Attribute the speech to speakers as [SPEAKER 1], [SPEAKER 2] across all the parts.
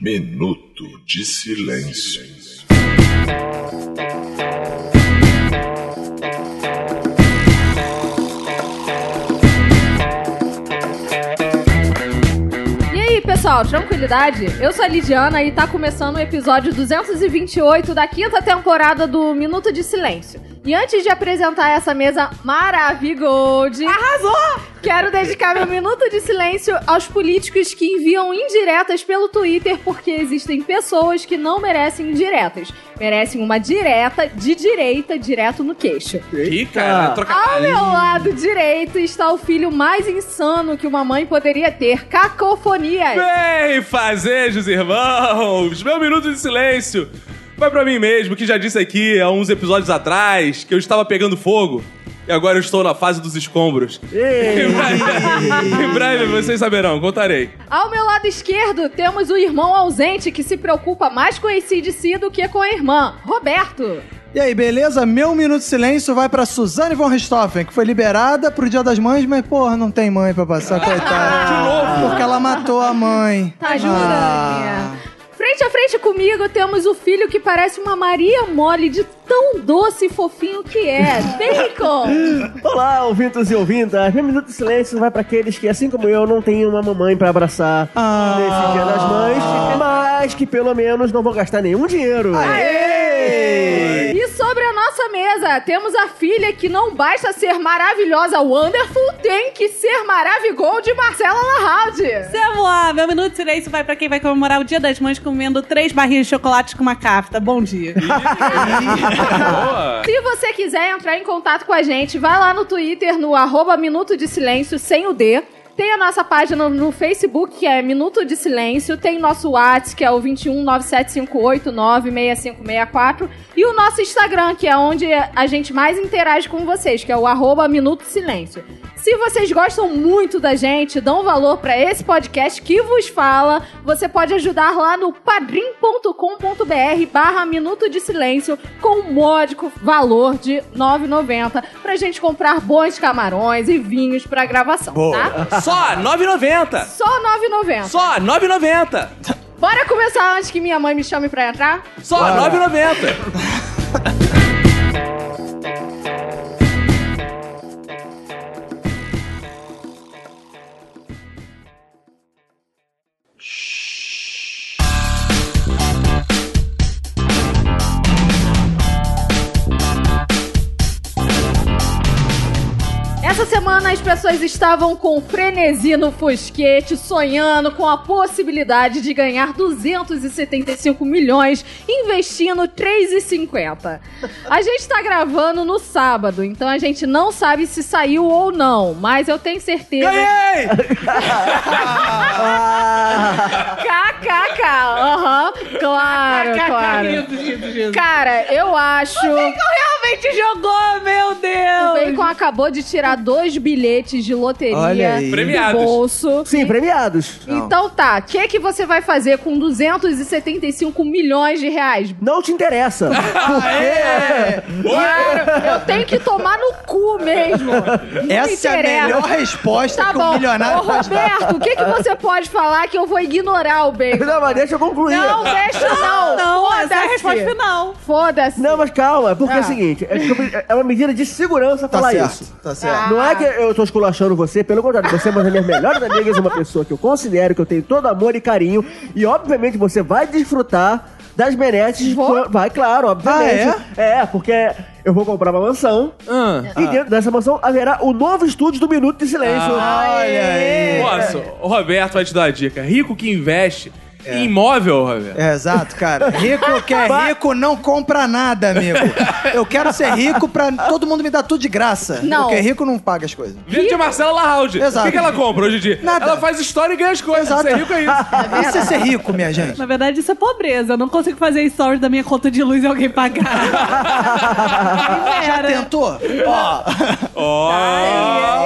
[SPEAKER 1] Minuto de Silêncio.
[SPEAKER 2] E aí, pessoal, tranquilidade? Eu sou a Lidiana e tá começando o episódio 228 da quinta temporada do Minuto de Silêncio. E antes de apresentar essa mesa maravigold... Arrasou! Quero dedicar meu Minuto de Silêncio aos políticos que enviam indiretas pelo Twitter porque existem pessoas que não merecem indiretas. Merecem uma direta de direita direto no queixo.
[SPEAKER 3] Ih, cara, troca...
[SPEAKER 2] Ao Ah, meu lado direito está o filho mais insano que uma mãe poderia ter, cacofonias.
[SPEAKER 3] Bem, fazejos, irmãos! Meu minuto de silêncio vai pra mim mesmo, que já disse aqui há uns episódios atrás que eu estava pegando fogo e agora eu estou na fase dos escombros. Em breve, em breve vocês saberão, contarei.
[SPEAKER 2] Ao meu lado esquerdo temos o irmão ausente que se preocupa mais com esse de si do que com a irmã, Roberto.
[SPEAKER 4] E aí, beleza? Meu minuto de silêncio vai pra Suzane von Richthofen, que foi liberada pro Dia das Mães, mas porra, não tem mãe pra passar, coitada. De novo? Porque ela matou a mãe.
[SPEAKER 2] Tá jurando?
[SPEAKER 4] Ah.
[SPEAKER 2] Frente a frente comigo temos o filho que parece uma Maria Mole de tão doce e fofinho que é, Bacon.
[SPEAKER 5] Olá, ouvintos e ouvintas. Meu minuto de silêncio vai para aqueles que, assim como eu, não têm uma mamãe para abraçar
[SPEAKER 4] Ah.
[SPEAKER 5] nesse dia das mães, mas que pelo menos não vão gastar nenhum dinheiro.
[SPEAKER 2] E sobre a nossa mesa, temos a filha que não basta ser maravilhosa, Wonderful, tem que ser Maravigol de Marcela Lahoud.
[SPEAKER 6] Vamos lá, meu minuto de silêncio vai pra quem vai comemorar o Dia das Mães comendo três barrinhas de chocolate com uma cafta. Bom dia.
[SPEAKER 3] Boa!
[SPEAKER 2] Se você quiser entrar em contato com a gente, vai lá no Twitter, no arroba Minuto de Silêncio, sem o D. Tem a nossa página no Facebook, que é Minuto de Silêncio. Tem nosso WhatsApp, que é o 21975896564. E o nosso Instagram, que é onde a gente mais interage com vocês, que é o arroba Minuto Silêncio. Se vocês gostam muito da gente, dão valor pra esse podcast que vos fala, você pode ajudar lá no padrim.com.br barra Minuto de Silêncio com um módico valor de R$ 9,90 pra gente comprar bons camarões e vinhos pra gravação, tá?
[SPEAKER 3] Só 9,90!
[SPEAKER 2] Só R$ 9,90.
[SPEAKER 3] Só 9,90!
[SPEAKER 2] Bora começar antes que minha mãe me chame pra entrar?
[SPEAKER 3] Só 9,90!
[SPEAKER 2] Essa semana as pessoas estavam com frenesi no fosquete, sonhando com a possibilidade de ganhar 275 milhões investindo 3,50. A gente tá gravando no sábado, então a gente não sabe se saiu ou não, mas eu tenho certeza.
[SPEAKER 3] Ganhei!
[SPEAKER 5] Ah.
[SPEAKER 2] KKK, aham, claro, claro. Cara, eu acho.
[SPEAKER 6] Realmente jogou, meu
[SPEAKER 2] O
[SPEAKER 6] Deus!
[SPEAKER 2] Bacon acabou de tirar dois bilhetes de
[SPEAKER 4] Olha
[SPEAKER 2] loteria
[SPEAKER 4] aí.
[SPEAKER 2] do
[SPEAKER 3] Premiados.
[SPEAKER 2] bolso.
[SPEAKER 5] Sim, premiados.
[SPEAKER 2] Então tá, o que, que você vai fazer com 275 milhões de reais?
[SPEAKER 5] Não te interessa.
[SPEAKER 2] Cara, eu tenho que tomar no cu mesmo. Não
[SPEAKER 4] Essa é a
[SPEAKER 2] interessa.
[SPEAKER 4] melhor resposta
[SPEAKER 2] Tá
[SPEAKER 4] que
[SPEAKER 2] bom.
[SPEAKER 4] um milionário
[SPEAKER 2] Ô,
[SPEAKER 4] faz.
[SPEAKER 2] Roberto, o que, que você pode falar que eu vou ignorar o bem?
[SPEAKER 5] não, mas deixa eu concluir.
[SPEAKER 2] Não, deixa não.
[SPEAKER 6] Não, essa é a
[SPEAKER 2] Foda-se.
[SPEAKER 6] resposta final.
[SPEAKER 2] Foda-se.
[SPEAKER 5] Não, mas calma, porque é
[SPEAKER 2] Ah.
[SPEAKER 5] o seguinte, é que eu me- é uma medida de segurança
[SPEAKER 4] Tá
[SPEAKER 5] falar
[SPEAKER 4] certo,
[SPEAKER 5] isso.
[SPEAKER 4] tá certo.
[SPEAKER 5] Não é que eu tô esculachando você, pelo contrário, você é uma das minhas melhores amigas, uma pessoa que eu considero, que eu tenho todo amor e carinho, e obviamente você vai desfrutar das benetes.
[SPEAKER 2] Vou?
[SPEAKER 5] quan- Vai, claro, obviamente.
[SPEAKER 4] Ah,
[SPEAKER 5] é? porque eu vou comprar uma mansão,
[SPEAKER 3] Ah.
[SPEAKER 5] e dentro dessa mansão haverá o novo estúdio do Minuto de Silêncio.
[SPEAKER 4] Ah, Olha aí.
[SPEAKER 3] Posso? O Roberto vai te dar a dica. Rico que investe em imóvel, Roberto.
[SPEAKER 4] É, exato, cara. Rico que é rico não compra nada, amigo. Eu quero ser rico pra todo mundo me dar tudo de graça.
[SPEAKER 2] Não.
[SPEAKER 4] Porque rico não paga as coisas.
[SPEAKER 3] Vende a Marcela Lahoud. O
[SPEAKER 4] Exato.
[SPEAKER 3] que, que ela compra hoje em dia?
[SPEAKER 4] Nada.
[SPEAKER 3] Ela faz história e ganha as coisas.
[SPEAKER 4] Exato.
[SPEAKER 3] Ser rico é isso.
[SPEAKER 4] Isso é ser rico, minha gente.
[SPEAKER 6] Na verdade, isso é pobreza. Eu não consigo fazer stories da minha conta de luz e alguém pagar.
[SPEAKER 4] Já tentou? Ó,
[SPEAKER 3] Ó.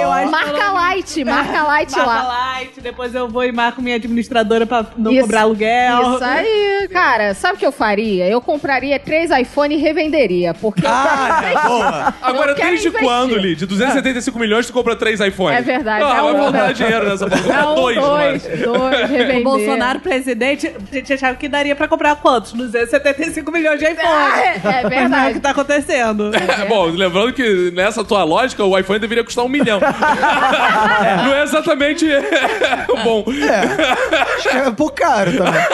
[SPEAKER 6] Eu acho que
[SPEAKER 2] Marca
[SPEAKER 6] pelo
[SPEAKER 2] lá light, marca light
[SPEAKER 6] Marca
[SPEAKER 2] lá.
[SPEAKER 6] light, depois eu vou e marco minha administradora pra não
[SPEAKER 2] Isso.
[SPEAKER 6] cobrar aluguel.
[SPEAKER 2] Isso aí, cara, sabe o que eu faria? Eu compraria três iPhone e revenderia, porque
[SPEAKER 4] Ah, boa.
[SPEAKER 3] Agora,
[SPEAKER 2] Eu quero
[SPEAKER 3] desde
[SPEAKER 2] investir.
[SPEAKER 3] quando, Lid? De 275 milhões, tu compra três iPhones.
[SPEAKER 2] É verdade,
[SPEAKER 3] Ah,
[SPEAKER 2] é
[SPEAKER 3] vai
[SPEAKER 2] um,
[SPEAKER 3] faltar
[SPEAKER 2] né?
[SPEAKER 3] dinheiro nessa porra. Compra
[SPEAKER 2] É um,
[SPEAKER 3] dois, mano.
[SPEAKER 2] dois, dois, revender.
[SPEAKER 6] O Bolsonaro presidente, a gente achava que daria pra comprar quantos? 275 milhões de iPhone.
[SPEAKER 2] Ah, é, é
[SPEAKER 6] Mas não é o que
[SPEAKER 2] verdade.
[SPEAKER 6] tá acontecendo.
[SPEAKER 3] É, bom, lembrando que nessa tua lógica, o iPhone deveria custar um milhão. Não é exatamente bom.
[SPEAKER 4] Acho que é um pouco caro também.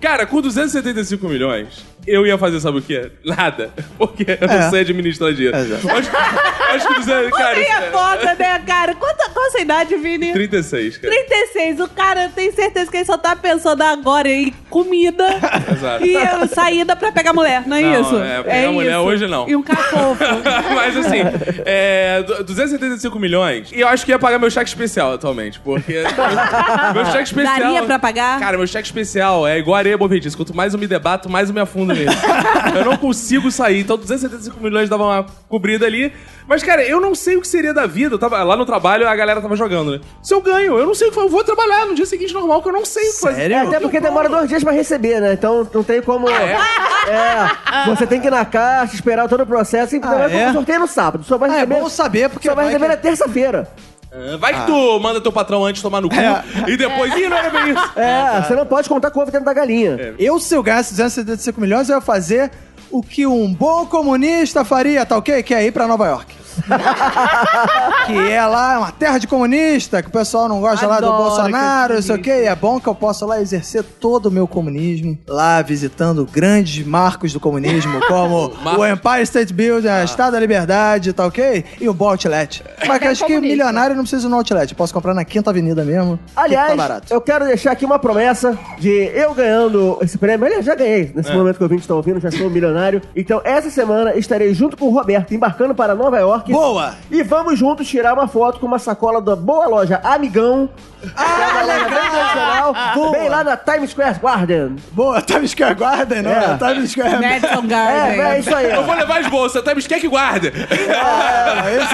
[SPEAKER 3] Cara, com 275 milhões, eu ia fazer, sabe o quê? Nada. Porque eu não
[SPEAKER 4] É.
[SPEAKER 3] sei administrar dinheiro.
[SPEAKER 4] Exato.
[SPEAKER 3] Acho, acho que 200, cara,
[SPEAKER 6] Quem é
[SPEAKER 3] isso é
[SPEAKER 6] foda, né, cara? Quanta, qual a sua idade, Vini?
[SPEAKER 3] 36, cara.
[SPEAKER 6] 36. O cara, eu tenho certeza que ele só tá pensando agora em comida
[SPEAKER 3] Exato.
[SPEAKER 6] e eh, saída pra pegar mulher, não é
[SPEAKER 3] Não,
[SPEAKER 6] isso?
[SPEAKER 3] é, pegar mulher hoje não.
[SPEAKER 6] E um cafofo.
[SPEAKER 3] Mas assim, é, du- 275 milhões. E eu acho que ia pagar meu cheque especial atualmente, porque. meu cheque especial.
[SPEAKER 6] Daria pra pagar?
[SPEAKER 3] Cara, meu cheque especial é igual areia movediça. Quanto mais eu me debato, mais eu me afundo nele. eu não consigo sair. Então, 275 milhões dava uma cobrida ali. Mas, cara, eu não sei o que seria da vida. Eu tava, lá no trabalho, a galera tava jogando, né? Se eu ganho, eu não sei o que Eu vou trabalhar no dia seguinte normal, que eu não sei o que fazer.
[SPEAKER 5] É, até porque demora dois dias pra receber, né? Então não tem como.
[SPEAKER 4] Ah,
[SPEAKER 5] É, Você tem que ir na caixa, esperar todo o processo. E
[SPEAKER 4] Ah,
[SPEAKER 5] ah,
[SPEAKER 4] é?
[SPEAKER 5] sorteio no sábado. Só vai
[SPEAKER 4] Ah, é
[SPEAKER 5] receber,
[SPEAKER 4] bom saber, porque
[SPEAKER 5] só vai
[SPEAKER 4] vai
[SPEAKER 5] receber
[SPEAKER 4] que-
[SPEAKER 5] na terça-feira.
[SPEAKER 3] É, Vai que tu manda teu patrão antes tomar no cu
[SPEAKER 4] É.
[SPEAKER 3] e depois. Ih, não era bem isso.
[SPEAKER 5] É, você não pode contar com ovo dentro da galinha.
[SPEAKER 4] Eu, se eu ganhasse 275 milhões, eu ia fazer o que um bom comunista faria, tá ok? Que é ir pra Nova York. que é lá uma terra de comunista, que o pessoal não gosta lá do
[SPEAKER 6] Adoro
[SPEAKER 4] Bolsonaro,
[SPEAKER 6] que
[SPEAKER 4] não sei o quê. E é bom que eu possa lá exercer todo o meu comunismo, lá visitando grandes marcos do comunismo, como
[SPEAKER 3] Marcos.
[SPEAKER 4] o Empire State Building, a Estátua da Liberdade, tá ok? E o Bom Outlet. Mas que acho que
[SPEAKER 2] comunista.
[SPEAKER 4] milionário não precisa ir no Outlet, posso comprar na Quinta Avenida mesmo. que
[SPEAKER 5] Aliás,
[SPEAKER 4] tá barato.
[SPEAKER 5] eu quero deixar aqui uma promessa de eu ganhando esse prêmio. Aliás, já ganhei. Nesse momento que o ouvinte está ouvindo, já sou um milionário. Então, essa semana estarei junto com o Roberto, embarcando para Nova York.
[SPEAKER 4] Boa!
[SPEAKER 5] E vamos juntos tirar uma foto com uma sacola da boa loja Amigão. Ah, legal! Bem lá na Times Square Garden.
[SPEAKER 4] Boa, Times Square Garden, não
[SPEAKER 5] É.
[SPEAKER 4] é? Times Square
[SPEAKER 2] Né,
[SPEAKER 6] Madison
[SPEAKER 5] É,
[SPEAKER 6] Garden.
[SPEAKER 5] é isso aí.
[SPEAKER 3] Eu vou levar as bolsas, até me esquece que guarda.
[SPEAKER 6] Então,
[SPEAKER 4] É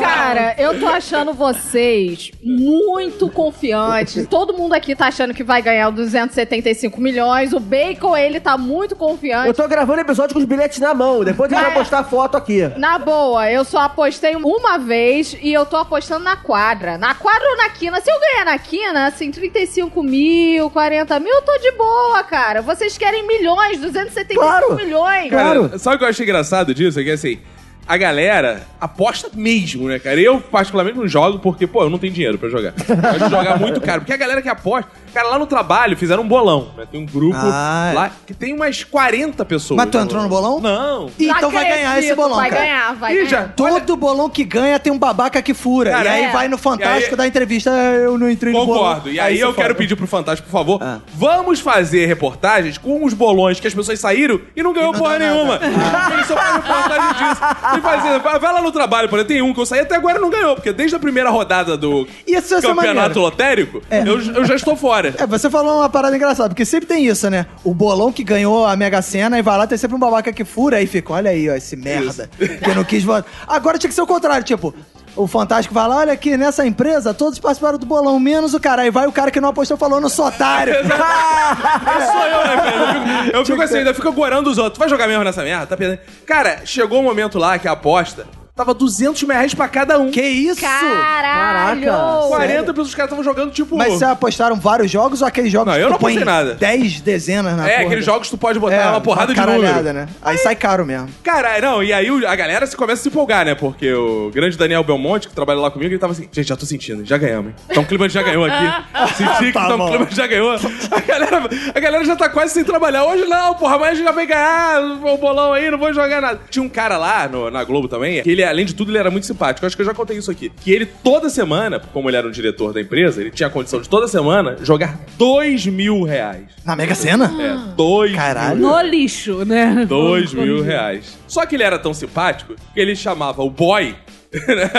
[SPEAKER 2] Cara, eu tô achando vocês muito confiantes. Todo mundo aqui tá achando que vai ganhar os 275 milhões. O Bacon, ele tá muito
[SPEAKER 5] Eu
[SPEAKER 2] confiante.
[SPEAKER 5] tô gravando episódio com os bilhetes na mão. Depois eu vou
[SPEAKER 2] É.
[SPEAKER 5] postar foto aqui.
[SPEAKER 2] Na boa, eu só apostei uma vez e eu tô apostando na quadra. Na quadra ou na quina? Se eu ganhar na quina, assim, 35 mil, 40 mil, eu tô de boa, cara. Vocês querem milhões, 275
[SPEAKER 5] Claro.
[SPEAKER 2] milhões.
[SPEAKER 5] Claro.
[SPEAKER 3] Sabe o que eu achei engraçado disso? É que assim, a galera aposta mesmo, né, cara? Eu, particularmente, não jogo porque, pô, eu não tenho dinheiro pra jogar. Eu gosto de jogar muito caro. Porque a galera que aposta. Cara, lá no trabalho fizeram um bolão, né? Tem um grupo
[SPEAKER 4] Ah, é.
[SPEAKER 3] lá que tem umas 40 pessoas.
[SPEAKER 4] Mas tu entrou no bolão?
[SPEAKER 3] Não.
[SPEAKER 4] Ih,
[SPEAKER 2] Não
[SPEAKER 4] Então vai ganhar esse
[SPEAKER 2] acredito,
[SPEAKER 4] bolão,
[SPEAKER 2] Vai
[SPEAKER 4] cara.
[SPEAKER 2] ganhar, vai
[SPEAKER 3] Ih,
[SPEAKER 2] ganhar.
[SPEAKER 3] já.
[SPEAKER 4] Todo bolão que ganha tem um babaca que fura.
[SPEAKER 3] Cara,
[SPEAKER 4] e aí
[SPEAKER 3] é.
[SPEAKER 4] vai no Fantástico
[SPEAKER 3] E aí-
[SPEAKER 4] da entrevista, "Ah, eu não entrei no bolão.
[SPEAKER 3] Concordo. E aí,
[SPEAKER 4] você
[SPEAKER 3] eu quero
[SPEAKER 4] fala.
[SPEAKER 3] pedir pro Fantástico, por favor,
[SPEAKER 4] Ah.
[SPEAKER 3] vamos fazer reportagens com os bolões que as pessoas saíram e não ganhou
[SPEAKER 4] E não
[SPEAKER 3] porra
[SPEAKER 4] deu
[SPEAKER 3] nenhuma.
[SPEAKER 4] nada. Ah.
[SPEAKER 3] Eles só fazem reportagem disso. E fazendo, vai vai lá no trabalho, por exemplo, tem um que eu saí até agora e não ganhou, porque desde a primeira rodada do
[SPEAKER 4] Isso ia ser
[SPEAKER 3] campeonato
[SPEAKER 4] maneiro.
[SPEAKER 3] lotérico, eu, eu já estou fora.
[SPEAKER 4] É, você falou uma parada engraçada, porque sempre tem isso, né? O bolão que ganhou a Mega Sena e vai lá, tem sempre um babaca que fura e fica, olha aí, ó, esse merda. Que não quis votar. Agora tinha que ser o contrário, tipo, o Fantástico vai lá, olha aqui, nessa empresa, todos participaram do bolão, menos o cara. Aí vai o cara que não apostou falando, sou otário. É
[SPEAKER 3] Sou eu, né, cara? Eu fico, eu fico assim, ainda fico gorando os outros. Vai jogar mesmo nessa merda? Tá perdendo. Cara, chegou um momento lá que a aposta tava 200 mil reais pra cada um.
[SPEAKER 4] que isso?
[SPEAKER 2] Caralho!
[SPEAKER 5] Caraca.
[SPEAKER 3] 40 pessoas, os caras estavam jogando tipo.
[SPEAKER 4] Mas vocês apostaram vários jogos ou aqueles jogos
[SPEAKER 3] Não,
[SPEAKER 4] que
[SPEAKER 3] eu
[SPEAKER 4] tu
[SPEAKER 3] não
[SPEAKER 4] põe
[SPEAKER 3] apostei nada.
[SPEAKER 4] 10 dezenas na
[SPEAKER 3] é,
[SPEAKER 4] porra
[SPEAKER 3] aqueles
[SPEAKER 4] da-
[SPEAKER 3] jogos que tu pode botar uma porrada de
[SPEAKER 4] caralhada,
[SPEAKER 3] número.
[SPEAKER 4] né? Aí sai caro mesmo.
[SPEAKER 3] Cara, não, e aí o- a galera se começa a se empolgar, né? Porque o grande Daniel Belmonte, que trabalha lá comigo, ele tava assim, gente, já tô sentindo, já ganhamos, hein? Então o clima já ganhou aqui. Senti que
[SPEAKER 4] Tá
[SPEAKER 3] tá um
[SPEAKER 4] bom.
[SPEAKER 3] clima já ganhou. A galera, a galera já tá quase sem trabalhar. Hoje não, porra, mas já vai ganhar o bolão aí, não vou jogar nada. Tinha um cara lá no- na Globo também, que ele, além de tudo, ele era muito simpático. Eu acho que eu já contei isso aqui. Que ele toda semana, como ele era um diretor da empresa, ele tinha a condição de toda semana jogar dois mil reais.
[SPEAKER 4] Na Mega Sena?
[SPEAKER 3] É, dois
[SPEAKER 4] Caralho.
[SPEAKER 6] No lixo, né?
[SPEAKER 3] Dois mil reais. Só que ele era tão simpático que ele chamava o boy. né?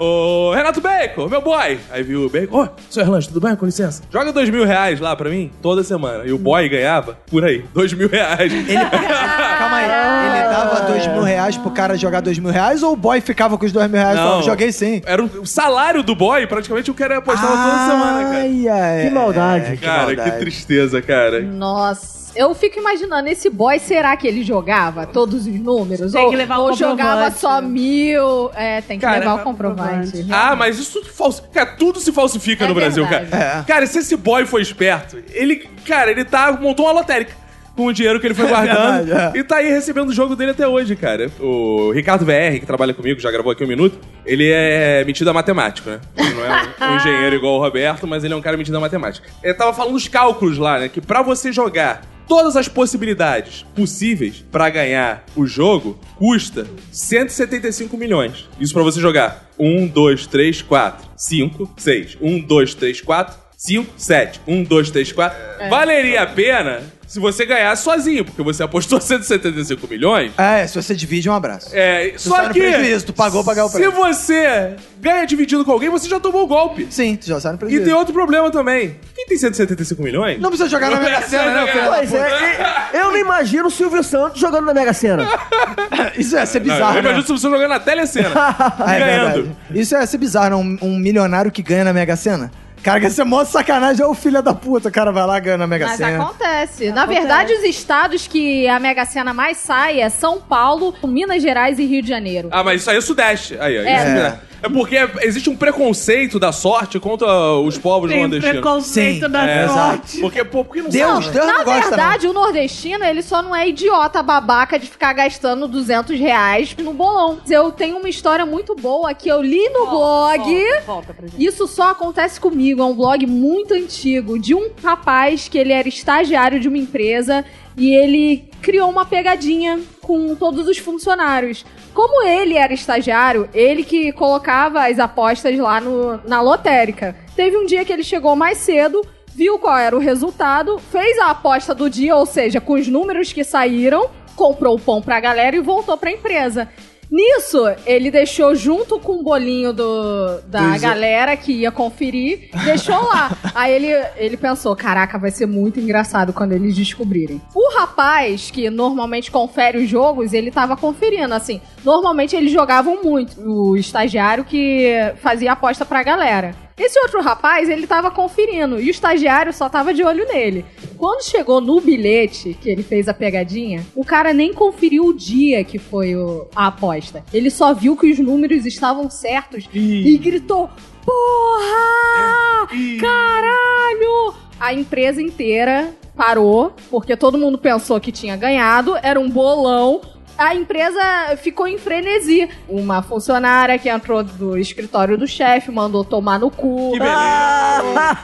[SPEAKER 3] o Renato Bacon, meu boy. Aí viu o Bacon, ô, seu Erlange, tudo bem? Com licença. Joga dois mil reais lá pra mim toda semana. E o boy ganhava por aí, dois mil reais.
[SPEAKER 4] Ele... Calma mãe, ele dava dois mil reais pro cara jogar dois mil reais ou o boy ficava com os dois mil reais e falava, joguei sim?
[SPEAKER 3] Era o o salário do boy, praticamente o cara apostava toda semana, cara.
[SPEAKER 4] Ai, ai,
[SPEAKER 5] Que
[SPEAKER 3] Cara,
[SPEAKER 5] maldade.
[SPEAKER 3] que,
[SPEAKER 4] maldade.
[SPEAKER 3] tristeza, cara.
[SPEAKER 2] Nossa, eu fico imaginando, esse boy, será que ele jogava todos os números?
[SPEAKER 6] Tem
[SPEAKER 2] ou,
[SPEAKER 6] que levar o
[SPEAKER 2] ou
[SPEAKER 6] comprovante.
[SPEAKER 2] jogava só mil? É, tem que
[SPEAKER 3] Cara,
[SPEAKER 2] levar
[SPEAKER 6] é
[SPEAKER 2] o comprovante.
[SPEAKER 6] comprovante.
[SPEAKER 2] realmente.
[SPEAKER 3] Ah, mas isso tudo falso. Cara, tudo se falsifica
[SPEAKER 2] É
[SPEAKER 3] no Brasil,
[SPEAKER 2] verdade.
[SPEAKER 3] cara.
[SPEAKER 4] É.
[SPEAKER 3] Cara, se esse boy foi esperto, ele, cara, ele tá montou uma lotérica com o dinheiro que ele foi guardando
[SPEAKER 4] verdade,
[SPEAKER 3] e tá aí recebendo o jogo dele até hoje, cara. O Ricardo VR, que trabalha comigo, já gravou aqui um minuto, ele é metido a matemático, né? Ele não é um, um engenheiro igual o Roberto, mas ele é um cara metido a matemática. Ele tava falando os cálculos lá, né, que pra você jogar todas as possibilidades possíveis pra ganhar o jogo custa 175 milhões. Isso pra você jogar 1 2 3 4 5 6 1 2 3 4 5, 7, 1, 2, 3, 4. Valeria a pena se você ganhasse sozinho, porque você apostou 175 milhões.
[SPEAKER 4] É, se você divide, um abraço.
[SPEAKER 3] É,
[SPEAKER 4] sai
[SPEAKER 3] só
[SPEAKER 4] tá no
[SPEAKER 3] que.
[SPEAKER 4] prejuízo, tu pagou pra ganhar o
[SPEAKER 3] Se
[SPEAKER 4] prêmio.
[SPEAKER 3] você ganha dividindo com alguém, você já tomou o golpe.
[SPEAKER 4] Sim, tu já sabe pra
[SPEAKER 3] E tem um- outro problema também. Quem tem 175 milhões?
[SPEAKER 4] Não é precisa jogar na Mega Sena, né, filho? da
[SPEAKER 5] Pois é, e- eu não imagino o Silvio Santos jogando na Mega Sena.
[SPEAKER 4] puta? Isso ia ser
[SPEAKER 3] Não,
[SPEAKER 4] bizarro.
[SPEAKER 3] Ah, Eu
[SPEAKER 4] né?
[SPEAKER 3] imagino se você jogando na telecena.
[SPEAKER 4] Ah, é
[SPEAKER 3] Tá ganhando.
[SPEAKER 4] verdade. Isso ia ser bizarro, né? um, um milionário que ganha na Mega Sena. Cara, que esse é mó sacanagem, é o filho da puta. O cara vai lá e ganha na Mega
[SPEAKER 2] Mas
[SPEAKER 4] Sena.
[SPEAKER 2] acontece. Na verdade, os estados que a Mega Sena mais sai é São Paulo, Minas Gerais e Rio de Janeiro.
[SPEAKER 3] Ah, mas isso aí é Sudeste. Aí, aí,
[SPEAKER 2] É.
[SPEAKER 3] isso é. é porque existe um preconceito da sorte contra os povos
[SPEAKER 6] Tem um
[SPEAKER 3] nordestinos.
[SPEAKER 6] preconceito
[SPEAKER 4] Sim,
[SPEAKER 6] da
[SPEAKER 3] É,
[SPEAKER 6] sorte.
[SPEAKER 3] Porque, pô, porque não
[SPEAKER 4] Deus,
[SPEAKER 3] sabe?
[SPEAKER 4] Deus não
[SPEAKER 2] né? Na
[SPEAKER 4] gosta,
[SPEAKER 2] verdade, o nordestino, ele só não é idiota babaca de ficar gastando 200 reais no bolão. Eu tenho uma história muito boa que eu li no blog.
[SPEAKER 6] Volta, volta pra gente.
[SPEAKER 2] Uhum. Isso só acontece comigo, é um blog muito antigo, de um rapaz que ele era estagiário de uma empresa e ele criou uma pegadinha com todos os funcionários. Como ele era estagiário, ele que colocava as apostas lá no- na lotérica. Teve um dia que ele chegou mais cedo, viu qual era o resultado, fez a aposta do dia, ou seja, com os números que saíram, comprou o pão pra galera e voltou pra empresa. Nisso, ele deixou junto com o bolinho do, da
[SPEAKER 4] Dos-
[SPEAKER 2] galera que ia conferir, deixou lá. Aí ele, ele pensou: caraca, vai ser muito engraçado quando eles descobrirem. O rapaz que normalmente confere os jogos, ele tava conferindo, assim. Normalmente eles jogavam muito, o estagiário que fazia aposta pra galera. Esse outro rapaz, ele tava conferindo e o estagiário só tava de olho nele. Quando chegou no bilhete que ele fez a pegadinha, o cara nem conferiu o dia que foi o- a aposta. Ele só viu que os números estavam certos e gritou: Porra! Caralho! A empresa inteira parou, porque todo mundo pensou que tinha ganhado, era um bolão. A empresa ficou em frenesi. Uma funcionária que entrou do escritório do chefe mandou tomar no cu.
[SPEAKER 3] Que beleza.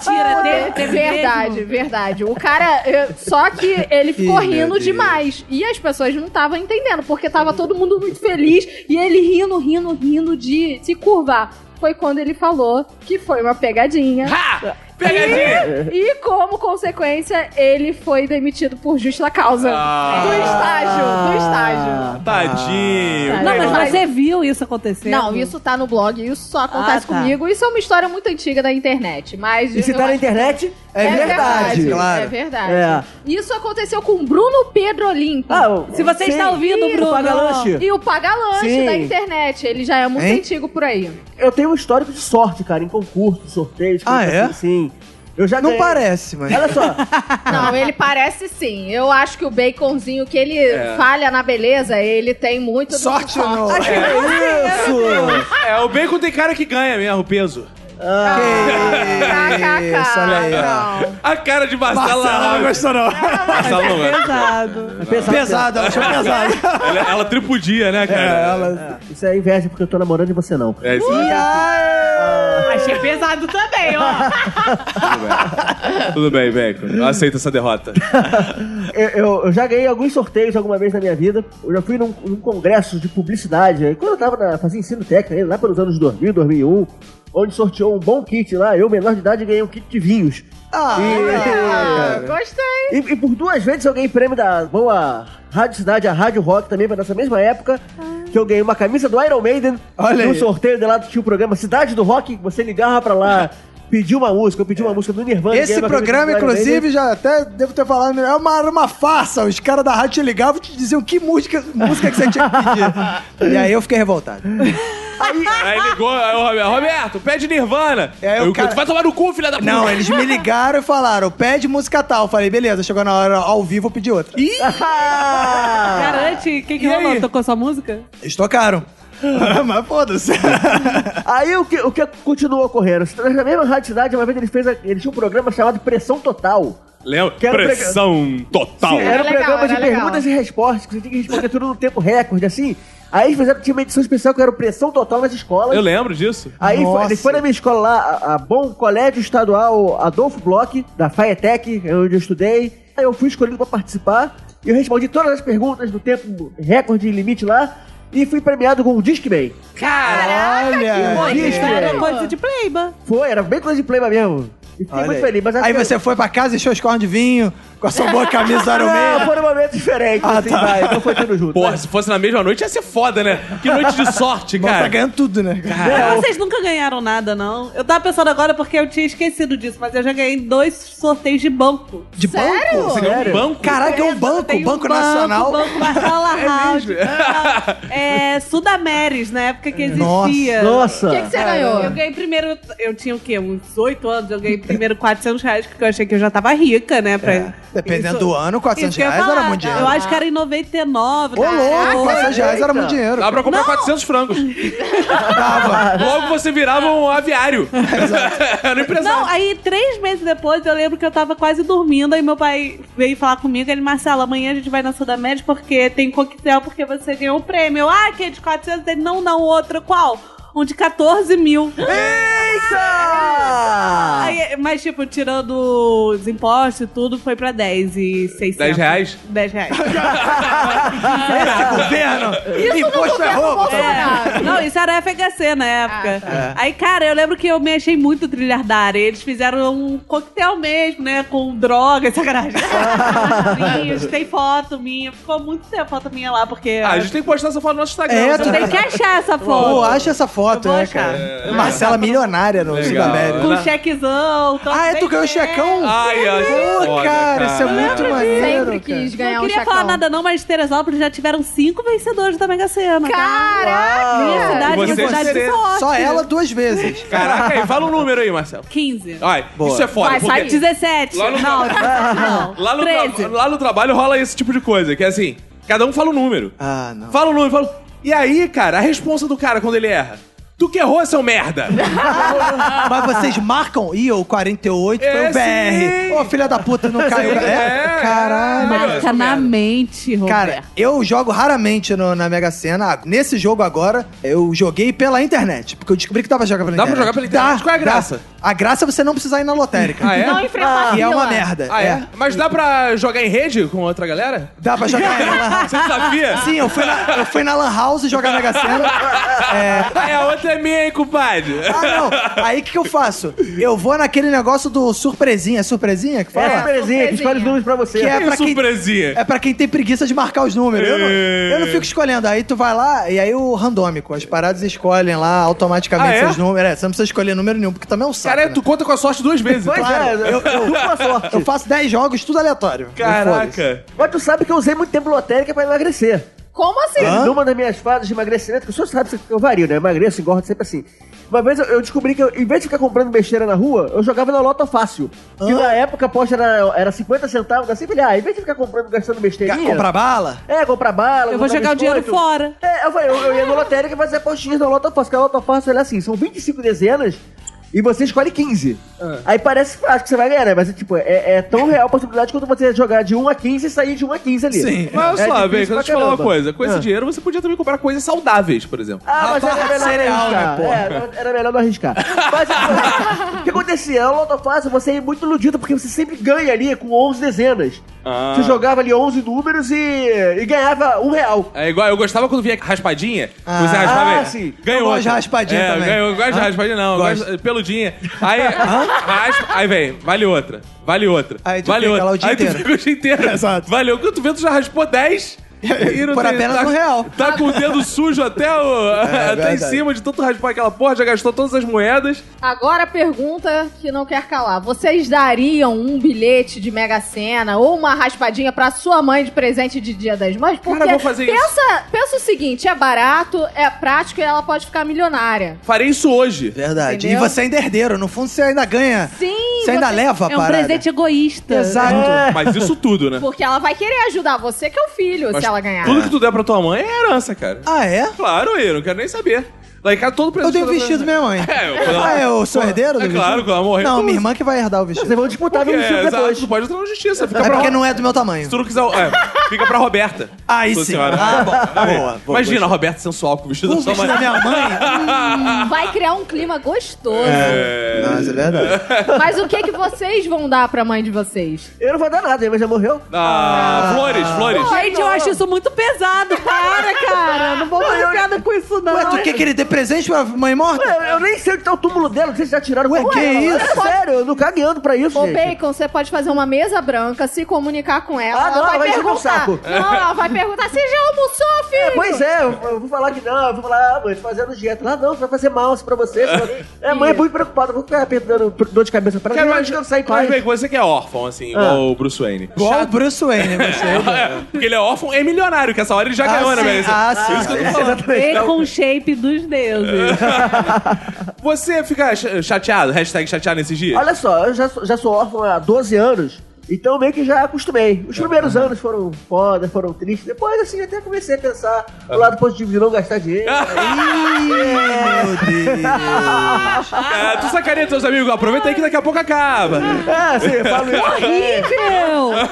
[SPEAKER 6] Tira, teve,
[SPEAKER 2] É
[SPEAKER 6] né? teve
[SPEAKER 2] verdade,
[SPEAKER 6] mesmo.
[SPEAKER 2] verdade. O cara. eh, Só que ele ficou
[SPEAKER 4] Ih, meu
[SPEAKER 2] rindo
[SPEAKER 4] Deus.
[SPEAKER 2] demais. E as pessoas não estavam entendendo, porque tava todo mundo muito feliz e ele rindo, rindo, rindo de se curvar. Foi quando ele falou que foi uma pegadinha.
[SPEAKER 3] Ha! Pegadinha!
[SPEAKER 2] E como consequência, ele foi demitido por justa causa.
[SPEAKER 3] Ah.
[SPEAKER 2] Do estágio, do
[SPEAKER 4] Ah.
[SPEAKER 2] estágio.
[SPEAKER 3] Tadinho.
[SPEAKER 2] Tadinho.
[SPEAKER 6] Não, mas
[SPEAKER 2] Mas-
[SPEAKER 6] você viu isso acontecer?
[SPEAKER 2] Não, isso tá no blog, isso só acontece
[SPEAKER 6] Ah, tá.
[SPEAKER 2] comigo. Isso é uma história muito antiga da internet, mas...
[SPEAKER 5] E se
[SPEAKER 2] eu
[SPEAKER 5] tá na
[SPEAKER 2] acho-
[SPEAKER 5] internet, é,
[SPEAKER 2] É
[SPEAKER 5] verdade.
[SPEAKER 2] verdade,
[SPEAKER 4] claro.
[SPEAKER 2] É verdade.
[SPEAKER 5] É.
[SPEAKER 2] Isso aconteceu com o Bruno Pedro Olimpo.
[SPEAKER 5] Ah, eu-
[SPEAKER 6] Se você
[SPEAKER 5] sim.
[SPEAKER 6] está ouvindo,
[SPEAKER 5] Ih,
[SPEAKER 6] Bruno.
[SPEAKER 5] Paga lanche.
[SPEAKER 2] E o Pagalanche
[SPEAKER 5] Sim.
[SPEAKER 2] da internet. Ele já é muito
[SPEAKER 4] Hein?
[SPEAKER 2] antigo por aí.
[SPEAKER 5] Eu tenho um histórico de sorte, cara, em concurso, sorteios,
[SPEAKER 4] Ah,
[SPEAKER 5] coisas
[SPEAKER 4] é?
[SPEAKER 5] assim. Sim. Eu já
[SPEAKER 4] Não
[SPEAKER 5] ganhei-
[SPEAKER 4] parece, mas.
[SPEAKER 5] Olha só,
[SPEAKER 2] Não, ele parece sim. Eu acho que o baconzinho que ele
[SPEAKER 3] É.
[SPEAKER 2] falha na beleza, ele tem muito do que é
[SPEAKER 4] Sorte no.
[SPEAKER 5] que isso?
[SPEAKER 4] Ah.
[SPEAKER 3] É, o bacon tem cara que ganha mesmo, peso.
[SPEAKER 2] Kkk,
[SPEAKER 4] Isso, olha aí, ó.
[SPEAKER 2] não.
[SPEAKER 3] A cara de Marcela.
[SPEAKER 4] Marcela não gostou, não.
[SPEAKER 3] Marcela não gosta.
[SPEAKER 6] Pesado.
[SPEAKER 5] Pesado.
[SPEAKER 4] Pesado, ela achou pesado.
[SPEAKER 3] Ela, ela tripudia, né, cara?
[SPEAKER 4] É, ela.
[SPEAKER 5] É, Isso é inveja, porque eu tô namorando e você não.
[SPEAKER 3] É, isso
[SPEAKER 4] E aí?
[SPEAKER 6] Achei pesado também, ó.
[SPEAKER 3] Tudo bem, bacon. Eu aceito essa derrota.
[SPEAKER 5] Eu, eu- eu já ganhei alguns sorteios alguma vez na minha vida. Eu já fui num, num congresso de publicidade. aí Quando eu tava na, fazia ensino técnico, aí, lá pelos anos 2000, 2001, onde sorteou um bom kit lá. Eu, menor de idade, ganhei um kit de vinhos.
[SPEAKER 4] Ah,
[SPEAKER 2] Ah, Gostei.
[SPEAKER 5] E, e por duas vezes eu ganhei prêmio da boa Rádio Cidade, a Rádio Rock também, foi nessa mesma época que eu ganhei uma camisa do Iron Maiden um
[SPEAKER 4] Olha
[SPEAKER 5] num
[SPEAKER 4] aí.
[SPEAKER 5] sorteio de lá do tinha o programa Cidade do Rock, que você ligava pra lá pediu uma música, eu pedi uma música do Nirvana. que
[SPEAKER 4] É. Esse
[SPEAKER 5] era uma
[SPEAKER 4] programa,
[SPEAKER 5] coisa que eu
[SPEAKER 4] inclusive, já até devo ter falado, é uma, era uma farsa. Os caras da rádio te ligavam e te diziam que música, música que você tinha que pedir. e aí eu fiquei revoltado.
[SPEAKER 3] Aí ligou, aí o Roberto, Roberto, pede Nirvana.
[SPEAKER 4] É, o
[SPEAKER 3] Eu,
[SPEAKER 4] cara-
[SPEAKER 3] Tu vai tomar no cu, filha da puta.
[SPEAKER 4] Não, eles me ligaram e falaram, pede música tal. Eu falei, beleza, chegou na hora ao vivo, eu pedi outra. Ih,
[SPEAKER 6] Garante, o que, que
[SPEAKER 4] E
[SPEAKER 6] rolou?
[SPEAKER 4] aí?
[SPEAKER 6] Tocou sua música?
[SPEAKER 4] eles tocaram. Mas foda-se.
[SPEAKER 5] Aí o que, o que continuou ocorrendo? Na mesma rádio cidade, uma vez ele fez. a- Ele tinha um programa chamado Pressão Total.
[SPEAKER 3] Lembra?
[SPEAKER 5] Quero
[SPEAKER 3] Pressão total.
[SPEAKER 5] Era,
[SPEAKER 2] Era
[SPEAKER 5] um
[SPEAKER 2] legal,
[SPEAKER 5] programa de
[SPEAKER 2] era legal.
[SPEAKER 5] perguntas e respostas, que você tinha que responder tudo no tempo recorde, assim. Aí eles fizeram, tinha uma edição especial que era o Pressão Total nas escolas.
[SPEAKER 3] Eu lembro disso.
[SPEAKER 5] Aí foi,
[SPEAKER 4] Nossa.
[SPEAKER 5] ele foi na minha escola lá, a, a Bom Colégio Estadual Adolfo Bloch, da FAETEC, onde eu estudei. Aí eu fui escolhido pra participar e eu respondi todas as perguntas do tempo recorde e limite lá. E fui premiado com um Discman.
[SPEAKER 4] Olha.
[SPEAKER 5] bonito.
[SPEAKER 4] aí.
[SPEAKER 5] Isso,
[SPEAKER 6] Era
[SPEAKER 5] é.
[SPEAKER 6] coisa de playba.
[SPEAKER 5] Foi, era bem coisa de playba mesmo. E fiquei
[SPEAKER 4] Olha
[SPEAKER 5] muito
[SPEAKER 4] aí.
[SPEAKER 5] feliz. Mas assim,
[SPEAKER 4] Aí
[SPEAKER 5] até-
[SPEAKER 4] você foi pra casa, encheu os cornos de vinho, com a sua boa camisa do Iron
[SPEAKER 5] Não,
[SPEAKER 4] Man.
[SPEAKER 5] foram momentos diferentes.
[SPEAKER 4] Ah,
[SPEAKER 5] assim,
[SPEAKER 4] tá.
[SPEAKER 5] vai, então foi tudo junto.
[SPEAKER 3] Porra, se fosse na mesma noite ia ser foda, né? Que noite de sorte,
[SPEAKER 4] Bom, Tá
[SPEAKER 3] cara.
[SPEAKER 4] ganhando tudo, né?
[SPEAKER 5] É,
[SPEAKER 6] Mas Vocês nunca ganharam nada, não. Eu tava pensando agora porque eu tinha esquecido disso, mas eu já ganhei dois sorteios de banco.
[SPEAKER 4] De
[SPEAKER 2] Sério?
[SPEAKER 4] banco?
[SPEAKER 3] Você ganhou
[SPEAKER 5] Sério?
[SPEAKER 3] um banco.
[SPEAKER 4] Caraca, é um banco,
[SPEAKER 6] Tem
[SPEAKER 4] um banco nacional. É
[SPEAKER 6] Banco Marcela House.
[SPEAKER 3] mesmo?
[SPEAKER 6] É, Sudameris, na época que existia.
[SPEAKER 2] O
[SPEAKER 5] Nossa.
[SPEAKER 2] que, que você ganhou?
[SPEAKER 6] Eu ganhei primeiro, eu tinha o quê? Uns 8 anos, eu ganhei primeiro 400 reais, porque eu achei que eu já tava rica, né? pra-
[SPEAKER 4] É. Dependendo do ano, 400
[SPEAKER 6] Isso que eu ia
[SPEAKER 4] reais era
[SPEAKER 6] falar. tá?
[SPEAKER 4] muito dinheiro.
[SPEAKER 6] Eu acho que era em 99.
[SPEAKER 4] Ô, louco,
[SPEAKER 6] Caraca.
[SPEAKER 4] 400 reais era muito dinheiro.
[SPEAKER 3] Dá pra comprar 400 frangos.
[SPEAKER 4] Dava.
[SPEAKER 3] Logo você virava um aviário. Era um empresário.
[SPEAKER 6] Não, aí três meses depois eu lembro que eu tava quase dormindo, aí meu pai veio falar comigo, ele, Marcelo, amanhã a gente vai na Sudamed porque tem coquetel, porque você ganhou o prêmio. Eu, ah, que é de 400, ele, não, não, outro, qual? Um de 14 mil.
[SPEAKER 5] Eita!
[SPEAKER 6] Aí, mas, tipo, tirando os impostos e tudo, foi pra 10 e 600.
[SPEAKER 3] 10 reais?
[SPEAKER 6] 10 reais.
[SPEAKER 4] Esse governo! Imposto
[SPEAKER 6] um
[SPEAKER 4] é É. roubo!
[SPEAKER 6] É. Não, isso era FHC na
[SPEAKER 2] Ah,
[SPEAKER 6] época.
[SPEAKER 2] tá.
[SPEAKER 6] Aí, cara, eu lembro que eu me achei muito trilhardária. Eles fizeram um coquetel mesmo, né? Com drogas, sacanagem. Vinhos, tem foto minha. Ficou muito tempo a foto minha lá, porque...
[SPEAKER 3] Ah, a gente tem que postar essa foto no nosso Instagram.
[SPEAKER 4] É,
[SPEAKER 3] você
[SPEAKER 4] tu-
[SPEAKER 3] não
[SPEAKER 6] Tem que achar essa foto.
[SPEAKER 4] Pô, acha essa foto,
[SPEAKER 6] Eu vou
[SPEAKER 4] né,
[SPEAKER 6] achar.
[SPEAKER 4] cara? Marcela milionária no
[SPEAKER 3] É. Legal.
[SPEAKER 4] Sudamérica.
[SPEAKER 6] Com chequezão. top
[SPEAKER 4] Ah, é? Tu ganhou o
[SPEAKER 6] bem
[SPEAKER 4] checão?
[SPEAKER 3] Ai, ai,
[SPEAKER 4] Pô,
[SPEAKER 3] foda,
[SPEAKER 4] cara, isso é
[SPEAKER 3] cara.
[SPEAKER 4] muito
[SPEAKER 2] Eu
[SPEAKER 4] maneiro,
[SPEAKER 2] Sempre quis
[SPEAKER 6] Não
[SPEAKER 2] ganhar um
[SPEAKER 6] queria
[SPEAKER 2] chacão.
[SPEAKER 6] falar nada não, mas Teresópolis já tiveram cinco vencedores da Mega Sena. tá?
[SPEAKER 2] Caraca!
[SPEAKER 6] Minha cidade, minha
[SPEAKER 3] Vocês
[SPEAKER 6] cidade de
[SPEAKER 3] terem-
[SPEAKER 4] cara.
[SPEAKER 6] sorte.
[SPEAKER 4] Só ela duas vezes.
[SPEAKER 3] Caraca, aí fala um número aí, Marcelo.
[SPEAKER 6] 15.
[SPEAKER 3] Ai,
[SPEAKER 4] Boa.
[SPEAKER 3] isso é foda.
[SPEAKER 2] Vai, sai
[SPEAKER 3] porque-
[SPEAKER 6] 17.
[SPEAKER 3] Lá no-
[SPEAKER 6] Não, 17 não.
[SPEAKER 3] Lá no,
[SPEAKER 6] 13.
[SPEAKER 3] tra- lá no trabalho rola esse tipo de coisa, que é assim, cada um fala um número.
[SPEAKER 4] Ah, não.
[SPEAKER 3] Fala o número, fala. E aí, cara, a responsa do cara quando ele erra. Tu que errou, seu merda!
[SPEAKER 4] Mas vocês marcam? Ih, o 48 foi
[SPEAKER 3] É,
[SPEAKER 4] o BR.
[SPEAKER 3] sim.
[SPEAKER 4] Ô, filha da puta, não caiu.
[SPEAKER 3] Sim,
[SPEAKER 4] É?
[SPEAKER 3] é.
[SPEAKER 4] Caralho.
[SPEAKER 6] Marca na mente, Roberto.
[SPEAKER 4] Cara, eu jogo raramente no- na Mega Sena. Ah, Nesse jogo agora, eu joguei pela internet. Porque eu descobri que dava jogar pela
[SPEAKER 3] Dá pra
[SPEAKER 4] internet.
[SPEAKER 3] jogar pela internet? Qual é a graça?
[SPEAKER 4] Dá. A graça é você não precisar ir na lotérica.
[SPEAKER 3] Ah, é?
[SPEAKER 2] Não enfrentar a
[SPEAKER 4] Que é uma
[SPEAKER 2] fila.
[SPEAKER 4] merda.
[SPEAKER 3] Ah, é? Mas dá pra jogar em rede com outra galera?
[SPEAKER 4] Dá pra jogar ela.
[SPEAKER 3] Você desafia?
[SPEAKER 4] Sim, eu fui na, eu fui na Lan House jogar Mega Sena. É.
[SPEAKER 3] Aí a outra é minha, hein, compadre?
[SPEAKER 4] Ah, não. Aí o que, que eu faço? Eu vou naquele negócio do surpresinha. Surpresinha que
[SPEAKER 5] É,
[SPEAKER 4] fala?
[SPEAKER 5] surpresinha, que escolhe os números pra você.
[SPEAKER 4] Que é pra quem,
[SPEAKER 3] surpresinha.
[SPEAKER 4] é pra quem tem preguiça de marcar os números. Eu não, eu não fico escolhendo. Aí tu vai lá e aí o randômico. As paradas escolhem lá automaticamente
[SPEAKER 3] Ah, é?
[SPEAKER 4] seus números. É, você não precisa escolher número nenhum, porque também é um saco.
[SPEAKER 3] Cara,
[SPEAKER 4] né?
[SPEAKER 3] tu conta com a sorte duas vezes.
[SPEAKER 5] Pois
[SPEAKER 3] Claro.
[SPEAKER 5] é, eu, dupla sorte.
[SPEAKER 4] Eu faço 10 jogos, tudo aleatório.
[SPEAKER 3] Caraca.
[SPEAKER 5] Mas tu sabe que eu usei muito tempo lotérica pra emagrecer.
[SPEAKER 2] Como assim?
[SPEAKER 4] Hã?
[SPEAKER 5] Numa das minhas fases de emagrecimento, que o senhor sabe que eu vario, né? Eu Emagreço, engordo sempre assim. Uma vez eu, eu descobri que, eu, em vez de ficar comprando besteira na rua, eu jogava na Loto Fácil. Que na época a aposta era, era 50 centavos. Eu sempre falei, ah, em vez de ficar comprando, gastando
[SPEAKER 4] Quer
[SPEAKER 5] besteirinha...
[SPEAKER 4] comprar bala?
[SPEAKER 5] É, comprar bala,
[SPEAKER 6] Eu vou
[SPEAKER 5] comprar
[SPEAKER 6] jogar o dinheiro
[SPEAKER 5] biscoito.
[SPEAKER 6] fora.
[SPEAKER 5] É, eu, falei, eu, eu ia na lotérica e fazia apostinhas na Loto Fácil. Porque a Loto Fácil, ela é assim, são 25 dezenas e você escolhe 15.
[SPEAKER 3] É.
[SPEAKER 5] Aí parece fácil que você vai ganhar, né? Mas, é, tipo, é, é tão real a possibilidade quanto você jogar de 1 a 15 e sair de 1 a 15 ali.
[SPEAKER 4] Sim.
[SPEAKER 3] Mas olha
[SPEAKER 5] É
[SPEAKER 3] só,
[SPEAKER 5] difícil
[SPEAKER 3] bem, deixa eu
[SPEAKER 5] pra
[SPEAKER 3] te falar uma
[SPEAKER 5] caramba.
[SPEAKER 3] coisa. Com esse
[SPEAKER 4] É.
[SPEAKER 3] dinheiro você podia também comprar coisas saudáveis, por exemplo.
[SPEAKER 5] Ah, mas
[SPEAKER 4] Ah,
[SPEAKER 5] era melhor
[SPEAKER 4] cereal,
[SPEAKER 5] não arriscar.
[SPEAKER 4] né, porra?
[SPEAKER 5] É, era- era melhor não arriscar. Mas tipo, o que acontecia? A Loto Fácil, você é muito iludido, porque você sempre ganha ali com 11 dezenas.
[SPEAKER 3] Ah.
[SPEAKER 5] Você jogava ali 11 números e, e ganhava um real.
[SPEAKER 3] É igual, eu gostava quando vinha raspadinha. que
[SPEAKER 4] Ah.
[SPEAKER 3] você raspava.
[SPEAKER 5] Ah,
[SPEAKER 3] aí.
[SPEAKER 5] sim.
[SPEAKER 3] Ganhou. É,
[SPEAKER 4] Eu gosto de raspadinha também.
[SPEAKER 3] Ganhou, eu gosto de
[SPEAKER 4] Hã?
[SPEAKER 3] raspadinha, não. eu
[SPEAKER 4] Gosto.
[SPEAKER 3] gosto- peludinha. Aí, raspa, aí vem, vale outra. Vale outra.
[SPEAKER 4] Aí tu
[SPEAKER 3] vale
[SPEAKER 4] fica
[SPEAKER 3] outra.
[SPEAKER 4] lá o dia
[SPEAKER 3] aí
[SPEAKER 4] inteiro.
[SPEAKER 3] tu fica o dia inteiro.
[SPEAKER 4] Exato.
[SPEAKER 3] Valeu. Quando tu vê, tu já raspou 10. E não
[SPEAKER 4] Por
[SPEAKER 3] tem-
[SPEAKER 4] apenas
[SPEAKER 3] tá-
[SPEAKER 4] um real.
[SPEAKER 3] Tá com o dedo sujo até, o-
[SPEAKER 4] É,
[SPEAKER 3] até em
[SPEAKER 4] verdade.
[SPEAKER 3] cima de tanto raspar aquela porra, já gastou todas as moedas.
[SPEAKER 2] Agora a pergunta que não quer calar. Vocês dariam um bilhete de Mega Sena ou uma raspadinha pra sua mãe de presente de Dia das Mães? Porque
[SPEAKER 3] Cara, eu vou fazer
[SPEAKER 2] pensa,
[SPEAKER 3] isso.
[SPEAKER 2] pensa o seguinte, é barato, é prático e ela pode ficar milionária.
[SPEAKER 3] Farei isso hoje.
[SPEAKER 4] Verdade.
[SPEAKER 2] Entendeu?
[SPEAKER 4] E você ainda é herdeiro. No fundo, você ainda ganha.
[SPEAKER 2] Sim,
[SPEAKER 4] você ainda leva a
[SPEAKER 6] É um
[SPEAKER 4] parada.
[SPEAKER 6] presente egoísta.
[SPEAKER 4] Exato.
[SPEAKER 3] Mas isso tudo, né?
[SPEAKER 2] porque ela vai querer ajudar você que é o filho,
[SPEAKER 3] Mas
[SPEAKER 2] se ela ganhar.
[SPEAKER 3] Tudo que tu der pra tua mãe é herança, cara.
[SPEAKER 4] Ah, é?
[SPEAKER 3] Claro, eu não quero nem saber. Lá em casa todo presente.
[SPEAKER 4] Eu tenho
[SPEAKER 3] que dou pra
[SPEAKER 4] vestido
[SPEAKER 3] minha
[SPEAKER 4] minha mãe.
[SPEAKER 3] É, eu- quando ela-
[SPEAKER 4] Ah, eu sou herdeiro do
[SPEAKER 3] É
[SPEAKER 4] vestido?
[SPEAKER 3] claro, quando ela morrer,
[SPEAKER 4] Não,
[SPEAKER 3] tu-
[SPEAKER 4] minha irmã que vai herdar o vestido.
[SPEAKER 5] Vocês vão disputar meu
[SPEAKER 3] mãe.
[SPEAKER 5] vestido
[SPEAKER 3] É, exato,
[SPEAKER 5] depois.
[SPEAKER 3] tu pode entrar na justiça. Fica
[SPEAKER 4] É
[SPEAKER 3] pra...
[SPEAKER 4] porque não é do meu tamanho.
[SPEAKER 3] Se tu não quiser. É, fica pra Roberta.
[SPEAKER 4] Aí
[SPEAKER 3] Sua
[SPEAKER 4] sim.
[SPEAKER 3] senhora.
[SPEAKER 4] Ah, bom.
[SPEAKER 3] Aí,
[SPEAKER 4] Boa,
[SPEAKER 3] Imagina
[SPEAKER 4] boa, gostei.
[SPEAKER 3] a Roberta sensual com o vestido
[SPEAKER 4] O
[SPEAKER 3] da sua
[SPEAKER 4] Um vestido da
[SPEAKER 3] mãe.
[SPEAKER 4] minha mãe?
[SPEAKER 2] Hum, vai criar um clima gostoso.
[SPEAKER 4] Nossa, é verdade.
[SPEAKER 2] Mas o que que vocês vão dar pra mãe de vocês?
[SPEAKER 5] Eu não vou dar nada, ele já morreu.
[SPEAKER 3] Ah, flores, flores.
[SPEAKER 6] Gente, eu acho isso muito pesado. Para, cara. Não vou fazer piada com isso, não.
[SPEAKER 4] Ué,
[SPEAKER 3] tá
[SPEAKER 4] tu quer que ele dê presente pra mãe morta?
[SPEAKER 5] Eu, eu nem sei onde tá o túmulo dela, não sei se já tiraram.
[SPEAKER 4] Ué, que
[SPEAKER 5] é
[SPEAKER 4] isso?
[SPEAKER 5] Sério, eu não cagueando pra isso,
[SPEAKER 2] Ô,
[SPEAKER 5] gente.
[SPEAKER 2] Bacon, você pode fazer uma mesa branca, se comunicar com ela.
[SPEAKER 5] Ah,
[SPEAKER 2] ela
[SPEAKER 5] não, ela
[SPEAKER 2] vai
[SPEAKER 5] vai encher meu
[SPEAKER 2] perguntar.
[SPEAKER 5] saco.
[SPEAKER 2] Não, ela vai perguntar: você já almoçou, filho?
[SPEAKER 5] Pois é, eu, eu vou falar que não, eu vou falar, ah, mãe, tô fazendo dieta. Ah, não, isso vai fazer mal isso pra você. isso pra- É, mãe, muito preocupada, vou ficar perdendo dor de cabeça pra
[SPEAKER 3] Quero
[SPEAKER 5] mim,
[SPEAKER 3] mais-
[SPEAKER 5] acho que eu saio em
[SPEAKER 3] Mas,
[SPEAKER 5] paz.
[SPEAKER 3] bem, você que é órfão, assim,
[SPEAKER 4] Ah.
[SPEAKER 3] igual o Bruce Wayne.
[SPEAKER 4] Igual o Bruce Wayne, você.
[SPEAKER 3] É, porque ele é órfão e milionário, que essa hora ele já
[SPEAKER 4] Ah,
[SPEAKER 3] ganhou, né,
[SPEAKER 4] sim.
[SPEAKER 3] velho?
[SPEAKER 4] Ah, sim.
[SPEAKER 3] Isso que eu tô falando.
[SPEAKER 5] Exatamente.
[SPEAKER 6] Ele com o shape dos deuses.
[SPEAKER 3] Você fica ch- chateado, hashtag chateado nesses dias?
[SPEAKER 5] Olha só, eu já sou, já sou órfão há 12 anos, então meio que já acostumei. Os primeiros anos foram foda, foram tristes. Depois, assim, até comecei a pensar no lado positivo de não gastar dinheiro.
[SPEAKER 4] Ih, meu Deus.
[SPEAKER 3] Ah, tu sacaneia teus amigos, aproveita aí que daqui a pouco acaba.
[SPEAKER 5] Ah, sim, eu falo isso.
[SPEAKER 6] Horrível!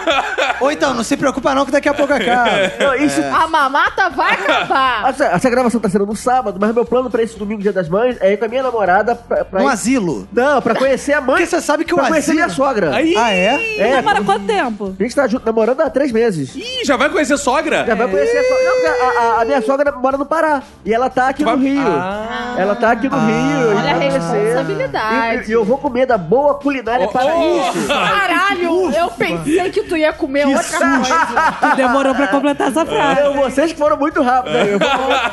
[SPEAKER 4] Ou então, não se preocupa não que daqui a pouco acaba.
[SPEAKER 3] É.
[SPEAKER 5] Não, isso
[SPEAKER 2] A mamata vai acabar.
[SPEAKER 5] Essa, essa gravação tá sendo no sábado, mas meu plano pra esse domingo, dia das mães, é ir com a minha namorada pra. pra
[SPEAKER 4] Um
[SPEAKER 5] ir-
[SPEAKER 4] asilo.
[SPEAKER 5] Não, pra conhecer a mãe.
[SPEAKER 4] Porque você sabe que o
[SPEAKER 5] pra conhecer
[SPEAKER 4] asilo...
[SPEAKER 5] minha sogra.
[SPEAKER 3] Aí,
[SPEAKER 4] Ah, é?
[SPEAKER 6] E Demora quanto tempo?
[SPEAKER 5] A gente tá junto, namorando há três meses.
[SPEAKER 3] Ih, já vai conhecer sogra?
[SPEAKER 5] Já vai conhecer a sogra. Não, porque a, a- a minha sogra mora no Pará. E ela tá aqui
[SPEAKER 3] Vai-
[SPEAKER 5] no Rio.
[SPEAKER 3] Ah.
[SPEAKER 5] Ela tá aqui no Rio.
[SPEAKER 2] Olha a
[SPEAKER 5] gente vai conhecer.
[SPEAKER 2] responsabilidade.
[SPEAKER 5] E, e eu vou comer da boa culinária
[SPEAKER 3] Oh,
[SPEAKER 5] para
[SPEAKER 3] oh.
[SPEAKER 5] isso.
[SPEAKER 2] Caralho, eu pensei que tu ia comer outra coisa.
[SPEAKER 6] Tu demorou pra completar essa frase.
[SPEAKER 5] Eu- vocês que foram muito rápidos. né? Eu vou-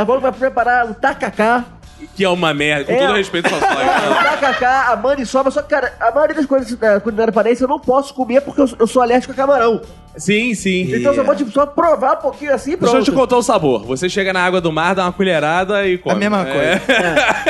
[SPEAKER 5] Ela falou que vai preparar o tacacá.
[SPEAKER 3] Ah. Que é uma merda, com
[SPEAKER 5] É.
[SPEAKER 3] todo respeito pra
[SPEAKER 5] O
[SPEAKER 3] sogra.
[SPEAKER 5] tacacá, a maniçoba. Só que, cara, a maioria das coisas é, da culinária paraense eu não posso comer porque eu, sou- eu sou alérgico a camarão.
[SPEAKER 3] sim, sim.
[SPEAKER 5] Então eu só vou tipo, só provar um pouquinho assim e
[SPEAKER 3] Deixa eu
[SPEAKER 5] pronto.
[SPEAKER 3] te contar o sabor. Você chega na água do mar, dá uma colherada e come.
[SPEAKER 4] A mesma
[SPEAKER 3] É,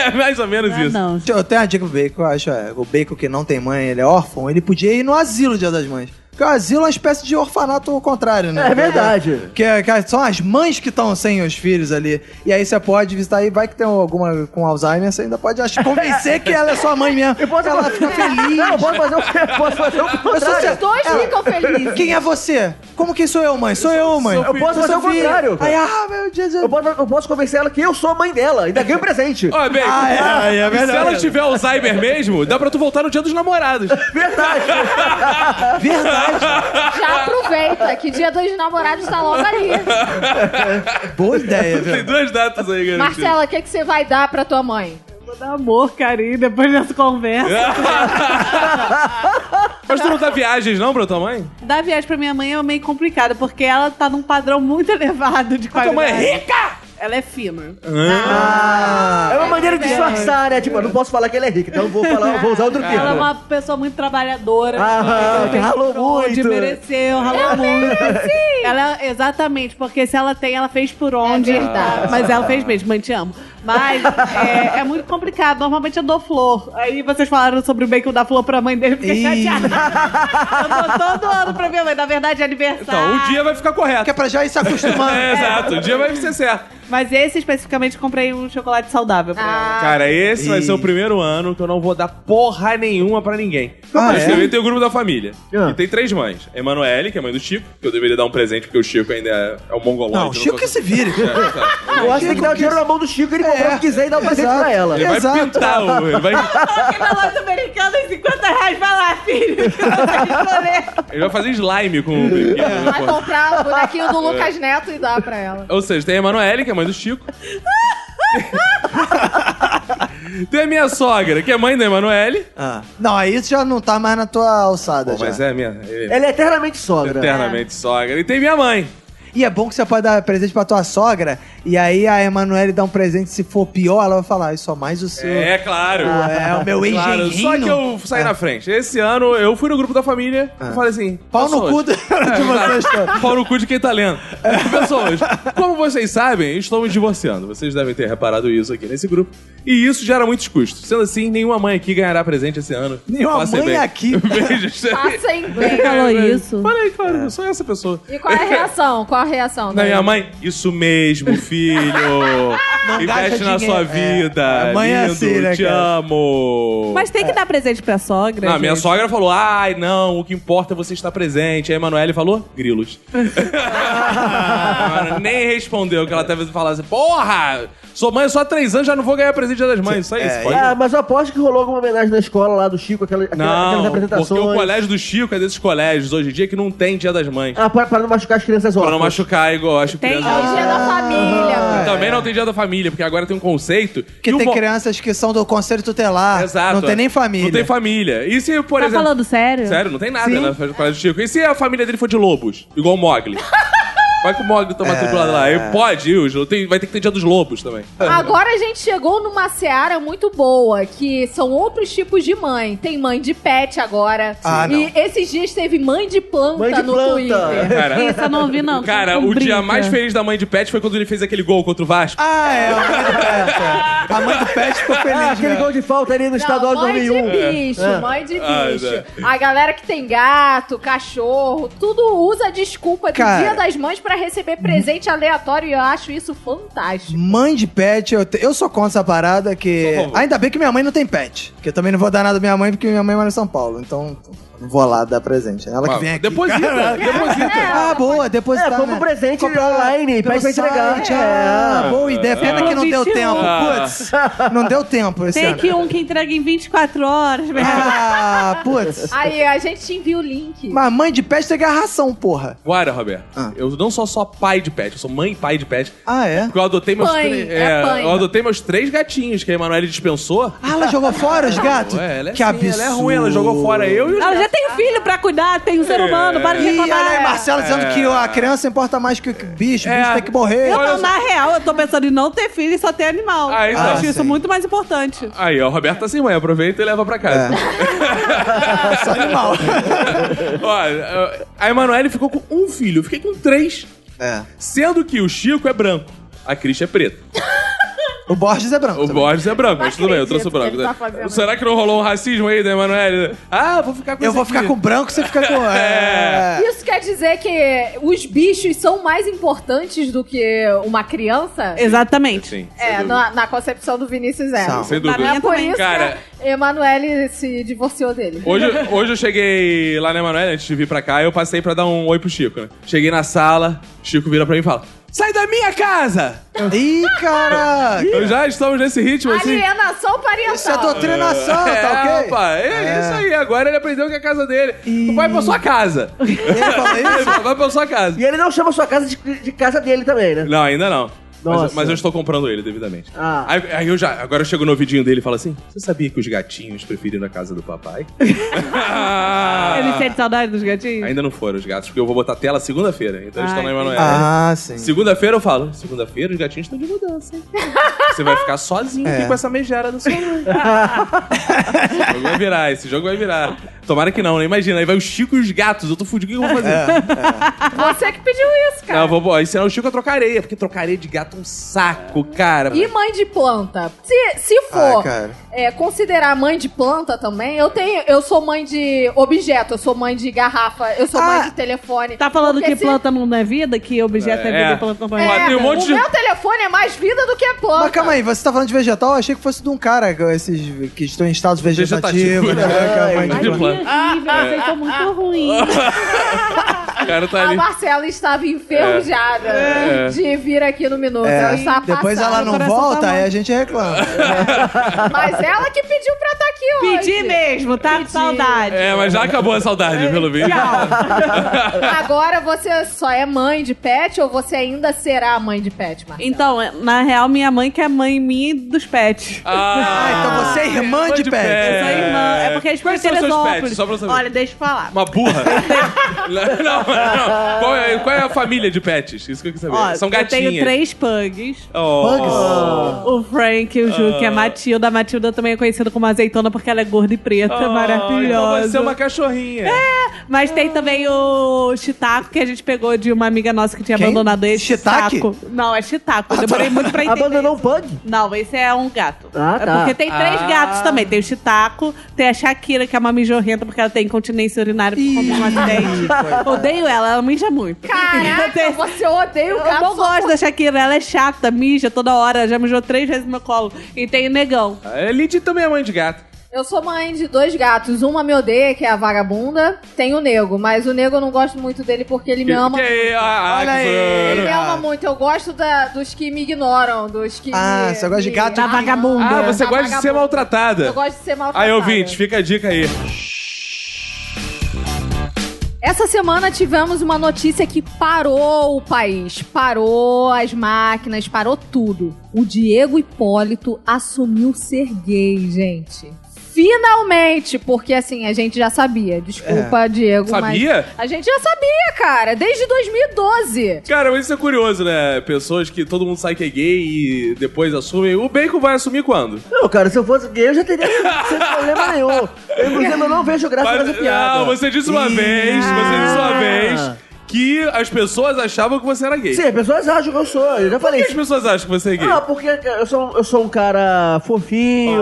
[SPEAKER 3] é mais ou menos
[SPEAKER 6] Ah,
[SPEAKER 3] isso.
[SPEAKER 6] não.
[SPEAKER 4] Deixa Eu eu tenho uma dica pro Bacon, eu acho. é, o Bacon que não tem mãe, ele é órfão, ele podia ir no asilo Dia das Mães. Porque o asilo é uma espécie de orfanato ao contrário, né?
[SPEAKER 5] É verdade.
[SPEAKER 4] Que, que são as mães que estão sem os filhos ali. E aí você pode visitar aí, vai que tem alguma com Alzheimer, você ainda pode ach- convencer que ela é sua mãe mesmo.
[SPEAKER 5] Eu posso um-
[SPEAKER 4] ela fica feliz.
[SPEAKER 5] Não, eu posso fazer o eu posso fazer o
[SPEAKER 2] Os
[SPEAKER 5] contrário.
[SPEAKER 2] dois ficam felizes.
[SPEAKER 4] Quem é você? Como que sou eu, mãe? Sou eu, mãe.
[SPEAKER 5] Eu posso
[SPEAKER 4] Sou
[SPEAKER 5] fazer
[SPEAKER 4] seu
[SPEAKER 5] o
[SPEAKER 4] filho.
[SPEAKER 5] contrário, cara.
[SPEAKER 4] Aí, ah, meu Deus.
[SPEAKER 5] Eu posso, eu posso convencer ela que eu sou a mãe dela. Ainda ganho presente.
[SPEAKER 3] Ó, bem,
[SPEAKER 4] Ah, é, é
[SPEAKER 3] e se
[SPEAKER 4] verdade.
[SPEAKER 3] ela tiver Alzheimer mesmo, dá pra tu voltar no dia dos namorados.
[SPEAKER 5] Verdade.
[SPEAKER 4] Verdade.
[SPEAKER 2] Já aproveita que dia dos namorados tá logo ali.
[SPEAKER 4] Boa ideia,
[SPEAKER 3] Tem
[SPEAKER 4] velho.
[SPEAKER 3] duas datas aí, garoto.
[SPEAKER 2] Marcela, o que, que você vai dar pra tua mãe?
[SPEAKER 6] Vou dar amor, carinho, depois dessa conversa.
[SPEAKER 3] Mas tu não dá viagens não pra tua mãe?
[SPEAKER 6] Dar viagem pra minha mãe é meio complicado, porque ela tá num padrão muito elevado de
[SPEAKER 3] tua
[SPEAKER 6] qualidade.
[SPEAKER 3] mãe é
[SPEAKER 6] rica! Ela é fina.
[SPEAKER 4] Ah,
[SPEAKER 5] É uma maneira de disfarçar, né? Tipo, eu não posso falar que ele é rico, então eu vou falar, eu vou usar outro
[SPEAKER 6] Ela é
[SPEAKER 5] termo.
[SPEAKER 6] uma pessoa muito trabalhadora.
[SPEAKER 5] Ah,
[SPEAKER 6] Então,
[SPEAKER 5] ralou
[SPEAKER 6] onde
[SPEAKER 5] muito.
[SPEAKER 6] mereceu, ralou muito. Ela, exatamente, porque se ela tem, ela fez por onde.
[SPEAKER 2] verdade.
[SPEAKER 6] mas ela fez mesmo, mãe, te amo. Mas é, é muito complicado. Normalmente eu dou flor. Aí vocês falaram sobre o bacon da flor pra mãe dele, eu fiquei
[SPEAKER 4] Ih.
[SPEAKER 6] chateada. Eu dou todo ano pra minha mãe. Na verdade, é aniversário.
[SPEAKER 3] Então, um dia vai ficar correto.
[SPEAKER 4] Que é pra já ir se acostumando.
[SPEAKER 3] É, exato, um dia vai ser certo.
[SPEAKER 6] Mas esse especificamente eu comprei um chocolate saudável pra ela.
[SPEAKER 3] Cara,
[SPEAKER 4] Ah,
[SPEAKER 3] esse vai
[SPEAKER 4] Ih.
[SPEAKER 3] ser o primeiro ano que eu não vou dar porra nenhuma pra ninguém.
[SPEAKER 4] Ah,
[SPEAKER 3] Mas
[SPEAKER 4] é?
[SPEAKER 3] também tem o grupo da família.
[SPEAKER 5] Ah.
[SPEAKER 3] E tem três mães. A Emanuele, que é mãe do Chico, que eu deveria dar um presente porque o Chico ainda é, é um mongoloide.
[SPEAKER 4] Não, Chico que se vire.
[SPEAKER 3] É, sabe?
[SPEAKER 5] Eu acho que tem que dar o dinheiro na mão do Chico, ele comprar o que quiser e dar um presente
[SPEAKER 4] Exato.
[SPEAKER 5] pra ela.
[SPEAKER 3] Ele vai
[SPEAKER 4] Exato.
[SPEAKER 3] pintar o... Ele vai,
[SPEAKER 6] Aqui na loja americana, em 50 reais, vai lá, filho, que eu não sei escolher.
[SPEAKER 3] ele vai fazer slime com o brinquedo.
[SPEAKER 4] É.
[SPEAKER 3] né,
[SPEAKER 2] Vai
[SPEAKER 3] porra.
[SPEAKER 2] comprar o bonequinho do Lucas Neto e dar pra ela.
[SPEAKER 3] Ou seja, tem a Emanuele, que é mãe do Chico. tem a minha sogra, que é mãe da Emanuele.
[SPEAKER 4] Ah. Não, aí isso já não tá mais na tua alçada.
[SPEAKER 3] Pô,
[SPEAKER 4] já.
[SPEAKER 3] mas é a minha... é
[SPEAKER 5] Ela é eternamente sogra.
[SPEAKER 3] Eternamente sogra. E tem minha mãe.
[SPEAKER 4] E é bom que você pode dar presente pra tua sogra, e aí a Emanuele dá um presente, se for pior, ela vai falar, isso só mais o seu.
[SPEAKER 3] É, claro.
[SPEAKER 4] Ah, é, o meu
[SPEAKER 3] Claro,
[SPEAKER 4] engenhinho.
[SPEAKER 3] só que eu saí na frente. Esse ano eu fui no grupo da família e falei assim:
[SPEAKER 4] Ah. Pau no
[SPEAKER 3] "Pessoas, É,
[SPEAKER 4] cu de de vocês todos. É.
[SPEAKER 3] Pau no cu de quem tá lendo. Pessoas, como vocês sabem, estou me divorciando. Vocês devem ter reparado isso aqui nesse grupo. E isso gera muitos custos. Sendo assim, nenhuma mãe aqui ganhará presente esse ano.
[SPEAKER 4] Nenhuma
[SPEAKER 3] Passem
[SPEAKER 4] mãe
[SPEAKER 3] bem.
[SPEAKER 4] aqui.
[SPEAKER 3] Beijos.
[SPEAKER 2] Passem bem.
[SPEAKER 6] Quem falou isso?
[SPEAKER 3] Falei, claro,
[SPEAKER 4] É.
[SPEAKER 3] eu sou essa pessoa.
[SPEAKER 2] E qual é a reação? Qual a reação?
[SPEAKER 3] Da
[SPEAKER 2] da
[SPEAKER 3] minha mãe, isso mesmo, filho.
[SPEAKER 4] Não
[SPEAKER 3] Investe
[SPEAKER 4] gasta
[SPEAKER 3] na
[SPEAKER 4] dinheiro.
[SPEAKER 3] sua
[SPEAKER 4] É.
[SPEAKER 3] vida.
[SPEAKER 4] A mãe é
[SPEAKER 3] Lindo,
[SPEAKER 4] assim, né,
[SPEAKER 3] te
[SPEAKER 4] cara?
[SPEAKER 3] amo.
[SPEAKER 6] Mas tem que dar presente pra sogra.
[SPEAKER 3] é. Não,
[SPEAKER 6] gente.
[SPEAKER 3] minha sogra falou: ai, não, o que importa é você estar presente. Aí a Emanuele falou: grilos. Ela nem respondeu, que ela deve falar assim: porra, sou mãe só há três anos, já não vou ganhar presente dia das mães. Isso
[SPEAKER 4] É,
[SPEAKER 3] aí, isso pode.
[SPEAKER 5] Ah, mas eu aposto que rolou alguma homenagem na escola lá do Chico, aquela, aquela- aquelas
[SPEAKER 3] Não,
[SPEAKER 5] apresentações.
[SPEAKER 3] porque o colégio do Chico é desses colégios hoje em dia que não tem dia das mães.
[SPEAKER 5] Ah, para, para não machucar as crianças
[SPEAKER 3] Pra
[SPEAKER 5] órfãs.
[SPEAKER 3] não machucar, igual eu acho que
[SPEAKER 6] Tem
[SPEAKER 3] criança-
[SPEAKER 2] É o dia da família.
[SPEAKER 3] E Também não tem dia da família, porque agora tem um conceito.
[SPEAKER 4] Porque
[SPEAKER 3] o
[SPEAKER 4] tem
[SPEAKER 3] mo-
[SPEAKER 4] crianças que são do conselho tutelar.
[SPEAKER 3] Exato.
[SPEAKER 4] Ah,
[SPEAKER 3] é.
[SPEAKER 4] Não tem nem família.
[SPEAKER 3] Não tem família. E se, por
[SPEAKER 6] Tá
[SPEAKER 3] exemplo.
[SPEAKER 6] falando sério?
[SPEAKER 3] Sério, não tem nada na festa do Chico. E se a família dele for de lobos? Igual o Mogli. Vai que o Mogli toma
[SPEAKER 4] É.
[SPEAKER 3] tudo lá. lá. E pode, Iljo. Tem- vai ter que ter dia dos lobos também.
[SPEAKER 2] Agora a gente chegou numa seara muito boa, que são outros tipos de mãe. Tem mãe de pet agora.
[SPEAKER 4] Ah, não.
[SPEAKER 2] E esses dias teve mãe de planta
[SPEAKER 5] Mãe de
[SPEAKER 2] no
[SPEAKER 5] planta. É,
[SPEAKER 2] Twitter.
[SPEAKER 3] Cara,
[SPEAKER 6] Isso eu não ouvi, não.
[SPEAKER 3] cara,
[SPEAKER 6] Não
[SPEAKER 3] o dia
[SPEAKER 6] um brinca.
[SPEAKER 3] mais feliz da mãe de Pet foi quando ele fez aquele gol contra o Vasco.
[SPEAKER 4] Ah, é. A mãe do Pet. é. A mãe do Pet ficou feliz. né?
[SPEAKER 5] Ah, aquele
[SPEAKER 4] mesmo.
[SPEAKER 5] gol de falta ali no estadual de
[SPEAKER 2] Não, mãe
[SPEAKER 5] 2001.
[SPEAKER 2] de bicho,
[SPEAKER 5] É.
[SPEAKER 2] mãe de
[SPEAKER 3] Ah,
[SPEAKER 2] bicho. A galera que tem gato, cachorro, tudo usa a desculpa do
[SPEAKER 4] Cara.
[SPEAKER 2] Dia das Mães pra receber presente aleatório e eu acho isso fantástico.
[SPEAKER 4] Mãe de pet, eu, te- eu sou contra essa parada que.
[SPEAKER 3] Por favor.
[SPEAKER 4] Ainda bem que minha mãe não tem pet. Porque eu também não vou dar nada pra minha mãe, porque minha mãe mora em São Paulo. Então, não vou lá dar presente. Ela que
[SPEAKER 3] Ah,
[SPEAKER 4] vem aqui.
[SPEAKER 3] Deposita, deposita.
[SPEAKER 4] Ah, boa, depositar.
[SPEAKER 5] É, compra um
[SPEAKER 4] né?
[SPEAKER 5] presente
[SPEAKER 4] Compra
[SPEAKER 5] online,
[SPEAKER 4] pelo
[SPEAKER 5] pede pra entregar. É.
[SPEAKER 4] site, ah, boa ideia. Pena que não deu tempo.
[SPEAKER 3] Ah.
[SPEAKER 4] Putz, não deu tempo esse
[SPEAKER 6] Tem
[SPEAKER 4] ano.
[SPEAKER 6] aqui um que entrega em 24 horas, velho.
[SPEAKER 4] Ah, putz.
[SPEAKER 2] Aí, a gente te envia o link.
[SPEAKER 4] Mas mãe de pet tem que ração, porra.
[SPEAKER 3] Guarda, Roberto.
[SPEAKER 4] Ah.
[SPEAKER 3] Eu não sou só pai de pet, eu sou mãe e pai de pet.
[SPEAKER 4] Ah, é?
[SPEAKER 3] Porque eu adotei meus
[SPEAKER 2] Pai,
[SPEAKER 3] três.
[SPEAKER 2] é pai.
[SPEAKER 3] eu adotei meus três gatinhos que a Emanuele dispensou.
[SPEAKER 4] Ah, ela jogou fora os gatos?
[SPEAKER 3] Ué, ela é
[SPEAKER 4] que
[SPEAKER 3] assim,
[SPEAKER 4] absurdo.
[SPEAKER 3] Ela é ruim, ela jogou fora eu e os
[SPEAKER 6] Ela já tem filho pra cuidar, tem um
[SPEAKER 3] É.
[SPEAKER 6] ser humano, para de
[SPEAKER 4] Ih, olha aí,
[SPEAKER 6] reclamar.
[SPEAKER 4] Marcela dizendo que a criança importa mais que o que o bicho, o bicho
[SPEAKER 3] É.
[SPEAKER 4] tem que morrer.
[SPEAKER 6] Eu
[SPEAKER 3] Olha
[SPEAKER 6] não,
[SPEAKER 3] só.
[SPEAKER 6] na real, eu tô pensando em não ter filho e só ter animal.
[SPEAKER 3] Ah,
[SPEAKER 6] eu
[SPEAKER 3] então.
[SPEAKER 6] acho
[SPEAKER 4] Ah,
[SPEAKER 6] isso
[SPEAKER 4] sim.
[SPEAKER 6] muito mais importante.
[SPEAKER 3] Aí, ó, o Roberto tá sem mãe, aproveita e leva pra
[SPEAKER 4] É.
[SPEAKER 3] casa.
[SPEAKER 4] Só animal.
[SPEAKER 3] Ó, a Emanuele ficou com um filho, eu fiquei com três.
[SPEAKER 4] É.
[SPEAKER 3] Sendo que o Chico é branco, a Cris é preta.
[SPEAKER 4] O Borges é branco.
[SPEAKER 3] O
[SPEAKER 4] também.
[SPEAKER 3] Borges é branco, mas
[SPEAKER 2] Não
[SPEAKER 3] tudo bem, eu trouxe o
[SPEAKER 2] acredito
[SPEAKER 3] branco.
[SPEAKER 2] que Tá ele
[SPEAKER 3] né?
[SPEAKER 2] tá fazendo
[SPEAKER 3] Será que não rolou um racismo aí da Emanuele? Ah, vou ficar com
[SPEAKER 4] Eu
[SPEAKER 3] esse
[SPEAKER 4] vou
[SPEAKER 3] aqui.
[SPEAKER 4] ficar com branco, você fica com. É.
[SPEAKER 2] Isso quer dizer que os bichos são mais importantes do que uma criança?
[SPEAKER 6] Exatamente.
[SPEAKER 3] Sim. sem
[SPEAKER 2] É,
[SPEAKER 3] dúvida.
[SPEAKER 2] na, na concepção do Vinícius é.
[SPEAKER 4] São.
[SPEAKER 3] Sem dúvida.
[SPEAKER 2] É por isso
[SPEAKER 3] Cara,
[SPEAKER 2] que a Emanuele se divorciou dele.
[SPEAKER 3] Hoje, hoje eu cheguei lá na Emanuele, antes de vir pra cá, eu passei pra dar um oi pro Chico, né? Cheguei na sala, Chico vira pra mim e fala: Sai da minha casa!
[SPEAKER 4] É. Ih, cara!
[SPEAKER 3] Eu já estamos nesse ritmo assim.
[SPEAKER 2] Alienação parental.
[SPEAKER 4] Isso é doutrinação, tá
[SPEAKER 3] É,
[SPEAKER 4] ok?
[SPEAKER 3] opa, é, isso aí. Agora ele aprendeu que é a casa dele. Vai pra sua casa.
[SPEAKER 4] Ele falou isso?
[SPEAKER 3] Vai pra sua casa.
[SPEAKER 5] E ele não chama a sua casa de, de casa dele também, né?
[SPEAKER 3] Não, ainda não. Mas,
[SPEAKER 5] Nossa.
[SPEAKER 3] mas eu estou comprando ele devidamente.
[SPEAKER 5] Ah.
[SPEAKER 3] Aí, aí eu já. Agora eu chego no ouvidinho dele e falo assim: Você sabia que os gatinhos preferiram a casa do papai? Ah.
[SPEAKER 6] Ele sente saudade dos gatinhos?
[SPEAKER 3] Ainda não foram os gatos, porque eu vou botar tela segunda-feira. Então eles
[SPEAKER 6] Ah,
[SPEAKER 3] estão na Emanuele.
[SPEAKER 4] Ah, sim.
[SPEAKER 3] Segunda-feira eu falo, segunda-feira os gatinhos estão de mudança, hein? Você vai ficar sozinho
[SPEAKER 4] É.
[SPEAKER 3] aqui com essa megera da sua mãe. esse jogo vai virar, esse jogo vai virar. Tomara que não, né? Imagina, aí vai o Chico e os gatos, eu tô fudido, o que eu vou fazer?
[SPEAKER 4] É.
[SPEAKER 2] Você é que pediu isso, cara.
[SPEAKER 3] Não, eu vou, ó, ensinar o Chico a trocar areia, porque trocar areia de gato é um saco, cara.
[SPEAKER 2] E mãe de planta? Se, se
[SPEAKER 4] Ah,
[SPEAKER 2] for
[SPEAKER 4] cara.
[SPEAKER 2] é, considerar mãe de planta também, eu tenho. Eu sou mãe de objeto, eu sou mãe de garrafa, eu sou
[SPEAKER 4] Ah.
[SPEAKER 2] mãe de telefone.
[SPEAKER 6] Tá falando
[SPEAKER 2] Porque
[SPEAKER 6] que
[SPEAKER 2] se-
[SPEAKER 6] planta não é vida? Que objeto é, vida
[SPEAKER 3] É.
[SPEAKER 6] e planta não é vida?
[SPEAKER 3] Mas
[SPEAKER 2] É,
[SPEAKER 3] tem um monte
[SPEAKER 2] o
[SPEAKER 3] de-
[SPEAKER 2] meu telefone é mais vida do que a planta.
[SPEAKER 4] Mas calma aí, você tá falando de vegetal? Eu achei que fosse de um cara, esses que estão em estados
[SPEAKER 3] Vegetativo.
[SPEAKER 4] vegetativos. né? Que é mãe de
[SPEAKER 6] Ai,
[SPEAKER 3] Mas
[SPEAKER 6] que
[SPEAKER 3] de
[SPEAKER 4] planta.
[SPEAKER 3] planta.
[SPEAKER 6] horrível, vocês são
[SPEAKER 2] É.
[SPEAKER 6] muito ruins.
[SPEAKER 3] O cara tá
[SPEAKER 2] A
[SPEAKER 3] ali.
[SPEAKER 2] Marcela estava enferrujada
[SPEAKER 3] É.
[SPEAKER 2] de vir aqui no Minuto. Ela
[SPEAKER 4] É,
[SPEAKER 2] estava
[SPEAKER 4] depois
[SPEAKER 2] passada.
[SPEAKER 4] ela não
[SPEAKER 6] coração tá
[SPEAKER 4] volta,
[SPEAKER 6] mal.
[SPEAKER 4] aí a gente reclama.
[SPEAKER 2] Mas ela que pediu pra estar aqui aqui hoje.
[SPEAKER 6] Pedi mesmo, tá? Com
[SPEAKER 2] Pedi.
[SPEAKER 6] saudade.
[SPEAKER 3] É, mas já acabou a saudade, pelo visto.
[SPEAKER 2] Agora você só é mãe de pet ou você ainda será mãe de pet, Marcelo?
[SPEAKER 6] Então, na real, minha mãe que é mãe minha e dos pets.
[SPEAKER 4] Ah, então você é irmã
[SPEAKER 3] Mãe
[SPEAKER 4] de
[SPEAKER 3] de
[SPEAKER 4] pet.
[SPEAKER 3] pet.
[SPEAKER 6] Eu sou irmã. É porque a gente
[SPEAKER 3] Quais
[SPEAKER 6] foi
[SPEAKER 3] são
[SPEAKER 6] em
[SPEAKER 3] os seus
[SPEAKER 6] Teresópolis.
[SPEAKER 3] pets? Só pra eu saber.
[SPEAKER 6] Olha, deixa eu falar.
[SPEAKER 3] Uma burra? não, não, não. Qual é, qual é a família de pets? Isso que eu quis saber.
[SPEAKER 6] Ó,
[SPEAKER 3] São gatinhas.
[SPEAKER 6] Eu tenho três pugs.
[SPEAKER 3] Oh.
[SPEAKER 4] Pugs?
[SPEAKER 6] O Frank, o Ju,
[SPEAKER 3] Ah.
[SPEAKER 6] que é Matilda. A Matilda também é conhecida como azeitona porque ela é gorda e preta,
[SPEAKER 3] Oh,
[SPEAKER 6] maravilhosa.
[SPEAKER 3] Então vai ser uma cachorrinha. É.
[SPEAKER 6] Mas tem também o Chitaco, que a gente pegou de uma amiga nossa que tinha
[SPEAKER 4] Quem? Ah, tá.
[SPEAKER 6] abandonado ele.
[SPEAKER 4] Shiitake?
[SPEAKER 6] Chitaco? Não, é Chitaco. Eu demorei muito pra entender.
[SPEAKER 5] Abandonou o pug?
[SPEAKER 6] Não, esse é um gato.
[SPEAKER 5] Ah,
[SPEAKER 6] É
[SPEAKER 5] tá.
[SPEAKER 6] porque tem três
[SPEAKER 3] Ah.
[SPEAKER 6] gatos também. Tem o Chitaco, tem a Shakira, que é uma mijorrenta porque ela tem incontinência urinária por conta de um acidente. Odeio ela, ela mija muito.
[SPEAKER 2] Caraca,
[SPEAKER 6] Tem-
[SPEAKER 2] você odeia o
[SPEAKER 6] Então, eu
[SPEAKER 2] gato.
[SPEAKER 6] não
[SPEAKER 2] só
[SPEAKER 6] gosto da Shakira, ela é chata, mija toda hora, já mijou três vezes no meu colo. E tem o negão.
[SPEAKER 3] A Lidy também é mãe de gato.
[SPEAKER 2] Eu sou mãe de dois gatos. Uma me odeia, que é a vagabunda. Tem o nego, mas o nego eu não gosto muito dele porque ele me ama.
[SPEAKER 3] Que- que- ah, ah,
[SPEAKER 4] Olha
[SPEAKER 3] que
[SPEAKER 4] aí.
[SPEAKER 2] Ele me
[SPEAKER 3] zoeiro.
[SPEAKER 2] ama muito. Eu gosto da- dos que me ignoram, dos que.
[SPEAKER 4] Ah,
[SPEAKER 2] me-
[SPEAKER 4] você gosta de
[SPEAKER 2] me-
[SPEAKER 4] gato?
[SPEAKER 6] Da vagabunda.
[SPEAKER 3] Ah, você
[SPEAKER 2] A
[SPEAKER 3] gosta de ser
[SPEAKER 2] vagabunda.
[SPEAKER 3] maltratada.
[SPEAKER 2] tá Eu gosto de ser maltratada.
[SPEAKER 3] Aí, ouvinte, fica a dica aí.
[SPEAKER 2] Essa semana tivemos uma notícia que parou o país, parou as máquinas, parou tudo. O Diego Hipólito assumiu ser gay, gente. Finalmente, porque assim, a gente já sabia.
[SPEAKER 5] É.
[SPEAKER 2] Desculpa, Diego, mas
[SPEAKER 3] Sabia?
[SPEAKER 2] a gente já sabia, cara, desde 2012.
[SPEAKER 3] Cara, mas isso é curioso, né? Pessoas que todo mundo sabe que é gay e depois assumem. O Bacon vai assumir quando?
[SPEAKER 5] Não, cara, se eu fosse gay, eu já teria sem problema nenhum. Eu, inclusive, eu não vejo graça
[SPEAKER 3] Mas-
[SPEAKER 5] nessa Tá piada.
[SPEAKER 3] não, você disse uma
[SPEAKER 4] Ih.
[SPEAKER 3] vez, você disse uma
[SPEAKER 5] Ah.
[SPEAKER 3] vez que as pessoas achavam que você era gay.
[SPEAKER 5] Sim, as pessoas acham que eu sou. Eu já
[SPEAKER 3] Por
[SPEAKER 5] falei
[SPEAKER 3] que as
[SPEAKER 5] isso.
[SPEAKER 3] pessoas acham que você é gay?
[SPEAKER 5] Ah, porque eu sou, eu sou um cara fofinho.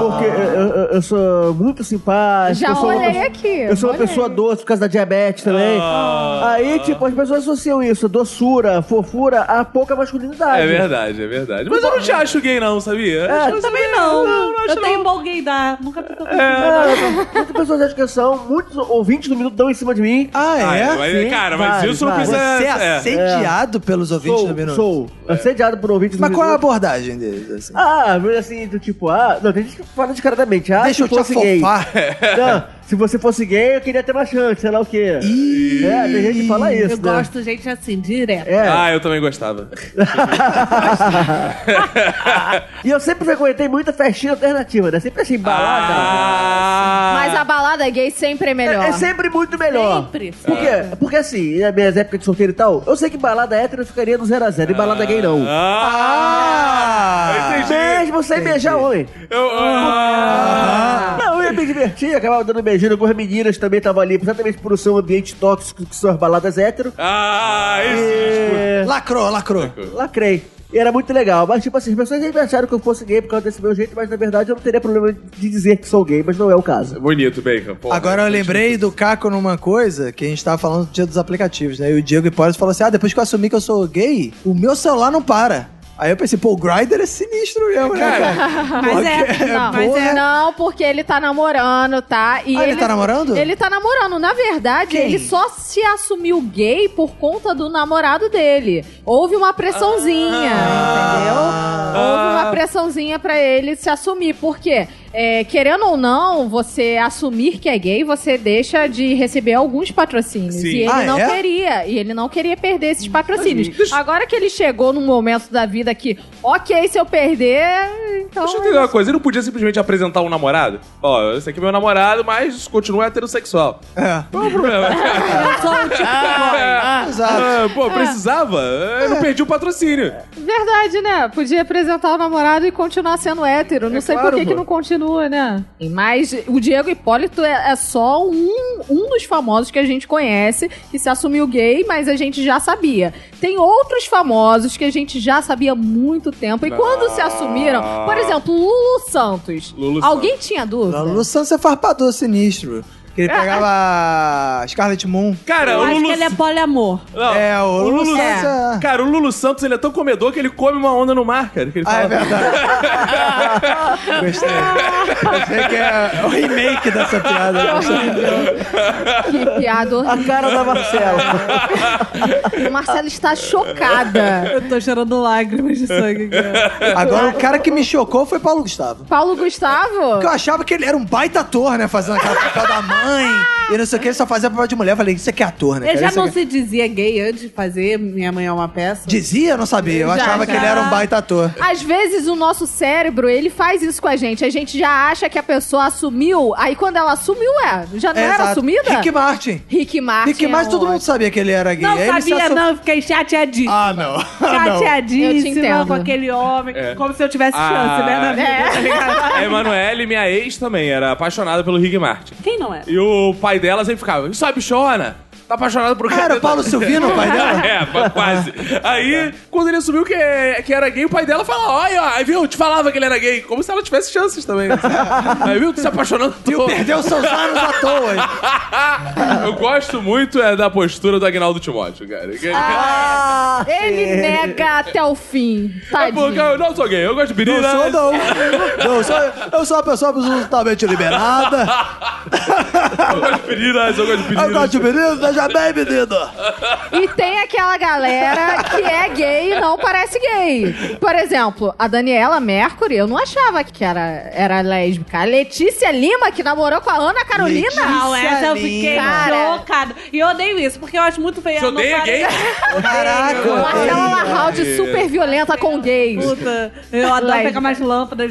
[SPEAKER 5] Porque eu, eu- eu sou muito simpático.
[SPEAKER 2] Ah. Já
[SPEAKER 5] eu sou uma
[SPEAKER 2] olhei
[SPEAKER 5] pessoa-
[SPEAKER 2] aqui.
[SPEAKER 5] Eu sou uma
[SPEAKER 2] olhei.
[SPEAKER 5] pessoa doce por causa da diabetes também.
[SPEAKER 3] Ah.
[SPEAKER 5] Aí, tipo, as pessoas associam isso, doçura, fofura, a pouca
[SPEAKER 4] Ah,
[SPEAKER 5] masculinidade.
[SPEAKER 3] É verdade, é verdade. Mas eu não te acho gay, não, sabia? Eu
[SPEAKER 4] É,
[SPEAKER 3] acho-
[SPEAKER 6] Eu também não.
[SPEAKER 3] Ah, não, não acho
[SPEAKER 6] eu tenho
[SPEAKER 3] não.
[SPEAKER 6] bom gaydar. Nunca tô com
[SPEAKER 5] É, muitas pessoas acham que são, muitos ouvintes do Minuto dão em cima de mim.
[SPEAKER 4] Ah,
[SPEAKER 3] Ah,
[SPEAKER 4] é?
[SPEAKER 3] mas-
[SPEAKER 5] Sim,
[SPEAKER 3] cara, mas
[SPEAKER 5] vai,
[SPEAKER 3] isso não
[SPEAKER 5] vai.
[SPEAKER 3] precisa.
[SPEAKER 4] Você é
[SPEAKER 3] é.
[SPEAKER 4] assediado pelos ouvintes
[SPEAKER 5] sou,
[SPEAKER 4] do Minuto?
[SPEAKER 5] sou assediado por ouvintes
[SPEAKER 4] Mas
[SPEAKER 5] do
[SPEAKER 4] qual é a
[SPEAKER 5] Minuto.
[SPEAKER 4] abordagem deles? assim?
[SPEAKER 5] Ah, assim, do tipo, ah, não, tem gente que fala descaradamente, ah,
[SPEAKER 4] Deixa
[SPEAKER 5] se
[SPEAKER 4] eu te
[SPEAKER 5] fosse gay.
[SPEAKER 4] afofar.
[SPEAKER 5] Não, se você fosse gay, eu queria ter uma chance, sei lá o quê.
[SPEAKER 4] Ih.
[SPEAKER 5] É, tem gente que fala isso,
[SPEAKER 6] Eu
[SPEAKER 5] né?
[SPEAKER 6] gosto, gente, assim, direto.
[SPEAKER 5] É.
[SPEAKER 3] Ah, eu também gostava.
[SPEAKER 5] E eu sempre frequentei muita festinha alternativa, né? Sempre achei balada.
[SPEAKER 3] Ah,
[SPEAKER 2] Mas a balada gay sempre é melhor.
[SPEAKER 5] É, é sempre muito melhor.
[SPEAKER 6] Sempre, sempre.
[SPEAKER 5] Por quê? Porque assim, nas minhas épocas de solteiro e tal, eu sei que balada hétero ficaria no 0x0 e balada gay não.
[SPEAKER 3] Ah! Eu entendi.
[SPEAKER 5] Mesmo sem beijar homem.
[SPEAKER 3] Eu, ah,
[SPEAKER 5] Não, eu ia me divertir, eu acabava dando beijinho com as meninas também, tava ali, exatamente por ser um ambiente tóxico que são as baladas hétero.
[SPEAKER 3] ah, isso.
[SPEAKER 5] É,
[SPEAKER 4] Lacrou, lacrou.
[SPEAKER 5] lacrei. E era muito legal, mas tipo assim, as pessoas sempre acharam que eu fosse gay por causa desse meu jeito, mas na verdade eu não teria problema de dizer que sou gay, mas não é o caso.
[SPEAKER 3] Bonito, Bacon. Pô,
[SPEAKER 4] Agora eu lembrei do Caco numa coisa que a gente tava falando do dia dos aplicativos, né? E o Diego Hipólito falou assim: ah, depois que eu assumi que eu sou gay, o meu celular não para. Aí eu pensei, pô, o Grindr é sinistro mesmo, né, cara?
[SPEAKER 6] Mas é,
[SPEAKER 2] Não,
[SPEAKER 6] mas é.
[SPEAKER 2] não, porque ele tá namorando, tá? E
[SPEAKER 4] né? Ah, ele tá namorando?
[SPEAKER 2] Ele tá namorando. Na verdade,
[SPEAKER 4] Quem?
[SPEAKER 2] ele só se assumiu gay por conta do namorado dele. Houve uma pressãozinha,
[SPEAKER 4] Ah.
[SPEAKER 3] Ah.
[SPEAKER 2] entendeu? Houve uma pressãozinha pra ele se assumir. Por quê? É, querendo ou não, você assumir que é gay, você deixa de receber alguns patrocínios.
[SPEAKER 3] Sim.
[SPEAKER 2] E ele
[SPEAKER 4] Ah,
[SPEAKER 2] não
[SPEAKER 4] é?
[SPEAKER 2] queria. E ele não queria perder esses patrocínios. Agora que ele chegou num momento da vida que, ok, se eu perder, então.
[SPEAKER 3] Deixa eu entender uma coisa. Ele não podia simplesmente apresentar um namorado? Ó, esse aqui é meu namorado, mas continua heterossexual.
[SPEAKER 4] É.
[SPEAKER 3] Qual é o problema?
[SPEAKER 6] Eu sou um tipo
[SPEAKER 3] Ah,
[SPEAKER 4] Exato.
[SPEAKER 3] ah, pô, precisava? Eu não perdi o patrocínio.
[SPEAKER 2] Verdade, né? Podia apresentar o namorado e continuar sendo hétero. Não sei
[SPEAKER 5] claro,
[SPEAKER 2] por que, que
[SPEAKER 5] pô.
[SPEAKER 2] não continua, né? Mas o Diego Hipólito é, é só um, um dos famosos que a gente conhece que se assumiu gay, mas a gente já sabia. Tem outros famosos que a gente já sabia há muito tempo. E quando se assumiram, por exemplo, Lulu Santos.
[SPEAKER 3] Lulu
[SPEAKER 2] Alguém tinha dúvida?
[SPEAKER 4] Não, O Luciano você é farpador sinistro. Que ele pegava a Scarlet Moon.
[SPEAKER 3] Cara,
[SPEAKER 6] Eu
[SPEAKER 3] o
[SPEAKER 6] acho
[SPEAKER 3] Lulu.
[SPEAKER 6] que ele é poliamor.
[SPEAKER 3] Não,
[SPEAKER 4] É, o Lulu
[SPEAKER 3] Santos.
[SPEAKER 4] Santos é-
[SPEAKER 3] Cara, o Lulu Santos ele é tão comedor que ele come uma onda no mar, cara. que ele
[SPEAKER 4] Ah,
[SPEAKER 3] fala-
[SPEAKER 4] é verdade. Gostei. Gostei que é o remake dessa piada.
[SPEAKER 2] Que piada.
[SPEAKER 5] A cara da Marcela.
[SPEAKER 2] horrível. Marcela está chocada.
[SPEAKER 6] Eu tô chorando lágrimas de sangue. cara.
[SPEAKER 4] Agora, o cara que me chocou foi Paulo Gustavo.
[SPEAKER 2] Paulo Gustavo?
[SPEAKER 4] Porque eu achava que ele era um baita ator, né? Fazendo aquela papel da mãe e não sei o que, ele só fazia papel de mulher. Eu falei, isso aqui é ator, né?
[SPEAKER 6] Ele
[SPEAKER 4] cara?
[SPEAKER 6] já
[SPEAKER 4] Isso
[SPEAKER 6] não
[SPEAKER 4] aqui é-
[SPEAKER 6] se dizia gay antes de fazer Minha Mãe é uma Peça?
[SPEAKER 4] Dizia, eu não sabia. Eu
[SPEAKER 2] Já,
[SPEAKER 4] achava que
[SPEAKER 2] já.
[SPEAKER 4] ele era um baita ator.
[SPEAKER 2] Às vezes o nosso cérebro, ele faz isso com a gente. A gente já acha que a pessoa assumiu, aí quando ela assumiu, é, já não
[SPEAKER 4] É,
[SPEAKER 2] era
[SPEAKER 4] exato.
[SPEAKER 2] assumida?
[SPEAKER 4] Rick Martin.
[SPEAKER 2] Rick Martin.
[SPEAKER 4] Rick
[SPEAKER 2] é
[SPEAKER 4] Martin, todo
[SPEAKER 2] ótimo.
[SPEAKER 4] mundo sabia que ele era gay. é,
[SPEAKER 6] Não
[SPEAKER 4] Aí ele se
[SPEAKER 6] sabia,
[SPEAKER 4] assu-
[SPEAKER 6] não. Fiquei chateadíssima.
[SPEAKER 4] Ah, não. Ah, não.
[SPEAKER 2] Eu te
[SPEAKER 6] Chateadíssima
[SPEAKER 2] entendo.
[SPEAKER 6] com aquele homem.
[SPEAKER 3] É.
[SPEAKER 6] Como se eu tivesse
[SPEAKER 3] Ah.
[SPEAKER 6] chance, né? Na vida.
[SPEAKER 2] É.
[SPEAKER 6] tá ligado?
[SPEAKER 3] A Emanuele, minha ex, também era apaixonada pelo Rick Martin.
[SPEAKER 6] Quem não é?
[SPEAKER 3] E o pai dela sempre ficava, isso é bichona, tá apaixonado por
[SPEAKER 4] Ah, era o Paulo Silvino, o pai dela?
[SPEAKER 3] É, pa- quase. Aí, quando ele assumiu que, que era gay, o pai dela falou, olha, ó, aí viu, eu te falava que ele era gay, como se ela tivesse chances também. né? aí viu, tu se apaixonando à toa.
[SPEAKER 4] Perdeu seus anos à toa.
[SPEAKER 3] Eu gosto muito é, da postura do Agnaldo Timóteo, cara.
[SPEAKER 5] Ah,
[SPEAKER 2] Ele
[SPEAKER 4] É.
[SPEAKER 5] sim.
[SPEAKER 2] nega até o fim.
[SPEAKER 3] É porque
[SPEAKER 2] Tadinho.
[SPEAKER 3] eu não sou gay, eu gosto de
[SPEAKER 4] Não
[SPEAKER 3] birina.
[SPEAKER 4] sou, não. Não sou, eu sou uma pessoa absolutamente liberada.
[SPEAKER 3] Eu gosto de meninas, eu gosto de
[SPEAKER 4] Eu gosto
[SPEAKER 3] meninas.
[SPEAKER 4] de menino, veja bem, menino.
[SPEAKER 2] E tem aquela galera que é gay e não parece gay. Por exemplo, a Daniela Mercury, eu não achava que era, era lésbica. A Letícia Lima, que namorou com a Ana Carolina.
[SPEAKER 4] Letícia.
[SPEAKER 6] Não, é. essa eu fiquei
[SPEAKER 2] Cara.
[SPEAKER 6] chocada. E eu odeio isso, porque eu acho muito feio.
[SPEAKER 3] Você
[SPEAKER 6] ela não
[SPEAKER 3] odeia
[SPEAKER 6] pare-
[SPEAKER 3] gay?
[SPEAKER 4] Caraca.
[SPEAKER 2] Marcela Lahoud
[SPEAKER 3] Ai.
[SPEAKER 2] super violenta com gays.
[SPEAKER 6] Puta, eu adoro
[SPEAKER 2] Lésbica.
[SPEAKER 6] pegar mais lâmpadas.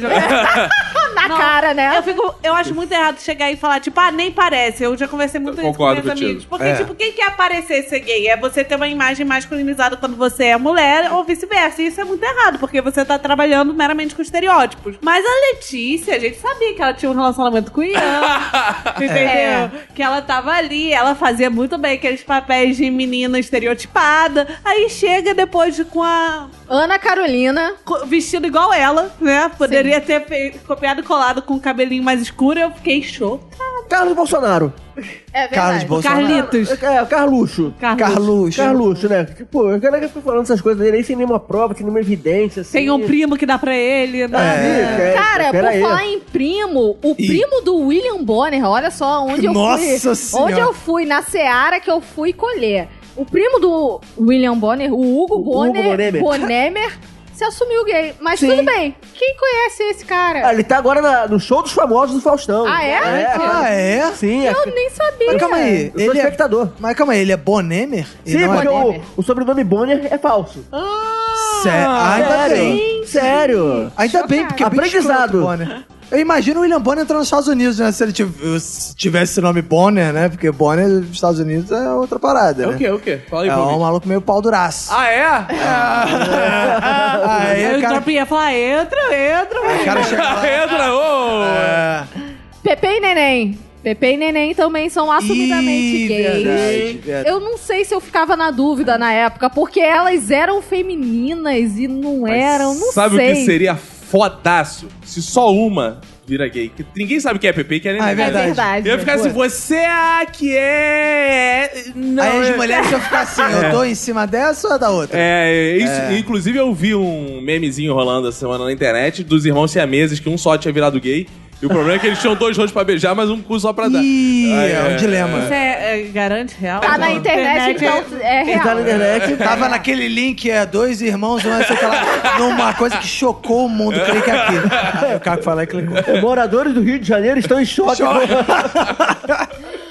[SPEAKER 6] jogar.
[SPEAKER 2] Na
[SPEAKER 6] Não,
[SPEAKER 2] cara, né?
[SPEAKER 6] Eu, fico, eu acho muito errado chegar e falar, tipo, ah, nem parece. Eu já conversei muito
[SPEAKER 3] Eu
[SPEAKER 6] isso com
[SPEAKER 3] concordo
[SPEAKER 6] meus
[SPEAKER 3] contigo.
[SPEAKER 6] amigos. Porque,
[SPEAKER 4] É.
[SPEAKER 6] tipo, quem quer aparecer ser gay? É você ter uma imagem masculinizada quando você é mulher ou vice-versa. E isso é muito errado, porque você tá trabalhando meramente com estereótipos. Mas a Letícia, a gente sabia que ela tinha um relacionamento com o Ian. entendeu?
[SPEAKER 2] É.
[SPEAKER 6] Que ela tava ali, ela fazia muito bem aqueles papéis de menina estereotipada. Aí chega depois de- com a
[SPEAKER 2] Ana Carolina.
[SPEAKER 6] co- vestido igual ela, né? Poderia ter feito, copiado e colado com o cabelinho mais escuro, eu fiquei chocada.
[SPEAKER 5] Carlos Bolsonaro.
[SPEAKER 2] É verdade.
[SPEAKER 4] Carlos Bolsonaro.
[SPEAKER 6] Carlitos.
[SPEAKER 5] É, o Carluxo.
[SPEAKER 4] Carluxo.
[SPEAKER 5] Carluxo, né? Tipo, o cara que fica falando essas coisas dele aí sem nenhuma prova, sem nenhuma evidência. Assim.
[SPEAKER 6] Tem um primo que dá pra ele, né?
[SPEAKER 5] É,
[SPEAKER 2] Cara, por
[SPEAKER 5] pera aí.
[SPEAKER 2] falar em primo, o
[SPEAKER 4] Ih.
[SPEAKER 2] primo do William Bonner, olha só onde eu fui.
[SPEAKER 4] Nossa Senhora.
[SPEAKER 2] Onde eu fui, na Seara que eu fui colher. O primo do William Bonner, o Hugo
[SPEAKER 5] Hugo
[SPEAKER 2] Bonner,
[SPEAKER 5] Bonemer.
[SPEAKER 2] Bonemer, se assumiu gay. Mas
[SPEAKER 5] Sim.
[SPEAKER 2] tudo bem, quem conhece esse
[SPEAKER 5] Ah,
[SPEAKER 2] cara?
[SPEAKER 5] ele tá agora na- no show dos famosos do Faustão.
[SPEAKER 2] Ah, é?
[SPEAKER 4] Ah, é?
[SPEAKER 5] Sim, é.
[SPEAKER 2] Eu nem sabia.
[SPEAKER 4] Mas calma aí.
[SPEAKER 5] Eu sou
[SPEAKER 4] Ele é...
[SPEAKER 5] espectador.
[SPEAKER 4] Mas calma aí, ele é Bonemer? Ele
[SPEAKER 5] Sim,
[SPEAKER 4] não
[SPEAKER 5] porque
[SPEAKER 4] é...
[SPEAKER 5] o,
[SPEAKER 2] Bonner.
[SPEAKER 5] o sobrenome Bonner é falso.
[SPEAKER 4] Sé- Ah, ainda bem.
[SPEAKER 5] Sério? Sério.
[SPEAKER 4] Ainda bem, porque é bem escroto
[SPEAKER 5] Aprendizado.
[SPEAKER 4] o Bonner. Eu imagino o William Bonner entrando nos Estados Unidos, né? Se ele tiv- se tivesse esse nome Bonner, né? Porque Bonner nos Estados Unidos é outra parada,
[SPEAKER 3] É
[SPEAKER 4] né?
[SPEAKER 3] o quê, é o quê? Fala aí
[SPEAKER 4] É
[SPEAKER 3] pra
[SPEAKER 4] um
[SPEAKER 3] mim.
[SPEAKER 4] maluco meio pau duraço.
[SPEAKER 3] Ah, é?
[SPEAKER 4] É, Aí,
[SPEAKER 6] Aí
[SPEAKER 4] o
[SPEAKER 6] o
[SPEAKER 4] cara,
[SPEAKER 6] Tropinha fala, entra, entra.
[SPEAKER 4] o cara chega lá.
[SPEAKER 3] Entra, ô!
[SPEAKER 4] É.
[SPEAKER 2] Pepe e Neném. Pepe e Neném também são assumidamente
[SPEAKER 4] Ih,
[SPEAKER 2] gays.
[SPEAKER 4] verdade, verdade.
[SPEAKER 2] Eu não sei se eu ficava na dúvida na época, porque elas eram femininas e não eram, não
[SPEAKER 3] sabe
[SPEAKER 2] sei.
[SPEAKER 3] o que seria fodaço se só uma vira gay? Que ninguém sabe quem é Pepe, quem é
[SPEAKER 4] Ah,
[SPEAKER 3] neném.
[SPEAKER 4] é
[SPEAKER 2] É
[SPEAKER 4] verdade.
[SPEAKER 2] verdade.
[SPEAKER 3] Eu ia ficar assim, você é a que é. Não,
[SPEAKER 4] Aí
[SPEAKER 3] é-
[SPEAKER 4] as mulheres vão ficar assim, eu tô em cima dessa ou da outra?
[SPEAKER 3] É, isso- inclusive eu vi um memezinho rolando essa semana na internet dos irmãos siameses que um só tinha virado gay. E o problema é que eles tinham dois rostos pra beijar, mas um cu só pra dar.
[SPEAKER 4] Ih,
[SPEAKER 3] Ah,
[SPEAKER 4] é um
[SPEAKER 6] Isso
[SPEAKER 4] dilema.
[SPEAKER 6] é, é, garante real?
[SPEAKER 2] Tá na internet, então é
[SPEAKER 5] Ele tá na
[SPEAKER 2] real.
[SPEAKER 5] internet.
[SPEAKER 4] Tava naquele link, é, dois irmãos, um, não sei o que lá, numa coisa que chocou o mundo, clique aqui. Aí o Caco falou e clicou.
[SPEAKER 5] Moradores do Rio de Janeiro estão em choque.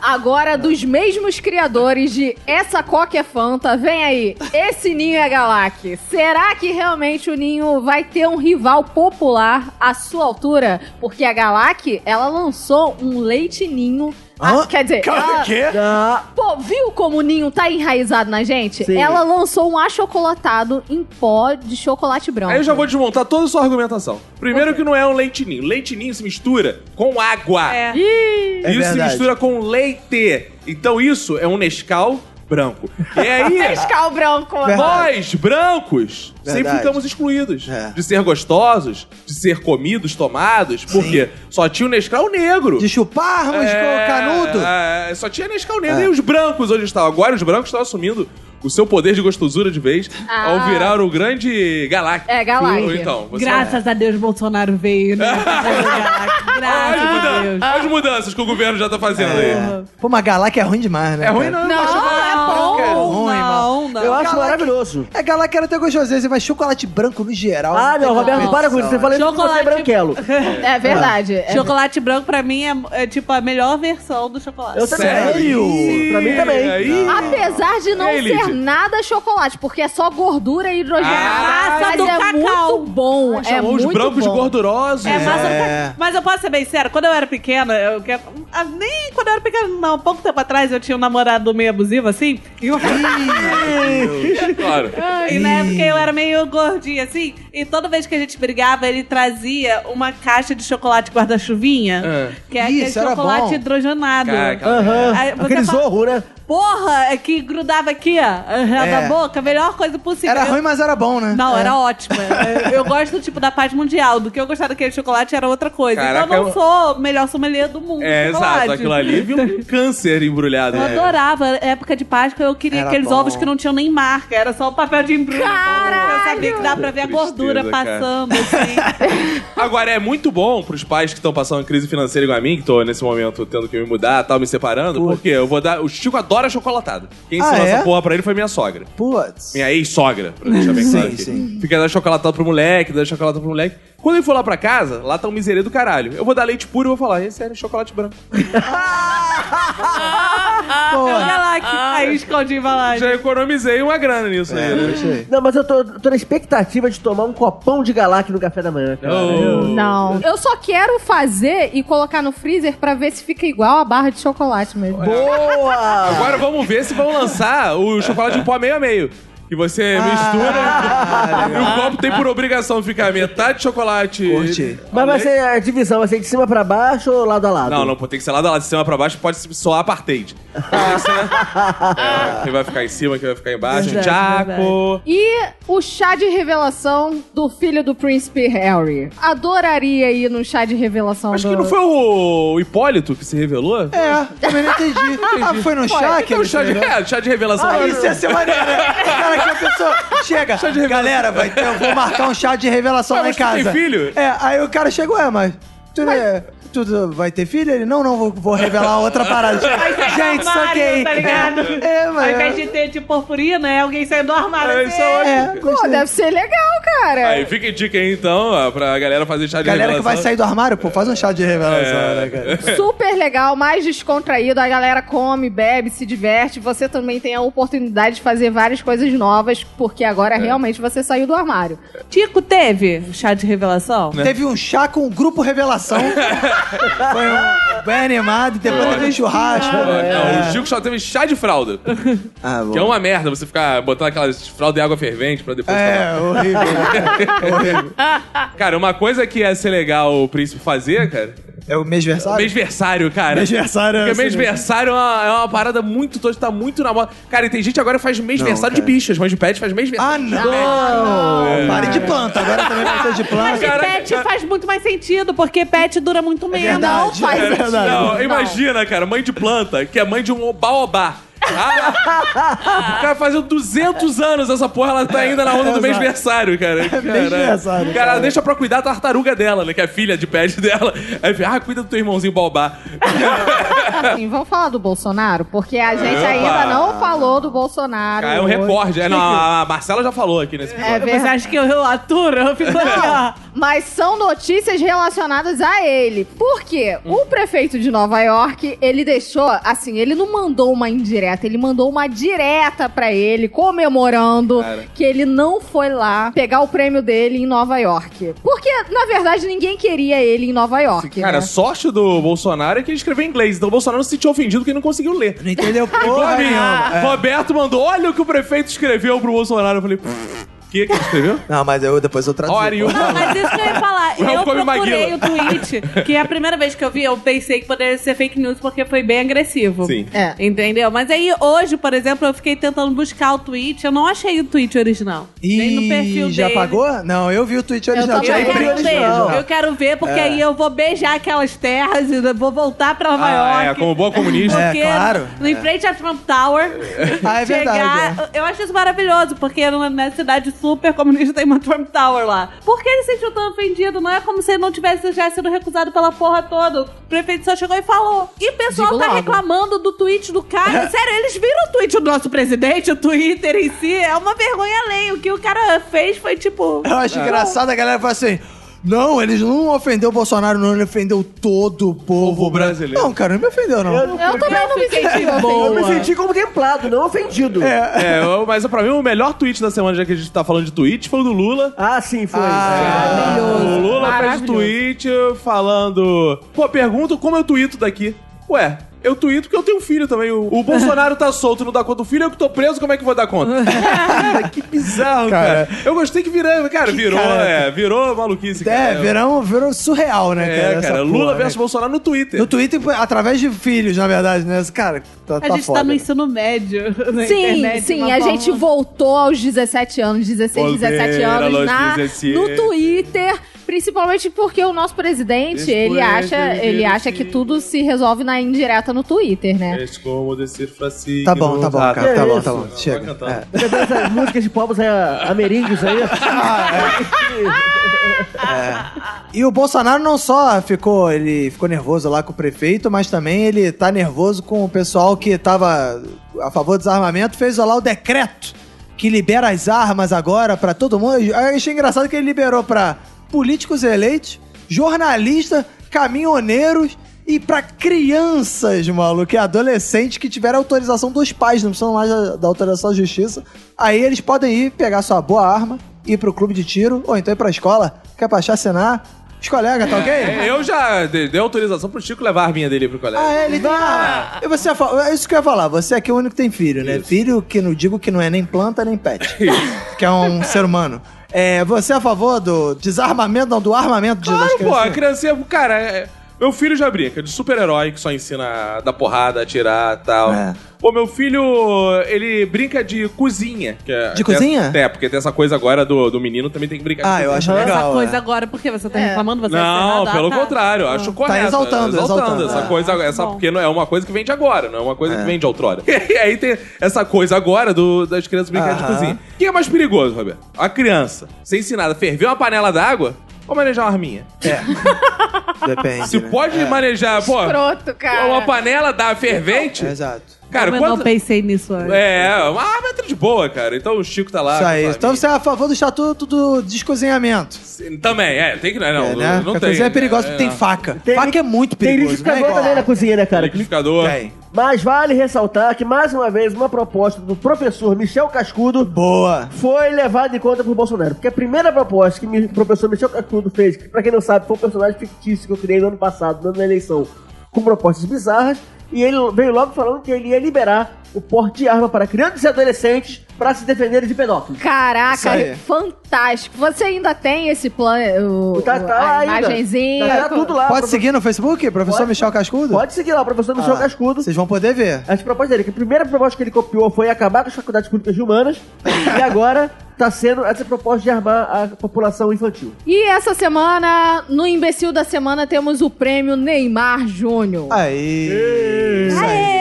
[SPEAKER 2] Agora, dos mesmos criadores de Essa Coca é Fanta, vem aí. Esse Ninho é Galac. Será que realmente o Ninho vai ter um rival popular à sua altura? Porque a Galac, ela lançou um leite Ninho.
[SPEAKER 4] Hã?
[SPEAKER 2] Ah, quer dizer,
[SPEAKER 4] Cara,
[SPEAKER 2] ela-
[SPEAKER 4] o quê?
[SPEAKER 5] Ah,
[SPEAKER 2] Pô, viu como o Ninho tá enraizado na gente?
[SPEAKER 5] Sim.
[SPEAKER 2] Ela lançou um achocolatado em pó de chocolate
[SPEAKER 4] Então,
[SPEAKER 2] branco.
[SPEAKER 3] Aí eu já
[SPEAKER 4] tá.
[SPEAKER 3] vou desmontar toda a sua argumentação. Primeiro que não é um leitinho. Leitinho se mistura com água.
[SPEAKER 6] É.
[SPEAKER 4] É
[SPEAKER 3] isso se
[SPEAKER 4] verdade.
[SPEAKER 3] mistura com leite. Então isso é um Nescau branco. E
[SPEAKER 4] É
[SPEAKER 3] aí,
[SPEAKER 2] Pescar o branco.
[SPEAKER 3] nós, brancos, sempre
[SPEAKER 4] Verdade.
[SPEAKER 3] ficamos excluídos
[SPEAKER 4] É.
[SPEAKER 3] de ser gostosos, de ser comidos, tomados, porque só tinha o Nescau negro.
[SPEAKER 4] De chuparmos com o canudo?
[SPEAKER 3] É, né? Só tinha Nescau Negro
[SPEAKER 6] É.
[SPEAKER 3] e os brancos onde estavam. Agora os brancos estão assumindo o seu poder de gostosura de vez
[SPEAKER 2] Ah.
[SPEAKER 3] ao virar o grande Galactic.
[SPEAKER 2] É, Galactic.
[SPEAKER 3] Ou Então, você-
[SPEAKER 6] Graças a Deus Bolsonaro veio, né?
[SPEAKER 3] Olha as,
[SPEAKER 6] Graças a
[SPEAKER 3] muda-
[SPEAKER 6] Deus.
[SPEAKER 3] olha as mudanças que o governo já tá fazendo aí.
[SPEAKER 4] Pô, mas Galac é ruim demais, né?
[SPEAKER 3] É ruim
[SPEAKER 4] cara?
[SPEAKER 3] não,
[SPEAKER 2] Não,
[SPEAKER 3] mas-
[SPEAKER 2] é bom.
[SPEAKER 4] cara, ruim,
[SPEAKER 6] não, não.
[SPEAKER 5] Eu acho
[SPEAKER 4] Caraca.
[SPEAKER 5] maravilhoso.
[SPEAKER 4] É Galac era até gostosinho, mas chocolate branco no geral.
[SPEAKER 5] Ah, não,
[SPEAKER 4] tem
[SPEAKER 5] Roberto, para com isso. Você fala isso porque você é
[SPEAKER 6] Chocolate.
[SPEAKER 5] branquelo.
[SPEAKER 2] É verdade. É
[SPEAKER 6] Chocolate branco, pra mim, é, é, tipo a melhor versão do chocolate.
[SPEAKER 5] Eu também.
[SPEAKER 4] Sério?
[SPEAKER 5] Ih, Pra mim também.
[SPEAKER 3] Aí-
[SPEAKER 2] Ah, Apesar de não
[SPEAKER 3] Ei,
[SPEAKER 2] ser
[SPEAKER 3] Lídia.
[SPEAKER 2] nada chocolate, porque é só gordura e hidrogenada.
[SPEAKER 6] Ah, massa
[SPEAKER 2] mas
[SPEAKER 6] do
[SPEAKER 2] é
[SPEAKER 6] cacau.
[SPEAKER 2] muito bom. É
[SPEAKER 3] Chamou
[SPEAKER 2] muito
[SPEAKER 3] os brancos de
[SPEAKER 2] bom.
[SPEAKER 3] gordurosos.
[SPEAKER 6] É, mas,
[SPEAKER 4] É.
[SPEAKER 6] Eu, mas eu posso ser bem sério, quando eu era pequena, eu quero. ah, Nem quando eu era pequena, não, pouco tempo atrás eu tinha um namorado meio abusivo, assim. E, eu-
[SPEAKER 3] É Claro.
[SPEAKER 6] e na época eu era meio gordinha, assim. E toda vez que a gente brigava, ele trazia uma caixa de chocolate guarda-chuvinha,
[SPEAKER 3] Ah.
[SPEAKER 6] que é aquele
[SPEAKER 4] Isso, era
[SPEAKER 6] chocolate
[SPEAKER 4] bom.
[SPEAKER 6] hidrogenado.
[SPEAKER 3] Caraca.
[SPEAKER 5] Aham.
[SPEAKER 6] Aí você
[SPEAKER 5] Aquele
[SPEAKER 6] fala-
[SPEAKER 5] zorro, né?
[SPEAKER 6] Porra, é que grudava aqui, ó, na
[SPEAKER 4] É.
[SPEAKER 6] boca, a melhor coisa possível.
[SPEAKER 4] Era
[SPEAKER 6] Eu-
[SPEAKER 4] ruim, mas era bom, né?
[SPEAKER 6] Não,
[SPEAKER 4] É.
[SPEAKER 6] era um ótima. Eu- Eu gosto, tipo, da paz mundial. Do que eu gostava daquele chocolate era outra coisa.
[SPEAKER 3] Caraca,
[SPEAKER 6] então eu não
[SPEAKER 3] eu-
[SPEAKER 6] sou o melhor sommelier do mundo.
[SPEAKER 3] É,
[SPEAKER 6] de chocolate.
[SPEAKER 3] exato. Aquilo ali viu um câncer embrulhado.
[SPEAKER 6] Eu
[SPEAKER 3] né?
[SPEAKER 6] adorava. Época de Páscoa, eu queria
[SPEAKER 4] Era
[SPEAKER 6] aqueles
[SPEAKER 4] bom.
[SPEAKER 6] ovos que não tinham nem marca. Era só o papel de embrulho.
[SPEAKER 2] Caralho!
[SPEAKER 6] Eu sabia que dá pra ver a
[SPEAKER 3] Tristeza,
[SPEAKER 6] gordura
[SPEAKER 3] cara.
[SPEAKER 6] passando, assim.
[SPEAKER 3] Agora, é muito bom pros pais que estão passando crise financeira igual a mim, que tô nesse momento tendo que me mudar, tal, me separando, porque eu vou dar... O Chico adora chocolatada. Quem ensinou
[SPEAKER 4] Ah, é?
[SPEAKER 3] essa porra pra ele foi minha sogra.
[SPEAKER 4] Putz.
[SPEAKER 3] Minha ex-sogra, pra deixar bem claro
[SPEAKER 4] Sim,
[SPEAKER 3] aqui.
[SPEAKER 4] sim.
[SPEAKER 3] Fica dando chocolatada pro moleque, dando chocolatada pro moleque. Quando ele for lá pra casa, lá tá um miserê do caralho. Eu vou dar leite puro e vou falar, esse é chocolate branco.
[SPEAKER 6] Olha lá, que... aí escondi vai lá.
[SPEAKER 3] Já economizei uma grana nisso aí.
[SPEAKER 4] É,
[SPEAKER 3] né?
[SPEAKER 4] gostei.
[SPEAKER 5] Não, mas eu tô, tô na expectativa de tomar um copão de galac no café da manhã, cara.
[SPEAKER 3] Oh.
[SPEAKER 2] Não. Eu só quero fazer e colocar no freezer pra ver se fica igual a barra de chocolate mesmo.
[SPEAKER 5] Boa!
[SPEAKER 3] Agora vamos ver se vão lançar o chocolate em pó meio a meio. Que você mistura e o copo tem por obrigação ficar metade de chocolate.
[SPEAKER 4] Curti.
[SPEAKER 5] Mas vai ser a divisão, vai ser de cima pra baixo ou lado a lado?
[SPEAKER 3] Não, não, pô, tem que ser lá do lado de cima pra baixo, pode soar apartheid. Tem que ser- é, quem vai ficar em cima, quem vai ficar embaixo.
[SPEAKER 6] Verdade,
[SPEAKER 3] Tchaco.
[SPEAKER 2] E o chá de revelação do filho do príncipe Harry. Adoraria ir num chá de revelação
[SPEAKER 3] Acho
[SPEAKER 2] do...
[SPEAKER 3] que não foi o Hipólito que se revelou?
[SPEAKER 4] É, também não entendi. Ah, foi no chá que
[SPEAKER 3] Então,
[SPEAKER 4] ele né?
[SPEAKER 3] chá de,
[SPEAKER 4] escreveu?
[SPEAKER 3] é, chá de revelação.
[SPEAKER 4] Ah, isso ia ser maneiro, né? Cara, que a pessoa chega.
[SPEAKER 3] Chá de revelação.
[SPEAKER 4] Galera, vai ter, eu vou marcar um chá de revelação
[SPEAKER 3] Ah,
[SPEAKER 4] lá em
[SPEAKER 3] mas tu tem
[SPEAKER 4] casa.
[SPEAKER 3] filho?
[SPEAKER 4] É, aí o cara chegou, é, mas. Tu, é, tu- tu vai ter filho? Ele, não, não, vou, vou revelar outra parada. Gente,
[SPEAKER 3] é
[SPEAKER 6] armário,
[SPEAKER 4] saquei.
[SPEAKER 6] tá ligado?
[SPEAKER 4] É, é, mas.
[SPEAKER 6] Ao invés de ter de purpurina, é alguém saindo do armário.
[SPEAKER 3] É,
[SPEAKER 6] assim.
[SPEAKER 3] isso é
[SPEAKER 4] É,
[SPEAKER 3] ótimo.
[SPEAKER 2] Pô,
[SPEAKER 4] gostei.
[SPEAKER 2] deve ser legal, cara.
[SPEAKER 3] Aí fica a dica aí, então, ó, pra galera fazer chá de
[SPEAKER 4] Galera que
[SPEAKER 3] revelação. É,
[SPEAKER 4] vai sair do armário, pô, faz um chá de revelação, né, cara?
[SPEAKER 2] Super legal, mais descontraído. A galera come, bebe, se diverte. Você também tem a oportunidade de fazer várias coisas novas, porque
[SPEAKER 3] É.
[SPEAKER 2] agora realmente você saiu do armário.
[SPEAKER 6] Tico teve chá de revelação?
[SPEAKER 3] né?
[SPEAKER 4] Teve um chá com o grupo Revelação. Foi um, bem animado. e Depois teve um churrasco. É.
[SPEAKER 3] Não, o Chico só teve chá de fralda.
[SPEAKER 4] Ah, bom.
[SPEAKER 3] Que é uma merda você ficar botando aquelas fralda e água fervente pra depois tomar.
[SPEAKER 4] É, horrível.
[SPEAKER 3] Cara, uma coisa que ia ser legal o príncipe fazer, cara,
[SPEAKER 4] É o
[SPEAKER 3] é
[SPEAKER 4] mêsversário?
[SPEAKER 3] mêsversário, cara.
[SPEAKER 4] Mêsversário,
[SPEAKER 3] Porque
[SPEAKER 4] assim, né?
[SPEAKER 3] mêsversário é uma, é uma parada muito toda, tá muito na moda. Cara, e tem gente que agora faz mêsversário de
[SPEAKER 4] cara.
[SPEAKER 3] bichas, mas de pet faz
[SPEAKER 4] Ah,
[SPEAKER 3] mêsversário.
[SPEAKER 4] não! Pare de planta, agora também vai ser de
[SPEAKER 6] Mas de
[SPEAKER 4] planta.
[SPEAKER 3] Caraca,
[SPEAKER 6] pet
[SPEAKER 3] cara.
[SPEAKER 6] faz muito mais sentido, porque pet dura muito menos.
[SPEAKER 4] verdade.
[SPEAKER 2] Não faz
[SPEAKER 4] é
[SPEAKER 2] sentido.
[SPEAKER 4] verdade.
[SPEAKER 3] Não, imagina, cara, mãe de planta, que é mãe de um baobá. Ah, o cara fazendo 200 anos essa porra, ela tá ainda na onda do
[SPEAKER 4] Exato.
[SPEAKER 3] mêsversário, cara. Caralho.
[SPEAKER 4] mêsversário,
[SPEAKER 3] Cara, ela
[SPEAKER 4] cara.
[SPEAKER 3] deixa pra cuidar da tartaruga dela, né? Que é a filha de pet dela. Aí fica, ah, cuida do teu irmãozinho baobá.
[SPEAKER 2] Assim, vamos falar do Bolsonaro, porque a gente
[SPEAKER 3] Opa.
[SPEAKER 2] ainda não falou do Bolsonaro.
[SPEAKER 3] Cara, é um
[SPEAKER 2] hoje.
[SPEAKER 3] recorde. É, não, a Marcela já falou aqui nesse
[SPEAKER 2] É
[SPEAKER 3] episódio.
[SPEAKER 6] Você
[SPEAKER 2] verdade.
[SPEAKER 6] acha que eu, eu aturo? Eu fico aqui, ó.
[SPEAKER 2] Mas são notícias relacionadas a ele. Por quê? O prefeito de Nova York, ele deixou, assim, ele não mandou uma indireta, ele mandou uma direta pra ele, comemorando
[SPEAKER 3] Cara.
[SPEAKER 2] que ele não foi lá pegar o prêmio dele em Nova York. Porque, na verdade, ninguém queria ele em Nova York.
[SPEAKER 3] Cara, a
[SPEAKER 2] né?
[SPEAKER 3] sorte do Bolsonaro é que ele escreveu em inglês. Então o Bolsonaro se sentiu ofendido porque ele não conseguiu ler.
[SPEAKER 4] Não entendeu
[SPEAKER 3] Igual a
[SPEAKER 4] porra
[SPEAKER 3] mim.
[SPEAKER 4] nenhuma. É.
[SPEAKER 3] Roberto mandou, olha o que o prefeito escreveu pro Bolsonaro. Eu falei, "Pff, que que ele escreveu?
[SPEAKER 4] Não, mas eu depois eu traduzo.
[SPEAKER 3] Are you
[SPEAKER 6] Não, mas isso que eu ia falar.
[SPEAKER 3] Não
[SPEAKER 6] eu
[SPEAKER 3] come
[SPEAKER 6] procurei
[SPEAKER 3] Maguila.
[SPEAKER 6] o tweet, que é a primeira vez que eu vi, eu pensei que poderia ser fake news porque foi bem agressivo.
[SPEAKER 3] Sim.
[SPEAKER 2] É.
[SPEAKER 6] Entendeu? Mas aí hoje, por exemplo, eu fiquei tentando buscar o tweet, eu não achei o tweet original. nem no perfil
[SPEAKER 4] Ih, já
[SPEAKER 6] dele.
[SPEAKER 4] pagou? Não, eu vi o tweet original.
[SPEAKER 2] também.
[SPEAKER 4] Tinha
[SPEAKER 6] Eu
[SPEAKER 4] o print
[SPEAKER 6] quero ver,
[SPEAKER 4] original.
[SPEAKER 6] eu quero ver, porque aí eu vou beijar aquelas terras e vou voltar pra Nova
[SPEAKER 3] É. Ah, é,
[SPEAKER 6] York.
[SPEAKER 3] como boa comunista.
[SPEAKER 6] Porque
[SPEAKER 4] É, claro.
[SPEAKER 6] no- em frente à Trump Tower.
[SPEAKER 4] Ah, é verdade,
[SPEAKER 6] Chegar, Eu acho isso maravilhoso, porque na- na cidade super comunista tem uma Trump Tower lá. Por que ele se sentiu tão ofendido? Não é como se ele não tivesse já sido recusado pela porra toda. O prefeito só chegou e falou. E o pessoal
[SPEAKER 2] Digo
[SPEAKER 6] tá
[SPEAKER 2] logo.
[SPEAKER 6] reclamando do tweet do cara. Sério, eles viram o tweet do nosso presidente, o Twitter em si. É uma vergonha além. O que o cara fez foi tipo.
[SPEAKER 4] Eu acho engraçado a galera fala assim. Não, eles não ofendeu o Bolsonaro, não, ele ofendeu todo o povo
[SPEAKER 3] Povo brasileiro.
[SPEAKER 4] Não, cara, não me ofendeu, não.
[SPEAKER 5] Eu,
[SPEAKER 2] Eu também não me
[SPEAKER 6] fiquei
[SPEAKER 2] senti
[SPEAKER 6] de
[SPEAKER 2] ofendida.
[SPEAKER 5] eu me
[SPEAKER 6] boa.
[SPEAKER 5] senti contemplado, não ofendido.
[SPEAKER 3] É, eu- mas pra mim o melhor tweet da semana, já que a gente tá falando de tweet, foi o do Lula.
[SPEAKER 5] Ah, sim, foi.
[SPEAKER 4] Ah. é,
[SPEAKER 3] o Lula fez um
[SPEAKER 2] Maravilhoso.
[SPEAKER 3] tweet falando. Pô, pergunta como eu tuito daqui. Ué, eu tuito porque eu tenho um filho também. O, o Bolsonaro tá solto, não dá conta do filho, eu que tô preso, como é que eu vou dar conta? cara, que bizarro, cara. Eu gostei que virou, cara, virou,
[SPEAKER 4] cara.
[SPEAKER 3] é, virou maluquice, cara.
[SPEAKER 4] É, virou, virou surreal, né,
[SPEAKER 3] É,
[SPEAKER 4] cara?
[SPEAKER 3] cara,
[SPEAKER 4] essa
[SPEAKER 3] Lula
[SPEAKER 4] porra, né?
[SPEAKER 3] versus Bolsonaro no Twitter.
[SPEAKER 4] No Twitter, através de filhos, na verdade, né? Cara, tá,
[SPEAKER 6] A
[SPEAKER 4] tá
[SPEAKER 6] gente
[SPEAKER 4] foda.
[SPEAKER 6] tá no ensino médio. na
[SPEAKER 2] Sim,
[SPEAKER 6] internet, de
[SPEAKER 2] sim,
[SPEAKER 6] uma
[SPEAKER 2] a
[SPEAKER 6] forma-
[SPEAKER 2] gente voltou aos 17 anos, 16,
[SPEAKER 3] Voltei
[SPEAKER 2] 17 anos
[SPEAKER 3] aos
[SPEAKER 2] na,
[SPEAKER 3] 17.
[SPEAKER 2] no Twitter, principalmente porque o nosso presidente,
[SPEAKER 3] Desculpa,
[SPEAKER 2] ele acha,
[SPEAKER 3] gente,
[SPEAKER 2] ele acha que
[SPEAKER 3] sim.
[SPEAKER 2] tudo se resolve na indireta no Twitter, né?
[SPEAKER 3] Este como descer fascínio.
[SPEAKER 4] Tá bom, tá bom,
[SPEAKER 3] Ah,
[SPEAKER 4] cara. Tá
[SPEAKER 5] que
[SPEAKER 4] bom,
[SPEAKER 5] isso?
[SPEAKER 4] tá bom.
[SPEAKER 3] Vai
[SPEAKER 4] Chega.
[SPEAKER 3] cantando.
[SPEAKER 4] É.
[SPEAKER 5] Cantando essas músicas de povos é, ameríndios aí.
[SPEAKER 4] E o Bolsonaro não só ficou, ele ficou nervoso lá com o prefeito, mas também ele tá nervoso com o pessoal que tava a favor do desarmamento, fez lá o decreto que libera as armas agora pra todo mundo. Eu achei engraçado que ele liberou pra políticos eleitos, jornalistas, caminhoneiros e pra crianças, maluco, e adolescentes que tiveram autorização dos pais, não precisam mais da, da autorização da justiça. Aí eles podem ir pegar sua boa arma, ir pro clube de tiro, ou então ir pra escola, quer pra chacinar os colegas, tá ok?
[SPEAKER 3] É, eu já de- dei autorização pro Chico levar a arminha dele pro colégio.
[SPEAKER 4] Ah, é, ele tem arma. E você fala, é isso que eu ia falar. Você aqui é o único que tem filho, né? Filho que não digo que não é nem planta nem pet. que é um ser humano. É, você é a favor do desarmamento, não, do armamento de das
[SPEAKER 3] Claro, Tipo, pô, a
[SPEAKER 4] crianças?
[SPEAKER 3] criancinha, cara, é- meu filho já brinca é de super-herói que só ensina a dar porrada, atirar e tal.
[SPEAKER 4] É.
[SPEAKER 3] Pô, meu filho, ele brinca de cozinha. que é-
[SPEAKER 4] De
[SPEAKER 3] tem-
[SPEAKER 4] cozinha?
[SPEAKER 3] É, porque tem essa coisa agora do, do menino também tem que brincar
[SPEAKER 4] Ah,
[SPEAKER 3] de
[SPEAKER 4] eu
[SPEAKER 3] cozinha.
[SPEAKER 4] acho
[SPEAKER 6] essa
[SPEAKER 4] legal.
[SPEAKER 6] coisa
[SPEAKER 4] né?
[SPEAKER 6] agora, porque você tá
[SPEAKER 2] É.
[SPEAKER 6] reclamando, você
[SPEAKER 3] Não,
[SPEAKER 6] é
[SPEAKER 3] pelo contrário, eu acho correto. tá
[SPEAKER 4] exaltando, exaltando.
[SPEAKER 3] essa
[SPEAKER 4] Ah,
[SPEAKER 3] coisa,
[SPEAKER 6] acho
[SPEAKER 3] essa,
[SPEAKER 6] bom.
[SPEAKER 3] porque não é uma coisa que vem de agora, não é uma coisa que vem de outrora. E aí tem essa coisa agora do, das crianças brincarem de
[SPEAKER 4] Aham.
[SPEAKER 3] cozinha. O que é mais perigoso, Roberto? A criança ser ensinada a ferver uma panela d'água ou manejar uma arminha?
[SPEAKER 4] Depende.
[SPEAKER 3] Se
[SPEAKER 4] né?
[SPEAKER 3] pode manejar, pô,
[SPEAKER 2] Escroto, cara.
[SPEAKER 3] uma panela d'água fervente,
[SPEAKER 4] É, Exato.
[SPEAKER 3] cara,
[SPEAKER 6] eu
[SPEAKER 3] quanto...
[SPEAKER 6] não pensei nisso antes.
[SPEAKER 3] É, uma arma entra de boa, cara. Então o Chico tá lá.
[SPEAKER 4] Isso
[SPEAKER 3] com a
[SPEAKER 4] aí.
[SPEAKER 3] família.
[SPEAKER 4] Então você é a favor do estatuto do descozinhamento.
[SPEAKER 3] Também, é, tem que. Não,
[SPEAKER 4] é,
[SPEAKER 3] não,
[SPEAKER 4] né?
[SPEAKER 3] não
[SPEAKER 4] Porque a
[SPEAKER 3] tem.
[SPEAKER 4] cozinha é perigosa porque tem
[SPEAKER 3] não.
[SPEAKER 4] faca.
[SPEAKER 5] Tem-
[SPEAKER 4] faca é muito
[SPEAKER 5] Tem
[SPEAKER 4] perigoso. né,
[SPEAKER 5] liquidificador
[SPEAKER 4] cara?
[SPEAKER 5] também na cozinha, né, cara?
[SPEAKER 3] Liquidificador.
[SPEAKER 4] Tem.
[SPEAKER 5] Mas vale ressaltar que, mais uma vez, uma proposta do professor Michel Cascudo
[SPEAKER 4] Boa.
[SPEAKER 5] foi levada em conta por Bolsonaro. Porque a primeira proposta que mi- o professor Michel Cascudo fez, que, pra quem não sabe, foi um personagem fictício que eu criei no ano passado, no ano da eleição, com propostas bizarras, e ele veio logo falando que ele ia liberar o porte de arma para crianças e adolescentes para se defenderem de pedófilos.
[SPEAKER 4] Isso
[SPEAKER 2] Caraca,
[SPEAKER 4] aí.
[SPEAKER 2] fantástico. Você ainda tem esse plano,
[SPEAKER 5] Tá- tá lá
[SPEAKER 2] a
[SPEAKER 5] ainda.
[SPEAKER 2] imagenzinha?
[SPEAKER 5] Tá- tá tudo lá.
[SPEAKER 4] Pode
[SPEAKER 5] profe-
[SPEAKER 4] seguir no Facebook, professor
[SPEAKER 5] Pode-
[SPEAKER 4] Michel Cascudo?
[SPEAKER 5] Pode seguir lá, o professor Michel
[SPEAKER 4] Ah,
[SPEAKER 5] Cascudo.
[SPEAKER 4] Vocês vão poder ver.
[SPEAKER 5] As propostas dele, que a primeira proposta que ele copiou foi acabar com as faculdades públicas de humanas, e agora tá sendo essa proposta de armar a população infantil.
[SPEAKER 2] E essa semana, no Imbecil da Semana, temos o prêmio Neymar Júnior.
[SPEAKER 4] Aí. Isso aí.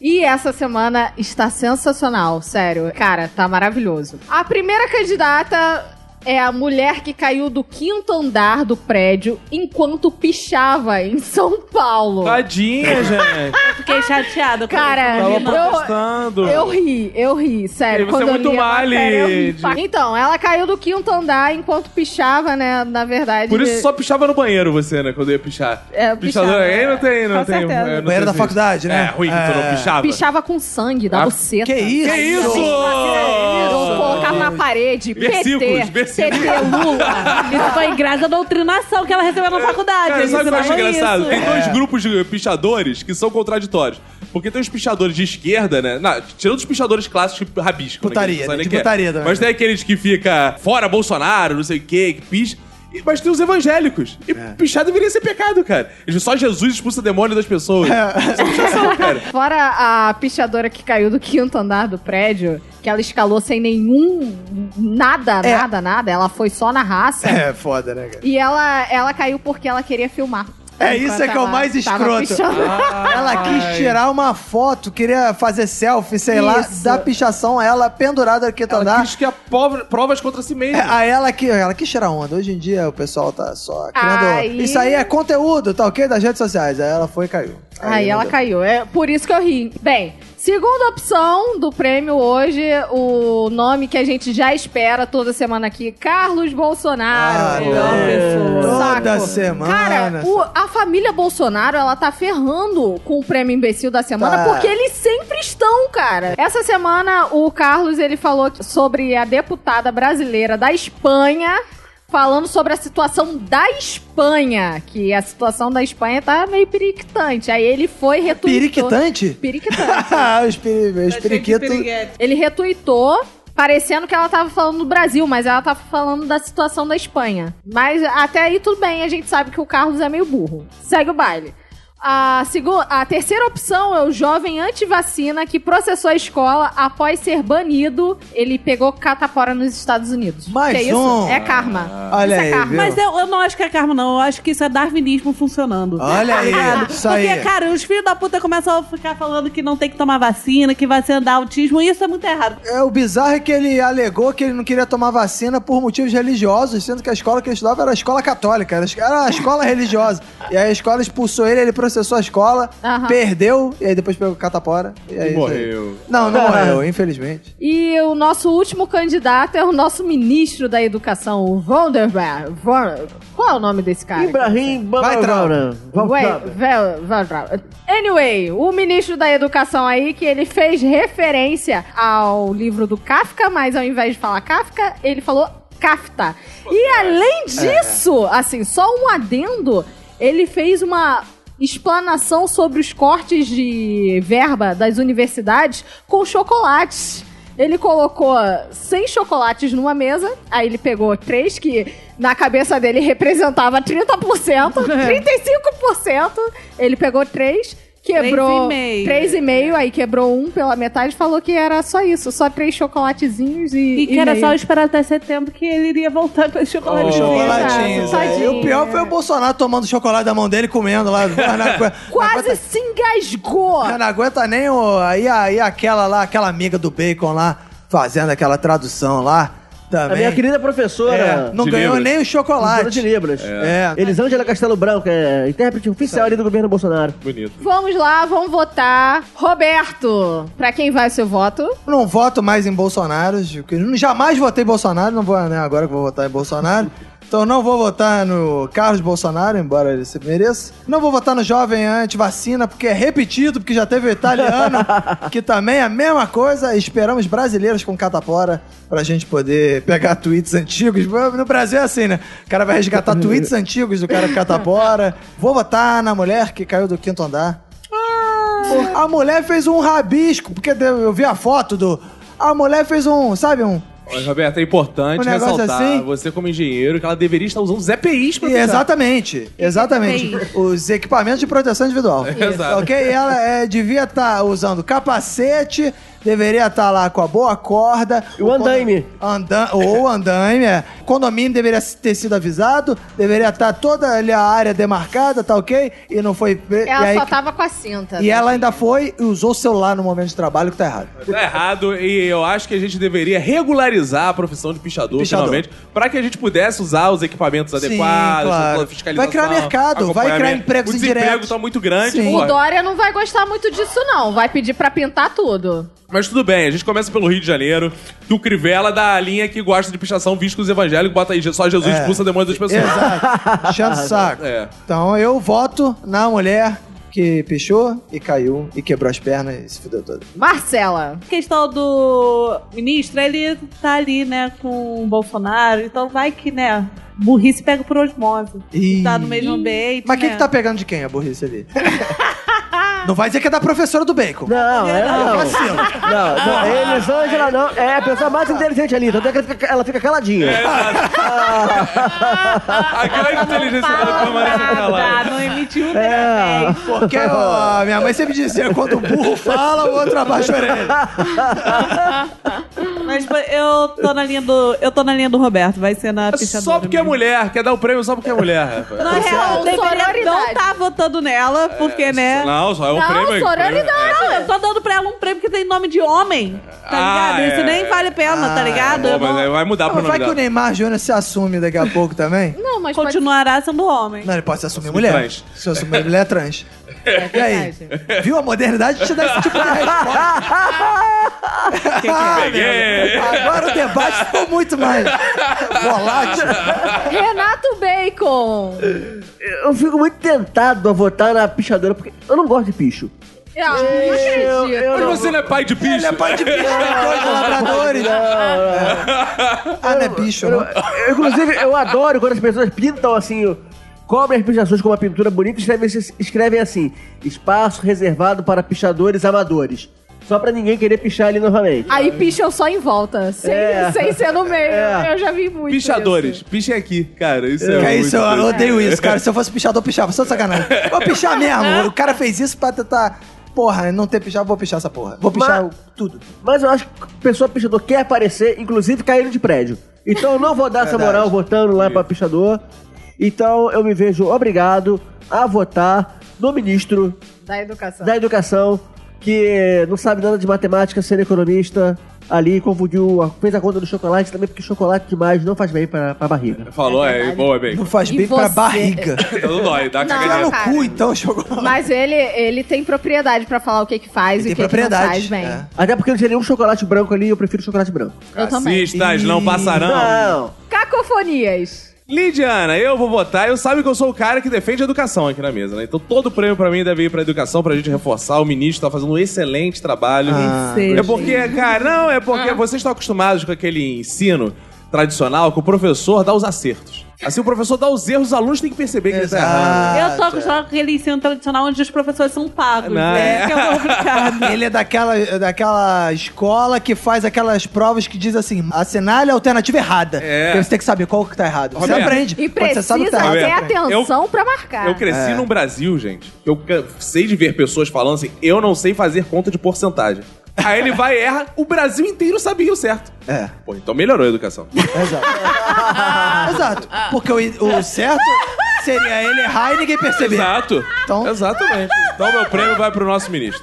[SPEAKER 2] E essa semana está sensacional, sério. Cara, tá maravilhoso. A primeira candidata é a mulher que caiu do quinto andar do prédio enquanto pichava em São Paulo.
[SPEAKER 4] É.
[SPEAKER 3] Tadinha, gente.
[SPEAKER 6] Fiquei chateada. com
[SPEAKER 2] Cara,
[SPEAKER 3] Tava
[SPEAKER 6] isso, não.
[SPEAKER 2] eu-
[SPEAKER 3] protestando.
[SPEAKER 2] Eu ri, eu ri, sério.
[SPEAKER 3] Ei, você
[SPEAKER 2] Quando
[SPEAKER 3] é muito
[SPEAKER 2] eu li a
[SPEAKER 3] male
[SPEAKER 2] matéria, eu ri.
[SPEAKER 3] de-
[SPEAKER 2] Então, ela caiu do quinto andar enquanto pichava, né? Na verdade.
[SPEAKER 3] Por isso só pichava no banheiro você, né? Quando eu ia pichar.
[SPEAKER 2] É,
[SPEAKER 3] Pichador
[SPEAKER 2] pichava,
[SPEAKER 3] aí não tem, não
[SPEAKER 6] Com
[SPEAKER 3] tem.
[SPEAKER 6] certeza.
[SPEAKER 3] é, não
[SPEAKER 4] Banheiro
[SPEAKER 3] tem
[SPEAKER 4] da faculdade, né?
[SPEAKER 3] É, ruim que tu
[SPEAKER 4] É.
[SPEAKER 3] não pichava.
[SPEAKER 2] pichava com sangue, da
[SPEAKER 3] Ah,
[SPEAKER 2] buceta.
[SPEAKER 4] Que isso?
[SPEAKER 3] Que é isso?
[SPEAKER 2] Eu colocava na parede
[SPEAKER 3] Versículos,
[SPEAKER 2] PT,
[SPEAKER 3] versículos.
[SPEAKER 2] PT Lula.
[SPEAKER 6] Isso foi graças à doutrinação que ela recebeu na faculdade.
[SPEAKER 3] É. Cara,
[SPEAKER 6] Eles
[SPEAKER 3] sabe o que eu acho
[SPEAKER 6] ensinavam
[SPEAKER 4] é.
[SPEAKER 3] engraçado?
[SPEAKER 6] isso.
[SPEAKER 3] Tem dois grupos de pichadores que são contraditórios. Porque tem os pichadores de esquerda, né? Não, tirando os pichadores clássicos tipo rabisco. né? que a
[SPEAKER 4] Putaria,
[SPEAKER 3] gente não sabe
[SPEAKER 4] tem
[SPEAKER 3] nem
[SPEAKER 4] de
[SPEAKER 3] que é.
[SPEAKER 4] putaria também.
[SPEAKER 3] Mas tem aqueles que fica fora Bolsonaro, não sei o quê, que picha. E- Mas tem os evangélicos. E
[SPEAKER 4] É.
[SPEAKER 3] pichar deveria ser pecado, cara. Só Jesus expulsa demônio das pessoas. Isso é pichação, cara.
[SPEAKER 2] Fora a pichadora que caiu do quinto andar do prédio, que ela escalou sem nenhum. nada,
[SPEAKER 4] É.
[SPEAKER 2] nada, nada. Ela foi só na raça.
[SPEAKER 4] É, foda, né, cara?
[SPEAKER 2] E ela, ela caiu porque ela queria filmar.
[SPEAKER 4] É, isso é que é o
[SPEAKER 2] Enquanto
[SPEAKER 4] mais
[SPEAKER 2] ela tava
[SPEAKER 4] escroto.
[SPEAKER 2] pichando.
[SPEAKER 4] Ela quis tirar uma foto, queria fazer selfie, sei lá,
[SPEAKER 2] Isso.
[SPEAKER 4] da pichação a ela pendurada aqui quinto
[SPEAKER 3] Ela
[SPEAKER 4] andar.
[SPEAKER 3] quis que a pobre- provas contra si
[SPEAKER 4] É,
[SPEAKER 3] mesma.
[SPEAKER 4] a ela que ela quis tirar onda. Hoje em dia o pessoal tá só criando.
[SPEAKER 2] Aí-
[SPEAKER 4] Isso aí é conteúdo, tá ok? Das redes sociais. Aí ela foi e caiu.
[SPEAKER 2] Aí ela
[SPEAKER 4] não deu.
[SPEAKER 2] caiu. É por isso que eu ri. Bem, segunda opção do prêmio hoje, o nome que a gente já espera toda semana aqui, Carlos
[SPEAKER 4] Ah,
[SPEAKER 2] Bolsonaro.
[SPEAKER 6] Melhor
[SPEAKER 4] não.
[SPEAKER 5] É.
[SPEAKER 6] pessoa.
[SPEAKER 4] Toda
[SPEAKER 2] Saco.
[SPEAKER 4] semana.
[SPEAKER 2] Cara, o- a família Bolsonaro, ela tá ferrando com o prêmio imbecil da semana,
[SPEAKER 4] Tá.
[SPEAKER 2] porque eles sempre estão, cara. Essa semana, o Carlos, ele falou sobre a deputada brasileira da Espanha, falando sobre a situação da Espanha, que a situação da Espanha tá meio periquitante. Aí ele foi retweetou...
[SPEAKER 4] É Periquitante?
[SPEAKER 2] Periquitante.
[SPEAKER 4] Ah, os, peri... os periquitos.
[SPEAKER 2] Ele retuitou, parecendo que ela tava falando do Brasil, mas ela tava falando da situação da Espanha. Mas até aí tudo bem, a gente sabe que o Carlos é meio burro. Segue o baile. A, segu- a terceira opção é o jovem antivacina que processou a escola após ser banido. Ele pegou catapora nos Estados Unidos.
[SPEAKER 4] Mais
[SPEAKER 2] que
[SPEAKER 4] um.
[SPEAKER 2] isso? É karma.
[SPEAKER 4] Olha
[SPEAKER 2] isso é
[SPEAKER 4] aí,
[SPEAKER 2] karma.
[SPEAKER 4] viu?
[SPEAKER 6] Mas eu, eu não acho que é karma, não. Eu acho que isso é darwinismo funcionando.
[SPEAKER 4] Olha aí,
[SPEAKER 6] ligado?
[SPEAKER 4] Ah, isso
[SPEAKER 6] Porque,
[SPEAKER 2] é
[SPEAKER 4] aí.
[SPEAKER 6] cara, os filhos da puta começam a ficar falando que não tem que tomar vacina, que vai ser dar autismo, e isso é muito errado.
[SPEAKER 4] É, o bizarro é que ele alegou que ele não queria tomar vacina por motivos religiosos, sendo que a escola que ele estudava era a escola católica, era era a escola religiosa. E aí a escola expulsou ele, ele processou a escola,
[SPEAKER 2] Aham.
[SPEAKER 4] perdeu, e aí depois pegou catapora. E, aí,
[SPEAKER 3] E morreu.
[SPEAKER 4] Não, não morreu, infelizmente.
[SPEAKER 2] E o nosso último candidato é o nosso ministro da educação, o Vanderberg. Von- Qual é o nome desse cara?
[SPEAKER 5] Ibrahim
[SPEAKER 4] Vai, Trau.
[SPEAKER 5] Bambara.
[SPEAKER 2] Ué, vel- vel- vel- Anyway, o ministro da Educação aí, que ele fez referência ao livro do Kafka, mas ao invés de falar Kafka, ele falou Kafta. E além disso, assim, só um adendo, ele fez uma explanação sobre os cortes de verba das universidades com chocolates. Ele colocou 100 chocolates numa mesa, aí ele pegou três que na cabeça dele representava 30%, 35%. Ele pegou três, quebrou
[SPEAKER 6] Três e meio.
[SPEAKER 2] 3,5, aí quebrou um pela metade e falou que era só isso, só três chocolatezinhos e
[SPEAKER 6] E que era
[SPEAKER 2] meio.
[SPEAKER 6] só esperar até setembro que ele iria voltar com esse chocolate.
[SPEAKER 3] Oh.
[SPEAKER 4] Chocolatinhos.
[SPEAKER 2] Exato,
[SPEAKER 4] é.
[SPEAKER 2] tadinho,
[SPEAKER 4] E o pior foi o
[SPEAKER 2] é.
[SPEAKER 4] Bolsonaro tomando chocolate da mão dele e comendo lá. Não, não aguenta-
[SPEAKER 2] Quase se engasgou!
[SPEAKER 4] Não, não aguenta nem o. Aí, aí aquela lá, aquela amiga do bacon lá, fazendo aquela tradução lá.
[SPEAKER 5] A
[SPEAKER 4] Também.
[SPEAKER 5] É minha querida professora.
[SPEAKER 4] É, não
[SPEAKER 3] De
[SPEAKER 4] ganhou
[SPEAKER 3] Libras.
[SPEAKER 4] nem o
[SPEAKER 5] professora de
[SPEAKER 4] chocolate.
[SPEAKER 5] Libras.
[SPEAKER 4] É.
[SPEAKER 5] Elisângela Castelo Branco, é intérprete oficial ali do governo Bolsonaro.
[SPEAKER 3] Bonito.
[SPEAKER 2] Vamos lá, vamos votar. Roberto, pra quem vai o seu voto?
[SPEAKER 4] Eu não voto mais em Bolsonaro, porque eu jamais votei em Bolsonaro, não vou né, agora que eu vou votar em Bolsonaro. Então não vou votar no Carlos Bolsonaro, embora ele se mereça. Não vou votar no jovem anti-vacina, porque é repetido, porque já teve o italiano, que também é a mesma coisa. Esperamos brasileiros com catapora pra gente poder pegar tweets antigos. No Brasil é assim, né? O cara vai resgatar tweets antigos do cara com catapora. Vou votar na mulher que caiu do quinto andar. A mulher fez um rabisco, porque deu- eu vi a foto do. A mulher fez um, sabe, um.
[SPEAKER 3] Mas, Roberto, é importante
[SPEAKER 4] Um negócio
[SPEAKER 3] ressaltar,
[SPEAKER 4] assim.
[SPEAKER 3] você como engenheiro, que ela deveria estar usando os EPIs pra
[SPEAKER 4] E
[SPEAKER 3] pichar.
[SPEAKER 4] exatamente, exatamente. Os equipamentos de proteção individual.
[SPEAKER 3] Exato.
[SPEAKER 4] Ok? E ela é, devia estar usando capacete, deveria estar lá com a boa corda.
[SPEAKER 5] E o andaime.
[SPEAKER 4] condo- Andan ou andaime, é. Condomínio deveria ter sido avisado, deveria estar toda ali a área demarcada, tá ok? E não foi. e
[SPEAKER 2] Ela
[SPEAKER 4] aí-
[SPEAKER 2] só tá tava com a cinta. né?
[SPEAKER 4] e ela ainda foi e usou o celular no momento de trabalho, que tá errado.
[SPEAKER 3] Tá errado e eu acho que a gente deveria regularizar a profissão de pichador,
[SPEAKER 4] Pichador.
[SPEAKER 3] finalmente, pra que a gente pudesse usar os equipamentos
[SPEAKER 4] Sim,
[SPEAKER 3] adequados,
[SPEAKER 4] claro.
[SPEAKER 3] toda a fiscalização.
[SPEAKER 4] Vai criar mercado, vai criar
[SPEAKER 3] acompanhamento.
[SPEAKER 4] empregos
[SPEAKER 3] O desemprego
[SPEAKER 4] indiretos.
[SPEAKER 3] tá muito grande,
[SPEAKER 4] Sim.
[SPEAKER 3] pô.
[SPEAKER 2] O Dória não vai gostar muito disso, não. Vai pedir pra pintar tudo.
[SPEAKER 3] Mas tudo bem, a gente começa pelo Rio de Janeiro, do Crivella, da linha que gosta de pichação, viscos evangélicos, bota aí só
[SPEAKER 4] É.
[SPEAKER 3] Jesus expulsa demônio das pessoas.
[SPEAKER 4] Exato. Enchendo o saco.
[SPEAKER 3] É.
[SPEAKER 4] Então eu voto na mulher que pichou e caiu e quebrou as pernas e se fudeu todo.
[SPEAKER 2] Marcela.
[SPEAKER 6] A questão do ministro, ele tá ali, né, com o Bolsonaro, então vai que, né, burrice pega por osmose.
[SPEAKER 4] Ih.
[SPEAKER 6] Tá no mesmo ambiente,
[SPEAKER 4] Mas quem
[SPEAKER 6] né?
[SPEAKER 4] que tá pegando de quem a burrice ali? Não vai dizer que é da professora do bacon.
[SPEAKER 5] Não, é, não. Não,
[SPEAKER 4] Vacilo.
[SPEAKER 5] não, Elisângela não. É a pessoa mais inteligente ali. Tanto é que ela fica, ela fica caladinha.
[SPEAKER 3] É, exato. A grande inteligência dela permanece
[SPEAKER 6] Nada,
[SPEAKER 3] calada.
[SPEAKER 6] Ah, tá, não emitiu nada.
[SPEAKER 4] Porque ó, minha mãe sempre dizia, quando o burro fala, o outro abaixa a orelha.
[SPEAKER 6] Mas pô, eu tô na linha do. Eu tô na linha do Roberto, vai ser na pichadora.
[SPEAKER 3] Só porque é mulher, quer dar o prêmio só porque é mulher. rapaz.
[SPEAKER 6] Na real,
[SPEAKER 2] Só
[SPEAKER 6] deveria não
[SPEAKER 2] sororidade.
[SPEAKER 6] tá votando nela, porque, né?
[SPEAKER 3] Não, só é o
[SPEAKER 2] Não,
[SPEAKER 3] prêmio.
[SPEAKER 2] sororidade.
[SPEAKER 6] Não, eu tô dando pra ela um prêmio que tem nome de homem, tá
[SPEAKER 3] Ah,
[SPEAKER 6] ligado? Isso
[SPEAKER 3] é.
[SPEAKER 6] nem vale a pena,
[SPEAKER 4] Ah,
[SPEAKER 6] tá ligado?
[SPEAKER 3] Pô,
[SPEAKER 6] Eu
[SPEAKER 3] mas
[SPEAKER 6] não-
[SPEAKER 3] aí vai mudar pro
[SPEAKER 4] Mas
[SPEAKER 3] nome
[SPEAKER 4] vai que o
[SPEAKER 3] dela.
[SPEAKER 4] Neymar Júnior se assume daqui a pouco também?
[SPEAKER 2] Não, mas pode-
[SPEAKER 6] Continuará sendo homem.
[SPEAKER 4] Não, ele pode se assumir mulher.
[SPEAKER 3] trans.
[SPEAKER 4] Se eu assumir mulher, é trans. e aí?
[SPEAKER 2] verdade.
[SPEAKER 4] Viu? A modernidade te dá esse tipo de resposta. Ah,
[SPEAKER 3] Peguei.
[SPEAKER 4] Agora o debate ficou muito mais volátil. Ah,
[SPEAKER 2] Renato Bacon.
[SPEAKER 5] Eu fico muito tentado a votar na pichadora, porque eu não gosto de picho.
[SPEAKER 2] Eu Ah, não acredito.
[SPEAKER 5] eu- eu-
[SPEAKER 3] Mas você não é pai de bicho?
[SPEAKER 4] Ele é pai de bicho, tem dois labradores. Ah, não é bicho,
[SPEAKER 5] Eu-
[SPEAKER 4] não.
[SPEAKER 5] eu- inclusive, eu adoro quando as pessoas pintam assim, o- cobrem as pichações com uma pintura bonita e escrevem, escrevem assim: espaço reservado para pichadores amadores. Só pra ninguém querer pichar ali novamente.
[SPEAKER 2] Aí picham só em volta, sem,
[SPEAKER 5] É.
[SPEAKER 2] sem ser no meio.
[SPEAKER 5] É.
[SPEAKER 2] Eu já vi muito.
[SPEAKER 3] Pichadores. Pichem aqui, cara. Isso é,
[SPEAKER 4] Que é
[SPEAKER 3] muito
[SPEAKER 4] isso, eu,
[SPEAKER 3] doido.
[SPEAKER 4] odeio isso, cara. Se eu fosse pichador, eu pichava, só de sacanagem. Vou pichar mesmo. O cara fez isso pra tentar. Porra, não ter pichado, vou pichar essa porra. Vou pichar
[SPEAKER 5] Mas-
[SPEAKER 4] o- tudo.
[SPEAKER 5] Mas eu acho que a pessoa pichador quer aparecer, inclusive caindo de prédio. Então eu não vou dar essa
[SPEAKER 4] Verdade.
[SPEAKER 5] moral votando lá pra pichador. Então eu me vejo obrigado a votar no ministro
[SPEAKER 2] Da educação.
[SPEAKER 5] Tá. da educação que não sabe nada de matemática, sendo economista. Ali confundiu, a- fez a conta do chocolate também, porque chocolate demais não faz bem pra, pra barriga.
[SPEAKER 3] Falou,
[SPEAKER 2] É
[SPEAKER 3] é,
[SPEAKER 2] verdade.
[SPEAKER 3] boa, é bem.
[SPEAKER 4] Não faz
[SPEAKER 2] E
[SPEAKER 4] bem pra
[SPEAKER 2] você-
[SPEAKER 4] barriga.
[SPEAKER 3] Não dói, dá uma
[SPEAKER 2] Não,
[SPEAKER 4] Tira
[SPEAKER 3] cagadinha.
[SPEAKER 4] no
[SPEAKER 2] cara.
[SPEAKER 4] cu, então, chocolate.
[SPEAKER 2] Mas ele, ele tem propriedade pra falar o que que faz e
[SPEAKER 4] Tem
[SPEAKER 2] o que, que não faz
[SPEAKER 4] propriedade.
[SPEAKER 2] bem.
[SPEAKER 4] é.
[SPEAKER 5] Até porque não tinha nenhum chocolate branco ali, eu prefiro chocolate branco.
[SPEAKER 2] Eu também.
[SPEAKER 3] Racistas não
[SPEAKER 4] Ih,
[SPEAKER 3] passarão.
[SPEAKER 5] Não!
[SPEAKER 2] Cacofonias.
[SPEAKER 3] Lidiana, eu vou votar. Eu sabe que eu sou o cara que defende a educação aqui na mesa, né? Então todo prêmio pra mim deve ir pra educação, pra gente reforçar. O ministro tá fazendo um excelente trabalho.
[SPEAKER 4] Ah.
[SPEAKER 3] É porque, cara, não, é porque
[SPEAKER 2] Ah.
[SPEAKER 3] vocês estão acostumados com aquele ensino tradicional que o professor dá os acertos. Assim, o professor dá os erros, os alunos têm que perceber que ele tá errado.
[SPEAKER 6] Eu tô
[SPEAKER 4] É.
[SPEAKER 6] acostumada com aquele ensino tradicional onde os professores são pagos.
[SPEAKER 3] Não,
[SPEAKER 6] né?
[SPEAKER 3] é.
[SPEAKER 6] Que é complicado.
[SPEAKER 4] Ele é daquela, é daquela escola que faz aquelas provas que diz assim: assinale a alternativa errada.
[SPEAKER 3] É.
[SPEAKER 4] Porque Você tem que saber qual que tá errado. Você
[SPEAKER 3] Roberto.
[SPEAKER 4] aprende.
[SPEAKER 2] E
[SPEAKER 4] Quando
[SPEAKER 2] precisa
[SPEAKER 4] você sabe o que tá errado.
[SPEAKER 2] ter
[SPEAKER 4] você aprende.
[SPEAKER 2] atenção pra marcar.
[SPEAKER 3] É. Eu cresci num Brasil, gente. que Eu ca- sei de ver pessoas falando assim, eu não sei fazer conta de porcentagem. Aí ele vai e erra, o Brasil inteiro sabia o certo.
[SPEAKER 4] É.
[SPEAKER 3] Pô, então melhorou a educação.
[SPEAKER 4] Exato. Ah, Exato. Porque o, o certo seria ele errar e ninguém perceber.
[SPEAKER 3] Exato.
[SPEAKER 4] Então-
[SPEAKER 3] Exatamente. Então meu prêmio vai pro nosso ministro.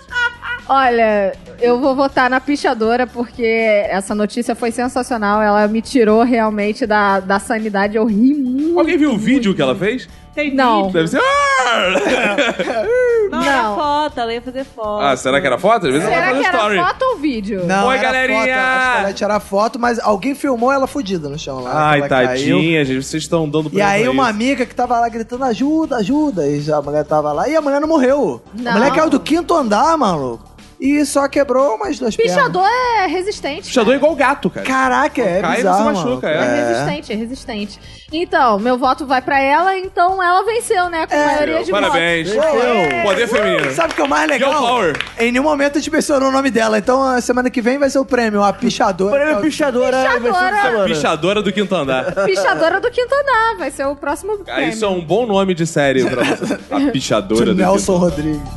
[SPEAKER 2] Olha, eu vou votar na pichadora porque essa notícia foi sensacional. Ela me tirou realmente da, da sanidade. Eu ri muito.
[SPEAKER 3] Alguém viu o vídeo que ela fez?
[SPEAKER 6] Tem
[SPEAKER 2] Não.
[SPEAKER 6] vídeo.
[SPEAKER 3] Deve ser...
[SPEAKER 6] Não, era
[SPEAKER 2] Não.
[SPEAKER 6] foto, ela ia fazer foto.
[SPEAKER 3] Ah, será que era foto? Às vezes ela
[SPEAKER 2] Será
[SPEAKER 3] faz
[SPEAKER 2] que era
[SPEAKER 3] story.
[SPEAKER 2] foto ou vídeo?
[SPEAKER 4] Não,
[SPEAKER 3] Oi,
[SPEAKER 4] era
[SPEAKER 3] galerinha!
[SPEAKER 4] Foto. Acho que ela ia tirar foto, mas alguém filmou ela fudida no chão lá.
[SPEAKER 3] Ai,
[SPEAKER 4] ela caiu.
[SPEAKER 3] tadinha, gente. Vocês estão dando
[SPEAKER 4] E
[SPEAKER 3] prêmio
[SPEAKER 4] aí
[SPEAKER 3] pra
[SPEAKER 4] uma
[SPEAKER 3] isso.
[SPEAKER 4] amiga que tava lá gritando, ajuda, ajuda. E já a mulher tava lá. E a mulher não morreu.
[SPEAKER 2] Não.
[SPEAKER 4] A mulher caiu do quinto andar, maluco. E só quebrou umas duas pernas.
[SPEAKER 2] Pichador é resistente.
[SPEAKER 3] Pichador é igual gato, cara.
[SPEAKER 4] Caraca, é
[SPEAKER 3] Cai e
[SPEAKER 4] bizarro,
[SPEAKER 3] você machuca,
[SPEAKER 4] maluco.
[SPEAKER 2] É. resistente, é resistente. Então, meu voto vai pra ela, então ela venceu, né? Com a maioria de
[SPEAKER 3] É, Parabéns.
[SPEAKER 2] votos.
[SPEAKER 4] Eu.
[SPEAKER 3] Poder feminino.
[SPEAKER 4] é. Sabe o que é o mais legal?
[SPEAKER 3] Girl power.
[SPEAKER 4] Em nenhum momento a gente mencionou o nome dela. Então, a semana que vem vai ser o prêmio, a pichadora. é
[SPEAKER 5] Prêmio pichadora,
[SPEAKER 2] Pichadora.
[SPEAKER 5] vai ser do semana.
[SPEAKER 3] Pichadora do quinto andar.
[SPEAKER 2] Pichadora do Quinto Andar, vai ser o próximo
[SPEAKER 3] Cara,
[SPEAKER 2] prêmio.
[SPEAKER 3] isso é um bom nome de série pra você. A
[SPEAKER 4] de
[SPEAKER 3] pichadora do
[SPEAKER 4] Nelson
[SPEAKER 3] Quinto
[SPEAKER 4] Rodrigues.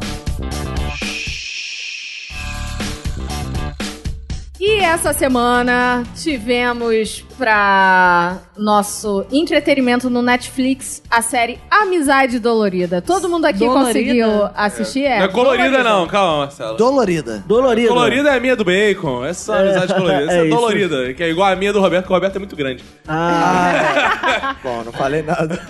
[SPEAKER 2] E essa semana tivemos pra nosso entretenimento no Netflix a série Amizade Dolorida. Todo mundo aqui
[SPEAKER 6] Dolorida?
[SPEAKER 2] conseguiu assistir?
[SPEAKER 3] Andar.
[SPEAKER 2] É,
[SPEAKER 3] Não é colorida, não, calma, Marcelo.
[SPEAKER 4] Dolorida.
[SPEAKER 5] Dolorido.
[SPEAKER 3] Colorida é a minha do bacon. Essa é uma amizade colorida. Essa
[SPEAKER 5] É
[SPEAKER 3] é,
[SPEAKER 5] isso.
[SPEAKER 3] dolorida, que é igual a minha do Roberto, que o Roberto é muito grande.
[SPEAKER 5] Ah,
[SPEAKER 4] Bom, não falei nada.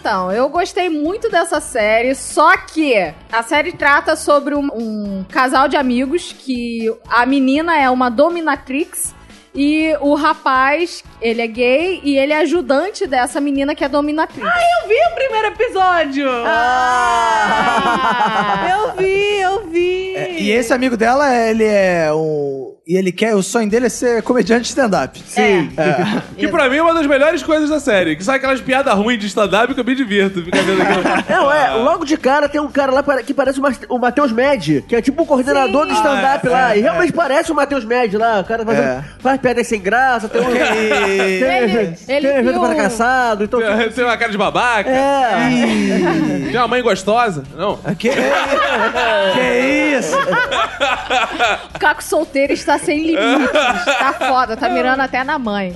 [SPEAKER 2] Então, eu gostei muito dessa série, só que a série trata sobre um, um casal de amigos que a menina é uma dominatrix e o rapaz, ele é gay e ele é ajudante dessa menina que é dominatrix.
[SPEAKER 6] Eu vi o primeiro episódio!
[SPEAKER 2] Ah!
[SPEAKER 6] Eu vi, eu vi!
[SPEAKER 4] E esse amigo dela, ele é um e ele quer. O sonho dele é ser comediante de stand-up.
[SPEAKER 5] Sim.
[SPEAKER 3] Que pra mim é uma das melhores coisas da série. Que sai aquelas piadas ruins de stand-up que eu me divirto. Fica vendo aquilo.
[SPEAKER 5] Não, é, logo de cara tem um cara lá para- que parece o Mas- o Matheus Med, que é tipo o coordenador do stand-up lá. e realmente parece o Matheus Med lá. O cara fazendo,
[SPEAKER 4] Ah, É.
[SPEAKER 5] faz piadas sem graça, tem um. tem um
[SPEAKER 2] Ele-
[SPEAKER 5] evento-
[SPEAKER 2] ele
[SPEAKER 5] tem um evento
[SPEAKER 2] viu-
[SPEAKER 5] para caçado, então.
[SPEAKER 4] É.
[SPEAKER 5] tipo,
[SPEAKER 3] Tem uma cara de babaca.
[SPEAKER 5] é.
[SPEAKER 3] Tem uma mãe gostosa. Não.
[SPEAKER 4] Ah, Que, que é isso?
[SPEAKER 2] O Caco solteiro está sem limites. Tá foda, tá mirando até na mãe.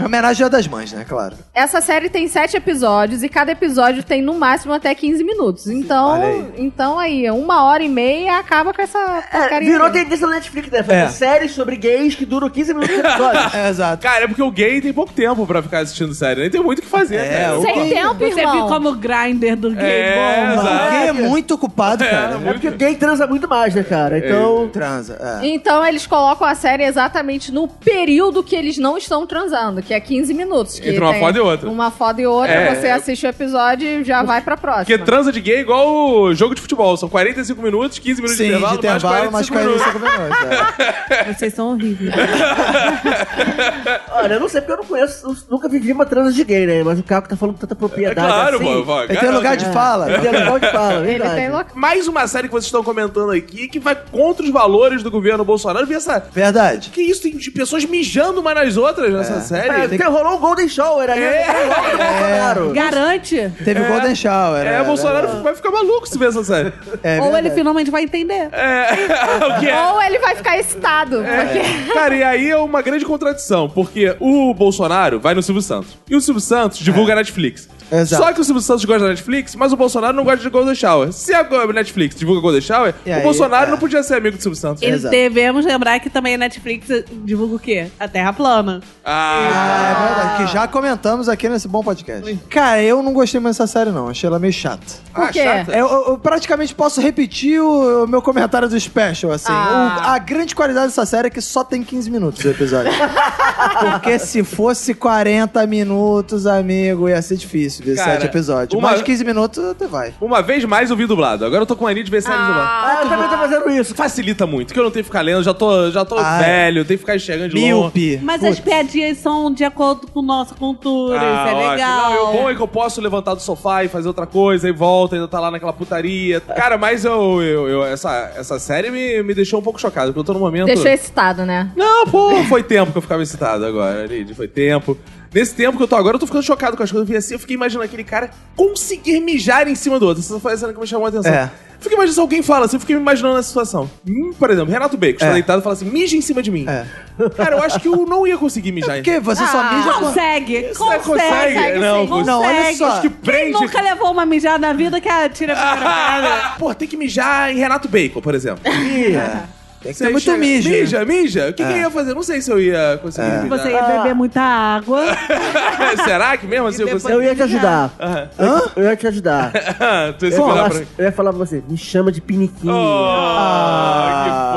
[SPEAKER 4] É homenagem ao das mães, né? Claro.
[SPEAKER 2] Essa série tem sete episódios e cada episódio tem no máximo até 15 minutos. Então,
[SPEAKER 4] Olha aí.
[SPEAKER 2] então aí, uma hora e meia acaba com essa
[SPEAKER 5] É,
[SPEAKER 2] porcaria.
[SPEAKER 5] virou
[SPEAKER 2] aí.
[SPEAKER 5] tendência na Netflix, né? Fazer
[SPEAKER 4] É.
[SPEAKER 5] séries sobre gays que duram 15 minutos por episódio.
[SPEAKER 4] É, exato.
[SPEAKER 3] Cara, é porque o gay tem pouco tempo pra ficar assistindo série. Nem tem muito o que fazer.
[SPEAKER 4] É,
[SPEAKER 3] cara.
[SPEAKER 4] o-
[SPEAKER 2] Sem tempo,
[SPEAKER 6] Você viu
[SPEAKER 2] irmão.
[SPEAKER 6] como o grinder do gay
[SPEAKER 3] É,
[SPEAKER 6] bomba?
[SPEAKER 3] exato.
[SPEAKER 4] Alguém é muito ocupado, cara.
[SPEAKER 5] É porque gay transa muito mais, né, cara? Então.
[SPEAKER 4] Transa. é.
[SPEAKER 2] Então eles colocam a série exatamente no período que eles não estão transando, que é 15 minutos. que
[SPEAKER 3] Entre uma
[SPEAKER 2] tem
[SPEAKER 3] foda e outra.
[SPEAKER 2] Uma foda e outra,
[SPEAKER 3] É.
[SPEAKER 2] você assiste o episódio e já vai pra próxima.
[SPEAKER 3] Porque transa de gay é igual o jogo de futebol. São 45 minutos, 15 minutos
[SPEAKER 4] Sim,
[SPEAKER 3] de intervalo,
[SPEAKER 4] de intervalo,
[SPEAKER 3] mais
[SPEAKER 4] mais
[SPEAKER 3] 45 minutos.
[SPEAKER 4] 45 minutos. é.
[SPEAKER 6] Vocês são horríveis.
[SPEAKER 5] Olha, eu não sei porque eu não conheço, eu nunca vivi uma transa de gay, né? Mas o Caco tá falando com tanta
[SPEAKER 3] É
[SPEAKER 5] propriedade.
[SPEAKER 3] claro,
[SPEAKER 5] assim.
[SPEAKER 3] pô. vai,
[SPEAKER 4] Ele tem
[SPEAKER 3] cara,
[SPEAKER 4] um lugar de fala.
[SPEAKER 5] Ele é legal de fala,
[SPEAKER 2] Ele tá
[SPEAKER 5] verdade.
[SPEAKER 2] tem local.
[SPEAKER 3] Mais uma série que vocês estão comentando aqui que vai contra os valores do governo Bolsonaro. Eu vi essa.
[SPEAKER 4] Verdade.
[SPEAKER 3] Que isso? Tem de pessoas mijando umas nas outras nessa
[SPEAKER 5] É,
[SPEAKER 3] série.
[SPEAKER 5] porque rolou o Golden Shower ali.
[SPEAKER 3] É.
[SPEAKER 5] É. Do Bolsonaro.
[SPEAKER 6] Garante.
[SPEAKER 4] Teve o Golden Shower.
[SPEAKER 3] É, Bolsonaro vai ficar maluco se ver essa série.
[SPEAKER 4] É
[SPEAKER 6] Ou ele
[SPEAKER 4] verdade.
[SPEAKER 6] finalmente vai entender.
[SPEAKER 3] É. o que é?
[SPEAKER 2] Ou ele vai ficar excitado. porque-
[SPEAKER 3] Cara, e aí é uma grande contradição, porque o Bolsonaro vai no Silvio Santos. E o Silvio Santos divulga a Netflix.
[SPEAKER 4] Exato.
[SPEAKER 3] Só que o Silvio Santos gosta da Netflix, mas o Bolsonaro não gosta de Golden Shower. Se a Go- Netflix divulga Golden Shower,
[SPEAKER 4] E
[SPEAKER 3] o
[SPEAKER 4] aí,
[SPEAKER 3] Bolsonaro
[SPEAKER 4] é.
[SPEAKER 3] não podia ser amigo do Silvio Santos.
[SPEAKER 6] E
[SPEAKER 4] Exato.
[SPEAKER 6] devemos lembrar que também a Netflix divulga o quê? A Terra Plana.
[SPEAKER 3] Ah,
[SPEAKER 4] Ah, é verdade, que já comentamos aqui nesse bom podcast. Cara, eu não gostei muito dessa série, não. Achei ela meio chata.
[SPEAKER 2] Por quê?
[SPEAKER 3] chata.
[SPEAKER 4] É, Eu, eu- eu praticamente posso repetir o, o meu comentário do Special, assim.
[SPEAKER 2] Ah.
[SPEAKER 4] O- a grande qualidade dessa série é que só tem 15 minutos o episódio. Porque se fosse 40 minutos, amigo, ia ser difícil ver
[SPEAKER 3] Cara,
[SPEAKER 4] 7 episódios.
[SPEAKER 3] uma-
[SPEAKER 4] Mais 15 minutos, até vai.
[SPEAKER 3] Uma vez mais eu vi dublado. Agora eu tô com mania de ver série dublada.
[SPEAKER 5] Ah, eu também tô fazendo isso. é.
[SPEAKER 3] Facilita muito, que eu não tenho que ficar lendo, já tô, já tô
[SPEAKER 4] Ah,
[SPEAKER 3] velho, tenho que ficar enxergando de longe.
[SPEAKER 4] Míope.
[SPEAKER 6] Mas
[SPEAKER 4] Putz.
[SPEAKER 6] as piadinhas são de acordo com nossa cultura,
[SPEAKER 3] Ah,
[SPEAKER 6] isso é
[SPEAKER 3] ótimo.
[SPEAKER 6] legal.
[SPEAKER 3] Não, e o bom é que eu posso levantar do sofá e fazer outra coisa e volta, ainda tá lá naquela putaria. Cara, mas eu, eu, eu- essa, essa série me, me deixou um pouco chocado, porque eu tô num
[SPEAKER 6] É.
[SPEAKER 3] momento.
[SPEAKER 2] Deixou excitado, né?
[SPEAKER 3] Não, pô, foi tempo que eu ficava excitado agora, Lid, foi tempo. Nesse tempo que eu tô agora, eu tô ficando chocado com as coisas. Eu vi assim, eu fiquei imaginando aquele cara conseguir mijar em cima do outro. Essa foi a cena que me chamou a atenção.
[SPEAKER 4] É.
[SPEAKER 3] Fiquei imaginando se alguém fala assim, eu fiquei me imaginando essa situação. Hum, por exemplo, Renato Bacon está
[SPEAKER 4] É.
[SPEAKER 3] deitado e fala assim, mija em cima de mim.
[SPEAKER 4] É.
[SPEAKER 3] Cara, eu acho que eu não ia conseguir mijar.
[SPEAKER 4] Porque É você só
[SPEAKER 2] Ah,
[SPEAKER 4] mija com...
[SPEAKER 6] Consegue,
[SPEAKER 3] Você consegue?
[SPEAKER 6] consegue, consegue,
[SPEAKER 3] Não,
[SPEAKER 6] consegue.
[SPEAKER 4] não, olha só.
[SPEAKER 3] Acho que
[SPEAKER 6] Quem
[SPEAKER 3] prende.
[SPEAKER 6] nunca levou uma mijada na vida que atira a primeira pedra?
[SPEAKER 3] Pô, tem que mijar em Renato Bacon, por exemplo.
[SPEAKER 4] Tem que
[SPEAKER 3] Você
[SPEAKER 4] ter é muito
[SPEAKER 3] chega-
[SPEAKER 4] mijo. né? É.
[SPEAKER 3] Mija, mija? O que, que eu ia fazer? Não sei se eu ia conseguir mijar.
[SPEAKER 6] Você ia
[SPEAKER 4] Ah.
[SPEAKER 6] beber muita água.
[SPEAKER 3] Será que mesmo assim eu
[SPEAKER 6] depois-
[SPEAKER 3] consigo?
[SPEAKER 5] Eu ia te ajudar.
[SPEAKER 4] Hã?
[SPEAKER 5] Eu ia te ajudar.
[SPEAKER 3] tu ia
[SPEAKER 5] Eu ia,
[SPEAKER 3] segurar
[SPEAKER 5] falar,
[SPEAKER 3] pra mim.
[SPEAKER 5] eu ia falar pra você, me chama de piniquinho.
[SPEAKER 4] Ah.
[SPEAKER 3] Oh, que Ah,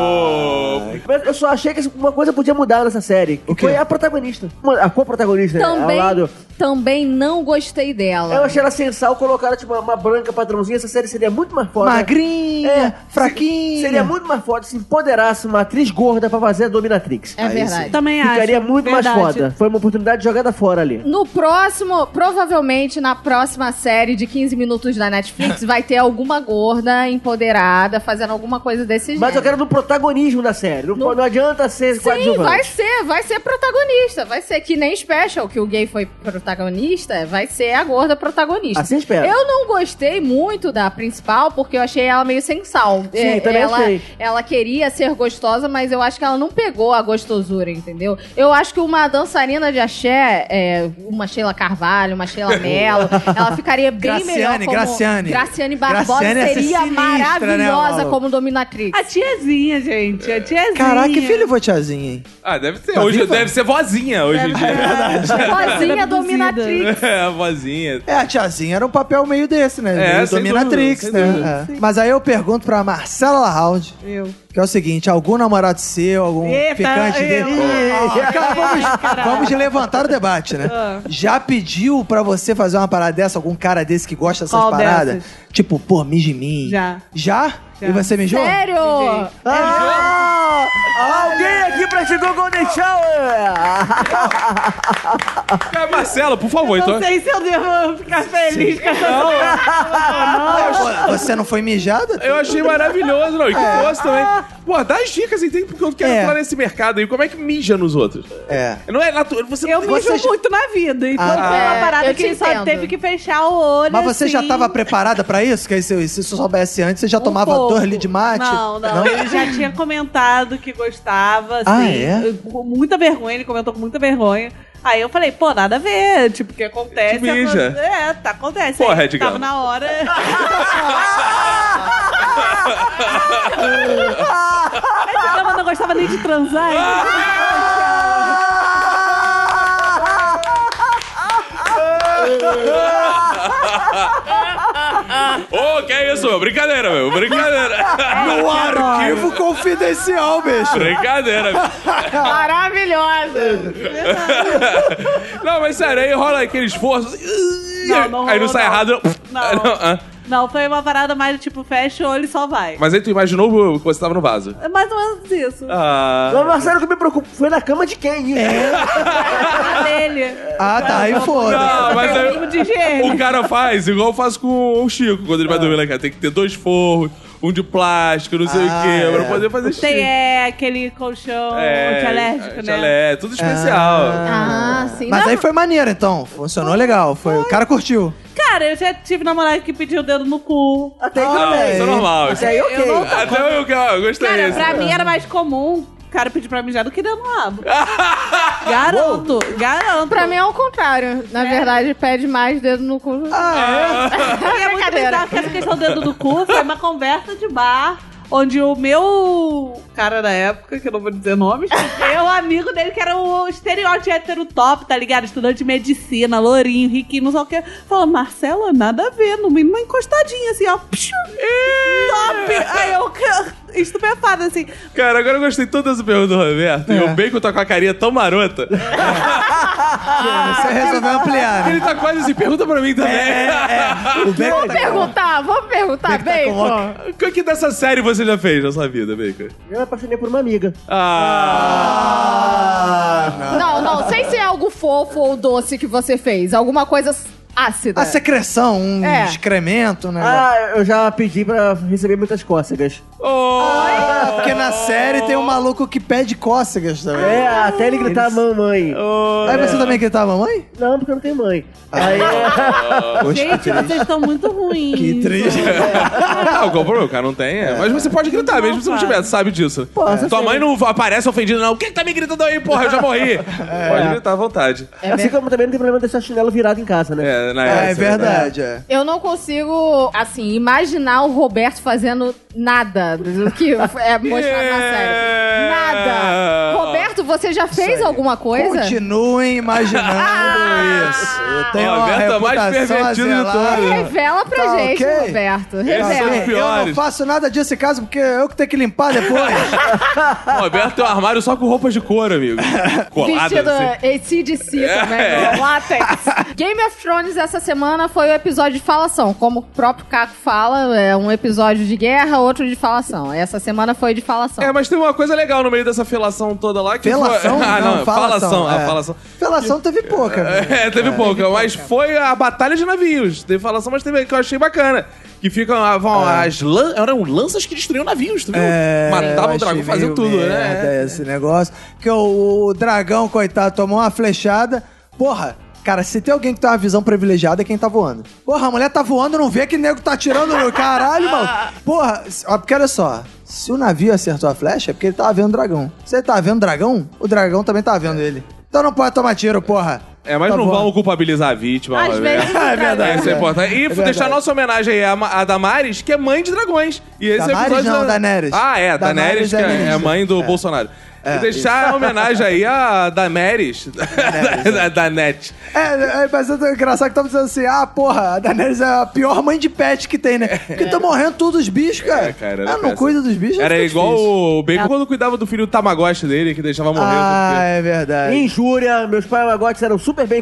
[SPEAKER 3] fofo.
[SPEAKER 5] Mas eu só achei que uma coisa podia mudar nessa série. Que
[SPEAKER 4] O quê?
[SPEAKER 5] foi a protagonista. Uma- A co-protagonista, né?
[SPEAKER 2] Também,
[SPEAKER 5] Ao lado.
[SPEAKER 2] também não gostei dela.
[SPEAKER 5] Eu achei ela sensal, colocaram tipo, uma, uma branca padrãozinha. Essa série seria muito mais foda.
[SPEAKER 4] Magrinha,
[SPEAKER 5] É.
[SPEAKER 4] fraquinha.
[SPEAKER 5] Seria muito mais foda se empoderasse uma atriz gorda pra fazer a Dominatrix.
[SPEAKER 2] É verdade.
[SPEAKER 6] Também acho.
[SPEAKER 5] Ficaria muito
[SPEAKER 6] verdade.
[SPEAKER 5] mais foda. Foi uma oportunidade jogada fora ali.
[SPEAKER 2] No próximo, provavelmente na próxima série de 15 minutos da Netflix, vai ter alguma gorda empoderada fazendo alguma coisa desse jeito.
[SPEAKER 5] Mas eu quero no protagonismo da série. Não, não adianta ser
[SPEAKER 2] Sim,
[SPEAKER 5] coadjuvante.
[SPEAKER 2] vai ser, vai ser protagonista. Vai ser que nem Special, que o gay foi protagonista, vai ser a gorda protagonista.
[SPEAKER 5] Assim espera.
[SPEAKER 2] Eu não gostei muito da principal, porque eu achei ela meio sem sal. É,
[SPEAKER 5] Sim, também
[SPEAKER 2] ela,
[SPEAKER 5] achei.
[SPEAKER 2] ela queria ser gostosa, mas eu acho que ela não pegou a gostosura, entendeu? Eu acho que uma dançarina de axé, é, uma Sheila Carvalho, uma Sheila Mello, ela ficaria bem
[SPEAKER 4] Graciane,
[SPEAKER 2] melhor como...
[SPEAKER 4] Graciane.
[SPEAKER 2] Graciane Barbosa
[SPEAKER 4] Graciane ia ser
[SPEAKER 2] seria
[SPEAKER 4] sinistra, né,
[SPEAKER 2] maravilhosa
[SPEAKER 4] maluco?
[SPEAKER 2] como dominatrix.
[SPEAKER 6] A tiazinha, gente. A tiazinha.
[SPEAKER 4] Caraca, que filho vou tiazinha, hein?
[SPEAKER 3] Ah, deve ser. hoje deve ser vozinha hoje
[SPEAKER 6] É
[SPEAKER 3] em dia.
[SPEAKER 2] Sozinha
[SPEAKER 6] Ela é
[SPEAKER 2] dominatrix.
[SPEAKER 3] É, a vozinha.
[SPEAKER 4] É, a tiazinha era um papel meio desse, né?
[SPEAKER 3] É,
[SPEAKER 4] meio
[SPEAKER 3] sem
[SPEAKER 4] dominatrix,
[SPEAKER 3] dúvida, sem
[SPEAKER 4] né? É. Mas aí eu pergunto pra Marcela Lahoud,
[SPEAKER 6] Eu.
[SPEAKER 4] que é o seguinte, algum namorado seu, algum
[SPEAKER 6] Eita,
[SPEAKER 4] ficante
[SPEAKER 6] eu.
[SPEAKER 4] dele...
[SPEAKER 6] Ih,
[SPEAKER 4] né? Ah, cara, vamos, vamos levantar o debate, né?
[SPEAKER 6] Ah.
[SPEAKER 4] Já pediu pra você fazer uma parada dessa, algum cara desse que gosta dessas
[SPEAKER 6] Qual
[SPEAKER 4] paradas?
[SPEAKER 6] dessas?
[SPEAKER 4] Tipo, pô, mija em mim.
[SPEAKER 6] Já.
[SPEAKER 4] Já?
[SPEAKER 6] Já.
[SPEAKER 4] E você mijou?
[SPEAKER 2] Sério?
[SPEAKER 6] Gente.
[SPEAKER 4] Ah!
[SPEAKER 5] Alguém aqui ligou Golden
[SPEAKER 3] é?
[SPEAKER 5] Shower!
[SPEAKER 3] Cara, Marcela, É, por favor, então.
[SPEAKER 6] Não sei se eu devo ficar feliz com essa
[SPEAKER 4] Pô, Você não foi mijada?
[SPEAKER 3] Eu achei maravilhoso, não. E que
[SPEAKER 6] É.
[SPEAKER 3] fosse também.
[SPEAKER 6] Ah.
[SPEAKER 3] Pô, dá as dicas, entende? Porque eu quero
[SPEAKER 4] É.
[SPEAKER 3] entrar nesse mercado aí. Como é que mija nos outros?
[SPEAKER 4] É.
[SPEAKER 3] Não é natural. Você
[SPEAKER 6] Eu
[SPEAKER 3] não
[SPEAKER 6] mijo
[SPEAKER 4] Você já-
[SPEAKER 6] muito na vida. Então
[SPEAKER 4] Ah.
[SPEAKER 6] foi uma
[SPEAKER 2] É,
[SPEAKER 6] parada
[SPEAKER 2] eu
[SPEAKER 6] que
[SPEAKER 2] te
[SPEAKER 6] só
[SPEAKER 2] entendo.
[SPEAKER 6] teve que fechar o olho.
[SPEAKER 4] Mas você já
[SPEAKER 6] assim,
[SPEAKER 4] estava preparada pra isso? Que aí, se, se você soubesse antes, você já
[SPEAKER 6] um
[SPEAKER 4] tomava
[SPEAKER 6] pouco.
[SPEAKER 4] dois litros de mate?
[SPEAKER 6] Não, não, Ele já tinha comentado que gostava, assim.
[SPEAKER 4] Ah, é?
[SPEAKER 6] Com muita vergonha, ele comentou com muita vergonha. Aí eu falei, pô, nada a ver. Tipo, o que acontece.
[SPEAKER 3] Que mija.
[SPEAKER 6] aco- É, tá, acontece.
[SPEAKER 3] Porra,
[SPEAKER 6] Aí eu
[SPEAKER 3] Edgar.
[SPEAKER 6] Tava na hora. Esse não gostava nem de transar. hein?
[SPEAKER 3] Ah! Ô, que é isso, meu? Brincadeira, meu. Brincadeira.
[SPEAKER 4] No arquivo confidencial, bicho.
[SPEAKER 3] Brincadeira.
[SPEAKER 2] Maravilhosa!
[SPEAKER 3] Não, mas sério, aí rola aquele esforço. assim,
[SPEAKER 6] Não, não
[SPEAKER 3] aí não
[SPEAKER 6] rolou,
[SPEAKER 3] sai
[SPEAKER 6] não.
[SPEAKER 3] errado.
[SPEAKER 6] Não.
[SPEAKER 3] ah.
[SPEAKER 6] Não, foi uma parada mais tipo, fecha o olho e só vai.
[SPEAKER 3] Mas aí tu imaginou que você tava no vaso.
[SPEAKER 6] É mais ou menos isso.
[SPEAKER 3] Ah.
[SPEAKER 5] Mas, Marcelo, o que me preocupa foi na cama de quem? hein?
[SPEAKER 6] A dele.
[SPEAKER 4] Ah, tá, aí foda.
[SPEAKER 3] Não, mas
[SPEAKER 6] Tem
[SPEAKER 3] aí.
[SPEAKER 6] um de higiene.
[SPEAKER 3] O cara faz igual eu faço com o Chico quando
[SPEAKER 4] Ah.
[SPEAKER 3] ele vai dormir lá, cara. Tem que ter dois forros, um de plástico, não sei
[SPEAKER 4] Ah,
[SPEAKER 3] o quê, pra
[SPEAKER 4] é.
[SPEAKER 3] poder fazer xixi.
[SPEAKER 6] Tem é, aquele colchão antialérgico, né?
[SPEAKER 3] É, tudo especial.
[SPEAKER 2] Ah, sim.
[SPEAKER 4] Mas
[SPEAKER 2] Não,
[SPEAKER 4] aí foi maneiro, então. Funcionou legal. Foi, o cara curtiu.
[SPEAKER 6] né? Cara, eu já tive namorado que pediu o dedo no cu.
[SPEAKER 5] Até aí
[SPEAKER 3] Não,
[SPEAKER 5] tudo bem.
[SPEAKER 3] isso é normal.
[SPEAKER 5] Até aí ok.
[SPEAKER 6] Eu não-
[SPEAKER 3] Até eu, que- ó, eu gostei
[SPEAKER 6] tá Cara,
[SPEAKER 3] disso.
[SPEAKER 6] pra mim era mais comum o cara pedir pra mijar do que dedo no rabo. garanto, garanto.
[SPEAKER 2] Pra mim é o contrário. Na verdade, pede mais dedo no cu.
[SPEAKER 4] Ah,
[SPEAKER 6] E é muito
[SPEAKER 2] Brincadeira.
[SPEAKER 6] bizarro que essa questão do dedo do cu foi uma conversa de bar. Onde o meu cara da época, que eu não vou dizer nomes, meu amigo dele, que era o estereótipo hétero top, tá ligado? Estudante de medicina, lourinho, riquinho, não sei o quê. Falou, Marcelo, nada a ver, no mínimo uma encostadinha, assim, ó. Pshu, top!
[SPEAKER 4] É.
[SPEAKER 6] Aí eu, ca- estupefada, assim.
[SPEAKER 3] Cara, agora eu gostei todas as perguntas do Roberto. E
[SPEAKER 4] É.
[SPEAKER 3] o Bacon tá com a carinha tão marota.
[SPEAKER 4] Você resolveu ampliar,
[SPEAKER 3] Ele
[SPEAKER 4] né?
[SPEAKER 3] tá quase assim, pergunta pra mim também.
[SPEAKER 4] É, O Beco tá
[SPEAKER 2] Vamos perguntar, vamos perguntar, Bacon.
[SPEAKER 3] O que, que dessa série você já fez na sua vida, Bacon?
[SPEAKER 5] Eu me apaixonei por uma amiga.
[SPEAKER 3] Ah!
[SPEAKER 2] Não, não, sem ser algo fofo ou doce que você fez. Alguma coisa ácida.
[SPEAKER 4] A secreção, um
[SPEAKER 2] É.
[SPEAKER 4] excremento, né?
[SPEAKER 5] Ah, eu já pedi pra receber muitas cócegas.
[SPEAKER 4] Ah.
[SPEAKER 3] Oh!
[SPEAKER 4] Porque na série tem um maluco que pede cócegas também.
[SPEAKER 5] É, até ele gritar mamãe.
[SPEAKER 3] Oh!
[SPEAKER 4] Aí você também gritava, mamãe?
[SPEAKER 5] Não, porque eu não tenho mãe. Aí,
[SPEAKER 6] Gente, vocês estão muito ruins.
[SPEAKER 4] Que triste. é.
[SPEAKER 3] Ah, o comprou, o cara não tem. é. Mas você pode gritar, mesmo se não
[SPEAKER 6] claro.
[SPEAKER 3] tiver, tu sabe disso.
[SPEAKER 5] Posso,
[SPEAKER 3] Tua
[SPEAKER 5] sim.
[SPEAKER 3] mãe não aparece ofendida, não. Quem que tá me gritando aí, porra? Eu já morri. Pode gritar à vontade.
[SPEAKER 5] assim como também não tem problema de deixar chinelo virado em casa, né?
[SPEAKER 3] É, na
[SPEAKER 4] É,
[SPEAKER 3] essa,
[SPEAKER 4] é verdade, é.
[SPEAKER 2] Eu não consigo, assim, imaginar o Roberto fazendo nada do que é mostrado na série. Nada. Roberto, você já fez alguma coisa?
[SPEAKER 4] Continuem imaginando isso. Eu tenho
[SPEAKER 3] Ó,
[SPEAKER 4] uma
[SPEAKER 3] Berta,
[SPEAKER 4] reputação
[SPEAKER 3] mais
[SPEAKER 4] a
[SPEAKER 3] pervertido de
[SPEAKER 4] zelar.
[SPEAKER 3] todos.
[SPEAKER 2] Revela pra
[SPEAKER 4] Tá,
[SPEAKER 2] gente,
[SPEAKER 4] ok.
[SPEAKER 2] Roberto.
[SPEAKER 4] Eu
[SPEAKER 3] Esse é
[SPEAKER 2] Revela.
[SPEAKER 3] o
[SPEAKER 4] sei, Eu
[SPEAKER 3] piores. Tipo,
[SPEAKER 4] não faço nada disso em casa porque eu que tenho que limpar depois.
[SPEAKER 3] O Roberto tem um armário só com roupas de couro, amigo. Colada.
[SPEAKER 2] Vestido
[SPEAKER 3] assim.
[SPEAKER 2] ACDC
[SPEAKER 3] É.
[SPEAKER 2] também, né? no látex. Game of Thrones essa semana foi o episódio de falação. Como o próprio Caco fala, é um episódio de guerra, outro de falação. Essa semana foi de falação.
[SPEAKER 3] É, mas tem uma coisa legal no meio dessa felação toda lá que
[SPEAKER 4] Felação?
[SPEAKER 3] foi... Ah, não, falação.
[SPEAKER 4] é.
[SPEAKER 3] Ah, falação.
[SPEAKER 4] Felação teve pouca. né? velho.
[SPEAKER 3] É, teve pouca, mas foi a batalha de navios. Teve falação, mas teve que eu achei bacana. Que ficam ah, vão, as lan- eram lanças que destruíam navios, tu viu?
[SPEAKER 4] É, eu
[SPEAKER 3] Matavam o
[SPEAKER 4] achei
[SPEAKER 3] dragão, faziam
[SPEAKER 4] meio
[SPEAKER 3] tudo,
[SPEAKER 4] merda
[SPEAKER 3] né?
[SPEAKER 4] Esse negócio. Porque o, o dragão, coitado, tomou uma flechada. Porra, cara, se tem alguém que tem uma visão privilegiada é quem tá voando. Porra, a mulher tá voando, não vê que nego tá tirando no caralho, mano. Porra, se- ó, porque olha só. Se o navio acertou a flecha, é porque ele tava vendo o dragão. Se ele tava vendo o dragão, o dragão também tava vendo ele. Então não pode tomar tiro, porra.
[SPEAKER 3] É, mas
[SPEAKER 4] Tá
[SPEAKER 3] não
[SPEAKER 4] bom.
[SPEAKER 3] vamos culpabilizar a vítima.
[SPEAKER 2] Às
[SPEAKER 3] mas-
[SPEAKER 2] vezes o
[SPEAKER 4] É
[SPEAKER 3] É,
[SPEAKER 4] verdade.
[SPEAKER 3] Isso é importante. E
[SPEAKER 4] verdade.
[SPEAKER 3] deixar nossa homenagem aí à Ma- à Damares, que é mãe de dragões. E esse
[SPEAKER 4] Damares
[SPEAKER 3] episódio
[SPEAKER 4] não, Daenerys.
[SPEAKER 3] Ah, é, Daenerys,
[SPEAKER 4] Damares é
[SPEAKER 3] que é- é,
[SPEAKER 4] ministra.
[SPEAKER 3] mãe do Bolsonaro. e deixar a homenagem aí à Daenerys. da, da Net.
[SPEAKER 4] É, é, mas é engraçado que tava dizendo assim, ah, porra, a Daenerys é a pior mãe de pet que tem, né? Porque tá morrendo todos os bichos, cara.
[SPEAKER 3] É, cara, era
[SPEAKER 4] Ela Ah, não
[SPEAKER 3] péssimo.
[SPEAKER 4] cuida dos bichos.
[SPEAKER 3] Era
[SPEAKER 4] fica
[SPEAKER 3] igual
[SPEAKER 4] difícil.
[SPEAKER 3] o
[SPEAKER 2] É
[SPEAKER 3] Bacon quando cuidava do filho Tamagotchi dele, que deixava morrer.
[SPEAKER 4] Ah,
[SPEAKER 3] porque-
[SPEAKER 4] é É. verdade.
[SPEAKER 5] Injúria, meus pais eram super bem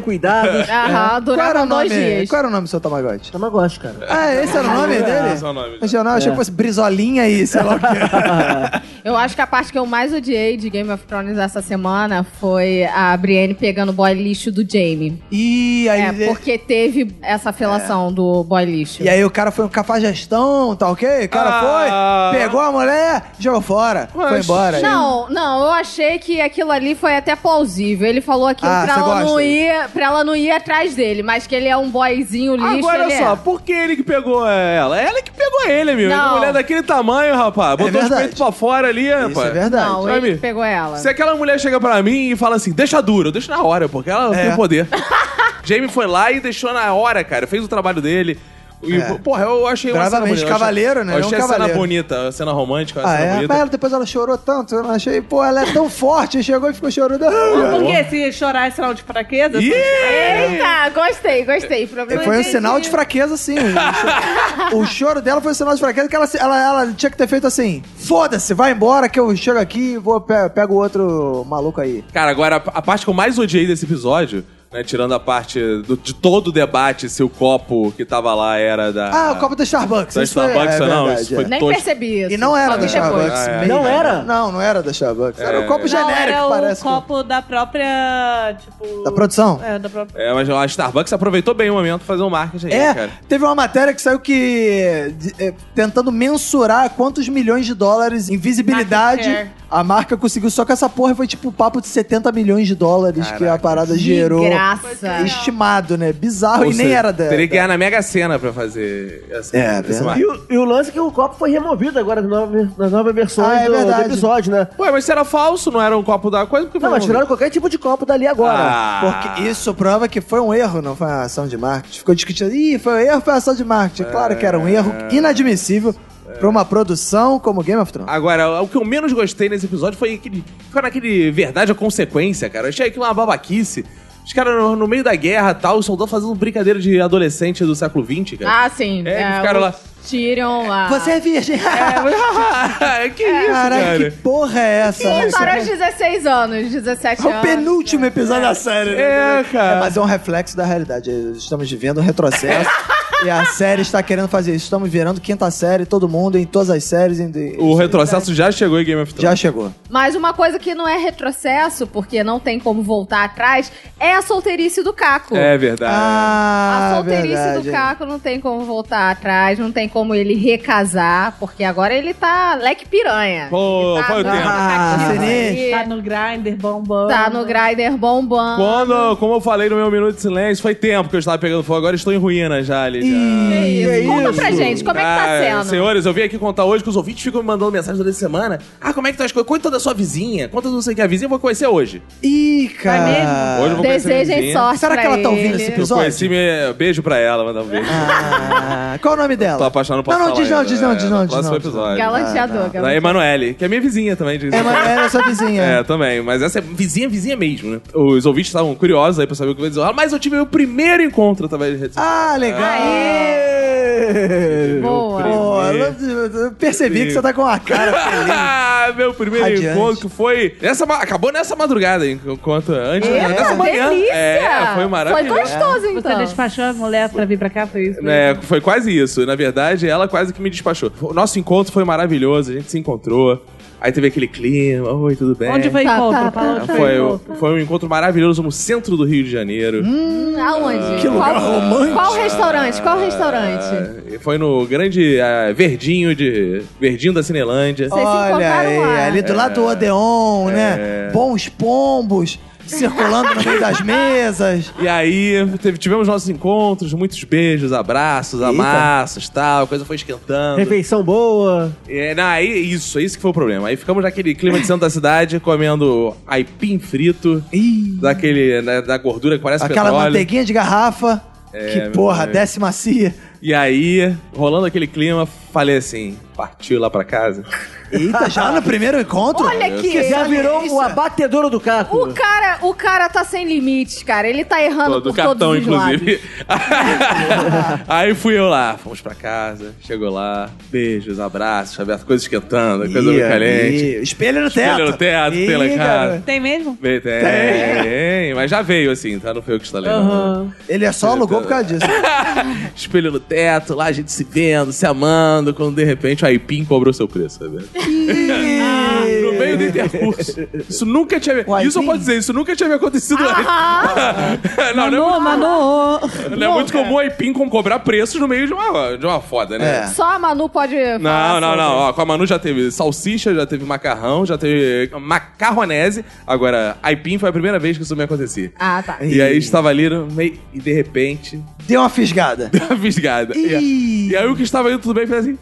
[SPEAKER 2] Aham,
[SPEAKER 5] cuidados.
[SPEAKER 4] Qual era o
[SPEAKER 2] Ah, durava
[SPEAKER 4] nome?
[SPEAKER 2] dois dias.
[SPEAKER 4] Qual era o nome do seu Tamagotchi?
[SPEAKER 5] Tamagotchi, cara.
[SPEAKER 4] Ah, esse era o nome dele?
[SPEAKER 3] esse é o nome.
[SPEAKER 4] Mas eu não, achei que fosse Brizolinha e sei lá o que.
[SPEAKER 2] Eu acho que a parte que eu mais odiei de Game of Thrones essa semana foi a Brienne pegando o boy lixo do Jamie.
[SPEAKER 4] E aí, É.
[SPEAKER 2] É, porque teve essa felação do boy lixo.
[SPEAKER 4] e aí o cara foi um cafajestão, tá ok? O cara
[SPEAKER 3] Ah.
[SPEAKER 4] foi, pegou a mulher, jogou fora, foi embora.
[SPEAKER 2] Não, não, eu achei que aquilo ali foi até plausível. Ele falou aquilo
[SPEAKER 4] Ah,
[SPEAKER 2] pra,
[SPEAKER 4] você
[SPEAKER 2] ela não
[SPEAKER 4] gosta?
[SPEAKER 2] ir, pra ela não ir atrás dele, mas que ele é um boyzinho lixo.
[SPEAKER 3] Agora
[SPEAKER 2] ele é.
[SPEAKER 3] só, por que ele que pegou ela? Ela que pegou ele, meu.
[SPEAKER 2] Não.
[SPEAKER 3] Uma mulher daquele tamanho, rapaz. Botou os
[SPEAKER 4] verdade.
[SPEAKER 3] peitos pra fora ali,
[SPEAKER 4] Isso
[SPEAKER 3] rapaz.
[SPEAKER 4] é verdade.
[SPEAKER 2] Não,
[SPEAKER 3] Sabe?
[SPEAKER 2] ele que pegou ela.
[SPEAKER 3] Se aquela mulher chega pra mim e fala assim, deixa dura, eu deixo na hora, porque ela
[SPEAKER 4] É.
[SPEAKER 3] tem o poder. Jamie foi lá e deixou na hora, cara. Fez o trabalho dele. E,
[SPEAKER 4] É.
[SPEAKER 3] Porra, eu achei uma cena
[SPEAKER 4] Bravamente
[SPEAKER 3] bonita. Eu achei-
[SPEAKER 4] cavaleiro, né?
[SPEAKER 3] Eu
[SPEAKER 4] Não
[SPEAKER 3] achei a cena
[SPEAKER 4] cavaleiro.
[SPEAKER 3] bonita, a cena romântica, a
[SPEAKER 4] Ah,
[SPEAKER 3] cena
[SPEAKER 4] é?
[SPEAKER 3] bonita.
[SPEAKER 4] Mas ela, depois ela chorou tanto, eu achei, pô, ela é tão forte, chegou e ficou chorando.
[SPEAKER 6] Por que se chorar é sinal de fraqueza? assim,
[SPEAKER 3] Ih!
[SPEAKER 2] Eita, gostei, gostei. Problema é
[SPEAKER 4] Foi um
[SPEAKER 2] entendi.
[SPEAKER 4] sinal de fraqueza, sim. O choro, o choro dela foi um sinal de fraqueza que ela, se- ela, ela tinha que ter feito assim: foda-se, vai embora que eu chego aqui e vou, pe- pego outro maluco aí.
[SPEAKER 3] Cara, agora, a parte que eu mais odiei desse episódio, né, tirando a parte do- de todo o debate se o copo que tava lá era da...
[SPEAKER 4] Ah, o copo do Starbucks.
[SPEAKER 3] Da
[SPEAKER 4] isso foi-
[SPEAKER 3] Starbucks,
[SPEAKER 4] é
[SPEAKER 3] não,
[SPEAKER 4] verdade,
[SPEAKER 3] isso foi
[SPEAKER 4] é.
[SPEAKER 2] Nem
[SPEAKER 3] Tô-
[SPEAKER 2] percebi isso.
[SPEAKER 4] E não era
[SPEAKER 2] Só
[SPEAKER 4] da
[SPEAKER 2] vi depois.
[SPEAKER 4] Starbucks.
[SPEAKER 3] Ah, é.
[SPEAKER 4] meio-
[SPEAKER 5] Não era?
[SPEAKER 4] Não, não era da Starbucks. Era um copo
[SPEAKER 6] Não,
[SPEAKER 4] genérico,
[SPEAKER 6] era o
[SPEAKER 4] parece.
[SPEAKER 6] copo da própria, tipo...
[SPEAKER 4] Da produção?
[SPEAKER 6] É, da própria...
[SPEAKER 3] É, mas a Starbucks aproveitou bem o momento pra fazer um marketing aí,
[SPEAKER 4] É,
[SPEAKER 3] cara.
[SPEAKER 4] teve uma matéria que saiu que. de- é, tentando mensurar quantos milhões de dólares em visibilidade
[SPEAKER 6] Market share.
[SPEAKER 4] a marca conseguiu. Só que essa porra foi tipo o papo de 70 milhões de dólares que a parada gerou.
[SPEAKER 2] De graça.
[SPEAKER 4] Estimado, né? Bizarro
[SPEAKER 3] Ou
[SPEAKER 4] e nem
[SPEAKER 3] seja,
[SPEAKER 4] era dela.
[SPEAKER 3] Teria que ganhar na Mega Sena pra fazer essa,
[SPEAKER 4] É,
[SPEAKER 3] esse
[SPEAKER 4] verdade.
[SPEAKER 3] marketing.
[SPEAKER 5] E o, e o lance é que o copo foi removido agora nas novas, nas novas versões
[SPEAKER 4] Ah, é
[SPEAKER 5] do, do
[SPEAKER 4] verdade.
[SPEAKER 5] episódio, né?
[SPEAKER 3] Ué, mas se era falso, não era um copo da coisa, porque
[SPEAKER 5] Não, mas tiraram qualquer tipo de copo dali agora.
[SPEAKER 4] Ah. Porque isso prova que foi um erro, não foi uma ação de marketing. Ficou discutindo, ih, foi um erro, foi uma ação de marketing. Claro que era um erro
[SPEAKER 3] É.
[SPEAKER 4] inadmissível pra uma produção como Game of Thrones.
[SPEAKER 3] Agora, o que eu menos gostei nesse episódio foi aquele. Ficou naquele verdade ou consequência, cara. Eu achei aquilo uma babaquice. Os caras no, no meio da guerra e tal, os soldados fazendo brincadeira de adolescente do século XX, cara.
[SPEAKER 2] Ah, sim.
[SPEAKER 3] É, que ficaram
[SPEAKER 2] o-
[SPEAKER 3] lá.
[SPEAKER 2] Tiram lá.
[SPEAKER 4] Você é virgem!
[SPEAKER 3] É, que isso,
[SPEAKER 4] Caraca, que
[SPEAKER 3] cara.
[SPEAKER 4] porra é essa? né,
[SPEAKER 2] Começaram
[SPEAKER 4] cara?
[SPEAKER 2] aos 16 anos, 17
[SPEAKER 4] É
[SPEAKER 2] anos.
[SPEAKER 4] o penúltimo episódio da série.
[SPEAKER 3] É, cara.
[SPEAKER 4] É, mas é um reflexo da realidade. Estamos vivendo um retrocesso. e a série está querendo fazer isso. Estamos virando quinta série, todo mundo, em todas as séries. Em...
[SPEAKER 3] O retrocesso já chegou em Game of Thrones.
[SPEAKER 4] Já chegou.
[SPEAKER 2] Mas uma coisa que não é retrocesso, porque não tem como voltar atrás, é a solteirice do Caco.
[SPEAKER 3] É verdade.
[SPEAKER 4] Ah,
[SPEAKER 2] A solteirice
[SPEAKER 4] verdade.
[SPEAKER 2] do Caco não tem como voltar atrás, não tem como ele recasar, porque agora ele tá leque piranha.
[SPEAKER 3] Pô,
[SPEAKER 2] Ele tá
[SPEAKER 3] foi o
[SPEAKER 2] dando
[SPEAKER 3] tempo.
[SPEAKER 4] Ah,
[SPEAKER 2] caquinha
[SPEAKER 4] excelente.
[SPEAKER 2] aí,
[SPEAKER 6] Tá no grinder bombando.
[SPEAKER 2] Tá no grinder bombando.
[SPEAKER 3] Quando, como eu falei no meu minuto de silêncio, foi tempo que eu estava pegando fogo, agora estou em ruína já ali. já.
[SPEAKER 2] Que isso?
[SPEAKER 4] Ih,
[SPEAKER 2] Conta pra gente, como é que tá
[SPEAKER 3] Ah,
[SPEAKER 2] sendo?
[SPEAKER 3] Senhores, eu vim aqui contar hoje que os ouvintes ficam me mandando mensagem durante a semana. Ah, como é que tá as coisas? Conta da sua vizinha. Conta do não sei que a vizinha eu vou conhecer hoje.
[SPEAKER 4] Ih, cara.
[SPEAKER 6] Vai mesmo?
[SPEAKER 3] Hoje eu vou conhecer minha
[SPEAKER 2] Desejem
[SPEAKER 3] vizinha.
[SPEAKER 2] sorte
[SPEAKER 4] Ah. Será
[SPEAKER 2] pra
[SPEAKER 4] que ela tá ouvindo
[SPEAKER 2] ele.
[SPEAKER 4] esse
[SPEAKER 3] Eu
[SPEAKER 4] episódio?
[SPEAKER 3] conheci minha... Beijo pra ela, mandar um beijo.
[SPEAKER 4] Ah, qual o nome dela?
[SPEAKER 3] Tô apaixonado por É,
[SPEAKER 4] Não, não, diz não, diz não, diz não, diz
[SPEAKER 3] Próximo
[SPEAKER 4] não. Ah.
[SPEAKER 3] episódio.
[SPEAKER 2] Galanteador,
[SPEAKER 3] Da
[SPEAKER 2] galanteador.
[SPEAKER 3] Emanuele, que é minha vizinha também. Diz.
[SPEAKER 4] É, mas era sua vizinha.
[SPEAKER 3] É, também. Mas essa é vizinha, vizinha mesmo, né? Os ouvintes estavam curiosos aí pra saber o que eu ia dizer. Ah, mas eu tive meu primeiro encontro através de redes sociais.
[SPEAKER 4] Ah, legal.
[SPEAKER 3] Meu
[SPEAKER 2] Boa.
[SPEAKER 4] Pô,
[SPEAKER 3] primeiro-
[SPEAKER 4] eu- eu percebi que você tá com uma cara feliz.
[SPEAKER 3] Ah, meu primeiro
[SPEAKER 4] Radiante.
[SPEAKER 3] encontro foi. Nessa, ma- acabou nessa madrugada, enquanto antes.
[SPEAKER 2] Eita,
[SPEAKER 3] nessa manhã.
[SPEAKER 2] delícia!
[SPEAKER 3] É, foi maravilhoso.
[SPEAKER 2] Foi gostoso,
[SPEAKER 6] Você
[SPEAKER 2] então.
[SPEAKER 6] despachou a mulher pra vir pra cá, foi isso?
[SPEAKER 3] É, foi quase isso. Na verdade, ela quase que me despachou. O nosso encontro foi maravilhoso, a gente se encontrou. Aí teve aquele clima, oi, tudo bem?
[SPEAKER 6] Onde foi o
[SPEAKER 2] Tá,
[SPEAKER 6] encontro?
[SPEAKER 2] tá,
[SPEAKER 6] Fala,
[SPEAKER 2] tá.
[SPEAKER 6] onde foi o
[SPEAKER 3] Foi,
[SPEAKER 6] encontro?
[SPEAKER 3] foi um encontro maravilhoso no centro do Rio de Janeiro.
[SPEAKER 2] Hum, Aonde?
[SPEAKER 4] Que lugar
[SPEAKER 2] qual,
[SPEAKER 4] romântico.
[SPEAKER 2] Qual restaurante? Qual restaurante?
[SPEAKER 3] Ah, foi no grande ah, Verdinho de Verdinho da Cinelândia.
[SPEAKER 2] Vocês se
[SPEAKER 4] Olha
[SPEAKER 2] encontraram
[SPEAKER 4] aí,
[SPEAKER 2] lá.
[SPEAKER 4] ali do lado
[SPEAKER 3] É.
[SPEAKER 4] do Odeon, né? Bons pombos circulando no meio das mesas.
[SPEAKER 3] E aí, teve- tivemos nossos encontros, muitos beijos, abraços, amassos, tal, a coisa foi esquentando.
[SPEAKER 5] Refeição boa.
[SPEAKER 3] É, não, aí isso, é isso que foi o problema. Aí ficamos naquele clima de centro da cidade, comendo aipim frito,
[SPEAKER 4] Ih,
[SPEAKER 3] daquele, né, da gordura que parece
[SPEAKER 4] aquela
[SPEAKER 3] petróleo.
[SPEAKER 4] manteiguinha de garrafa. que
[SPEAKER 3] É, meu
[SPEAKER 4] porra,
[SPEAKER 3] Deus.
[SPEAKER 4] desce macia.
[SPEAKER 3] E aí, rolando aquele clima, falei assim, partiu lá pra casa.
[SPEAKER 4] Eita, já no primeiro encontro?
[SPEAKER 2] Olha que.
[SPEAKER 5] Já virou
[SPEAKER 4] isso.
[SPEAKER 5] o abatedouro do caco.
[SPEAKER 2] O cara, o cara tá sem limites, cara. Ele tá errando
[SPEAKER 3] do
[SPEAKER 2] por
[SPEAKER 3] cartão,
[SPEAKER 2] todos os lados.
[SPEAKER 3] inclusive. aí fui eu lá, fomos pra casa, chegou lá, beijos, abraços, aberto, coisa esquentando, coisa
[SPEAKER 4] Ih,
[SPEAKER 3] muito caliente.
[SPEAKER 4] ih, Espelho no teto.
[SPEAKER 3] Espelho no teto,
[SPEAKER 4] Ih,
[SPEAKER 3] pela cara.
[SPEAKER 4] garoto.
[SPEAKER 6] Tem mesmo?
[SPEAKER 3] Tem, tem, mas já veio assim, tá? Não foi eu que instalei. não.
[SPEAKER 6] Aham.
[SPEAKER 4] Ele é só alugou por causa disso.
[SPEAKER 3] Espelho no teto, lá a gente se tá vendo, se amando, quando de repente o aipim cobrou seu preço, sabe?
[SPEAKER 4] Ih,
[SPEAKER 3] No meio do intercurso. Isso nunca tinha.
[SPEAKER 4] É. Uai,
[SPEAKER 3] isso eu
[SPEAKER 4] sim.
[SPEAKER 3] posso dizer, isso nunca tinha me acontecido antes. não, não, é muito-
[SPEAKER 6] Manu, Manu.
[SPEAKER 3] não é, muito comum a Ipim com cobrar preços no meio de uma, de uma foda, né?
[SPEAKER 4] É.
[SPEAKER 2] Só a Manu pode.
[SPEAKER 3] Não, não, não. Ó, com a Manu já teve salsicha, já teve macarrão, já teve macarronese. Agora, aipim foi a primeira vez que isso me acontecia.
[SPEAKER 2] Ah, tá.
[SPEAKER 3] E aí estava ali no meio e de repente,
[SPEAKER 4] Deu uma fisgada.
[SPEAKER 3] deu uma fisgada. E, a-
[SPEAKER 4] Ih.
[SPEAKER 3] e aí o que estava indo tudo bem fez assim.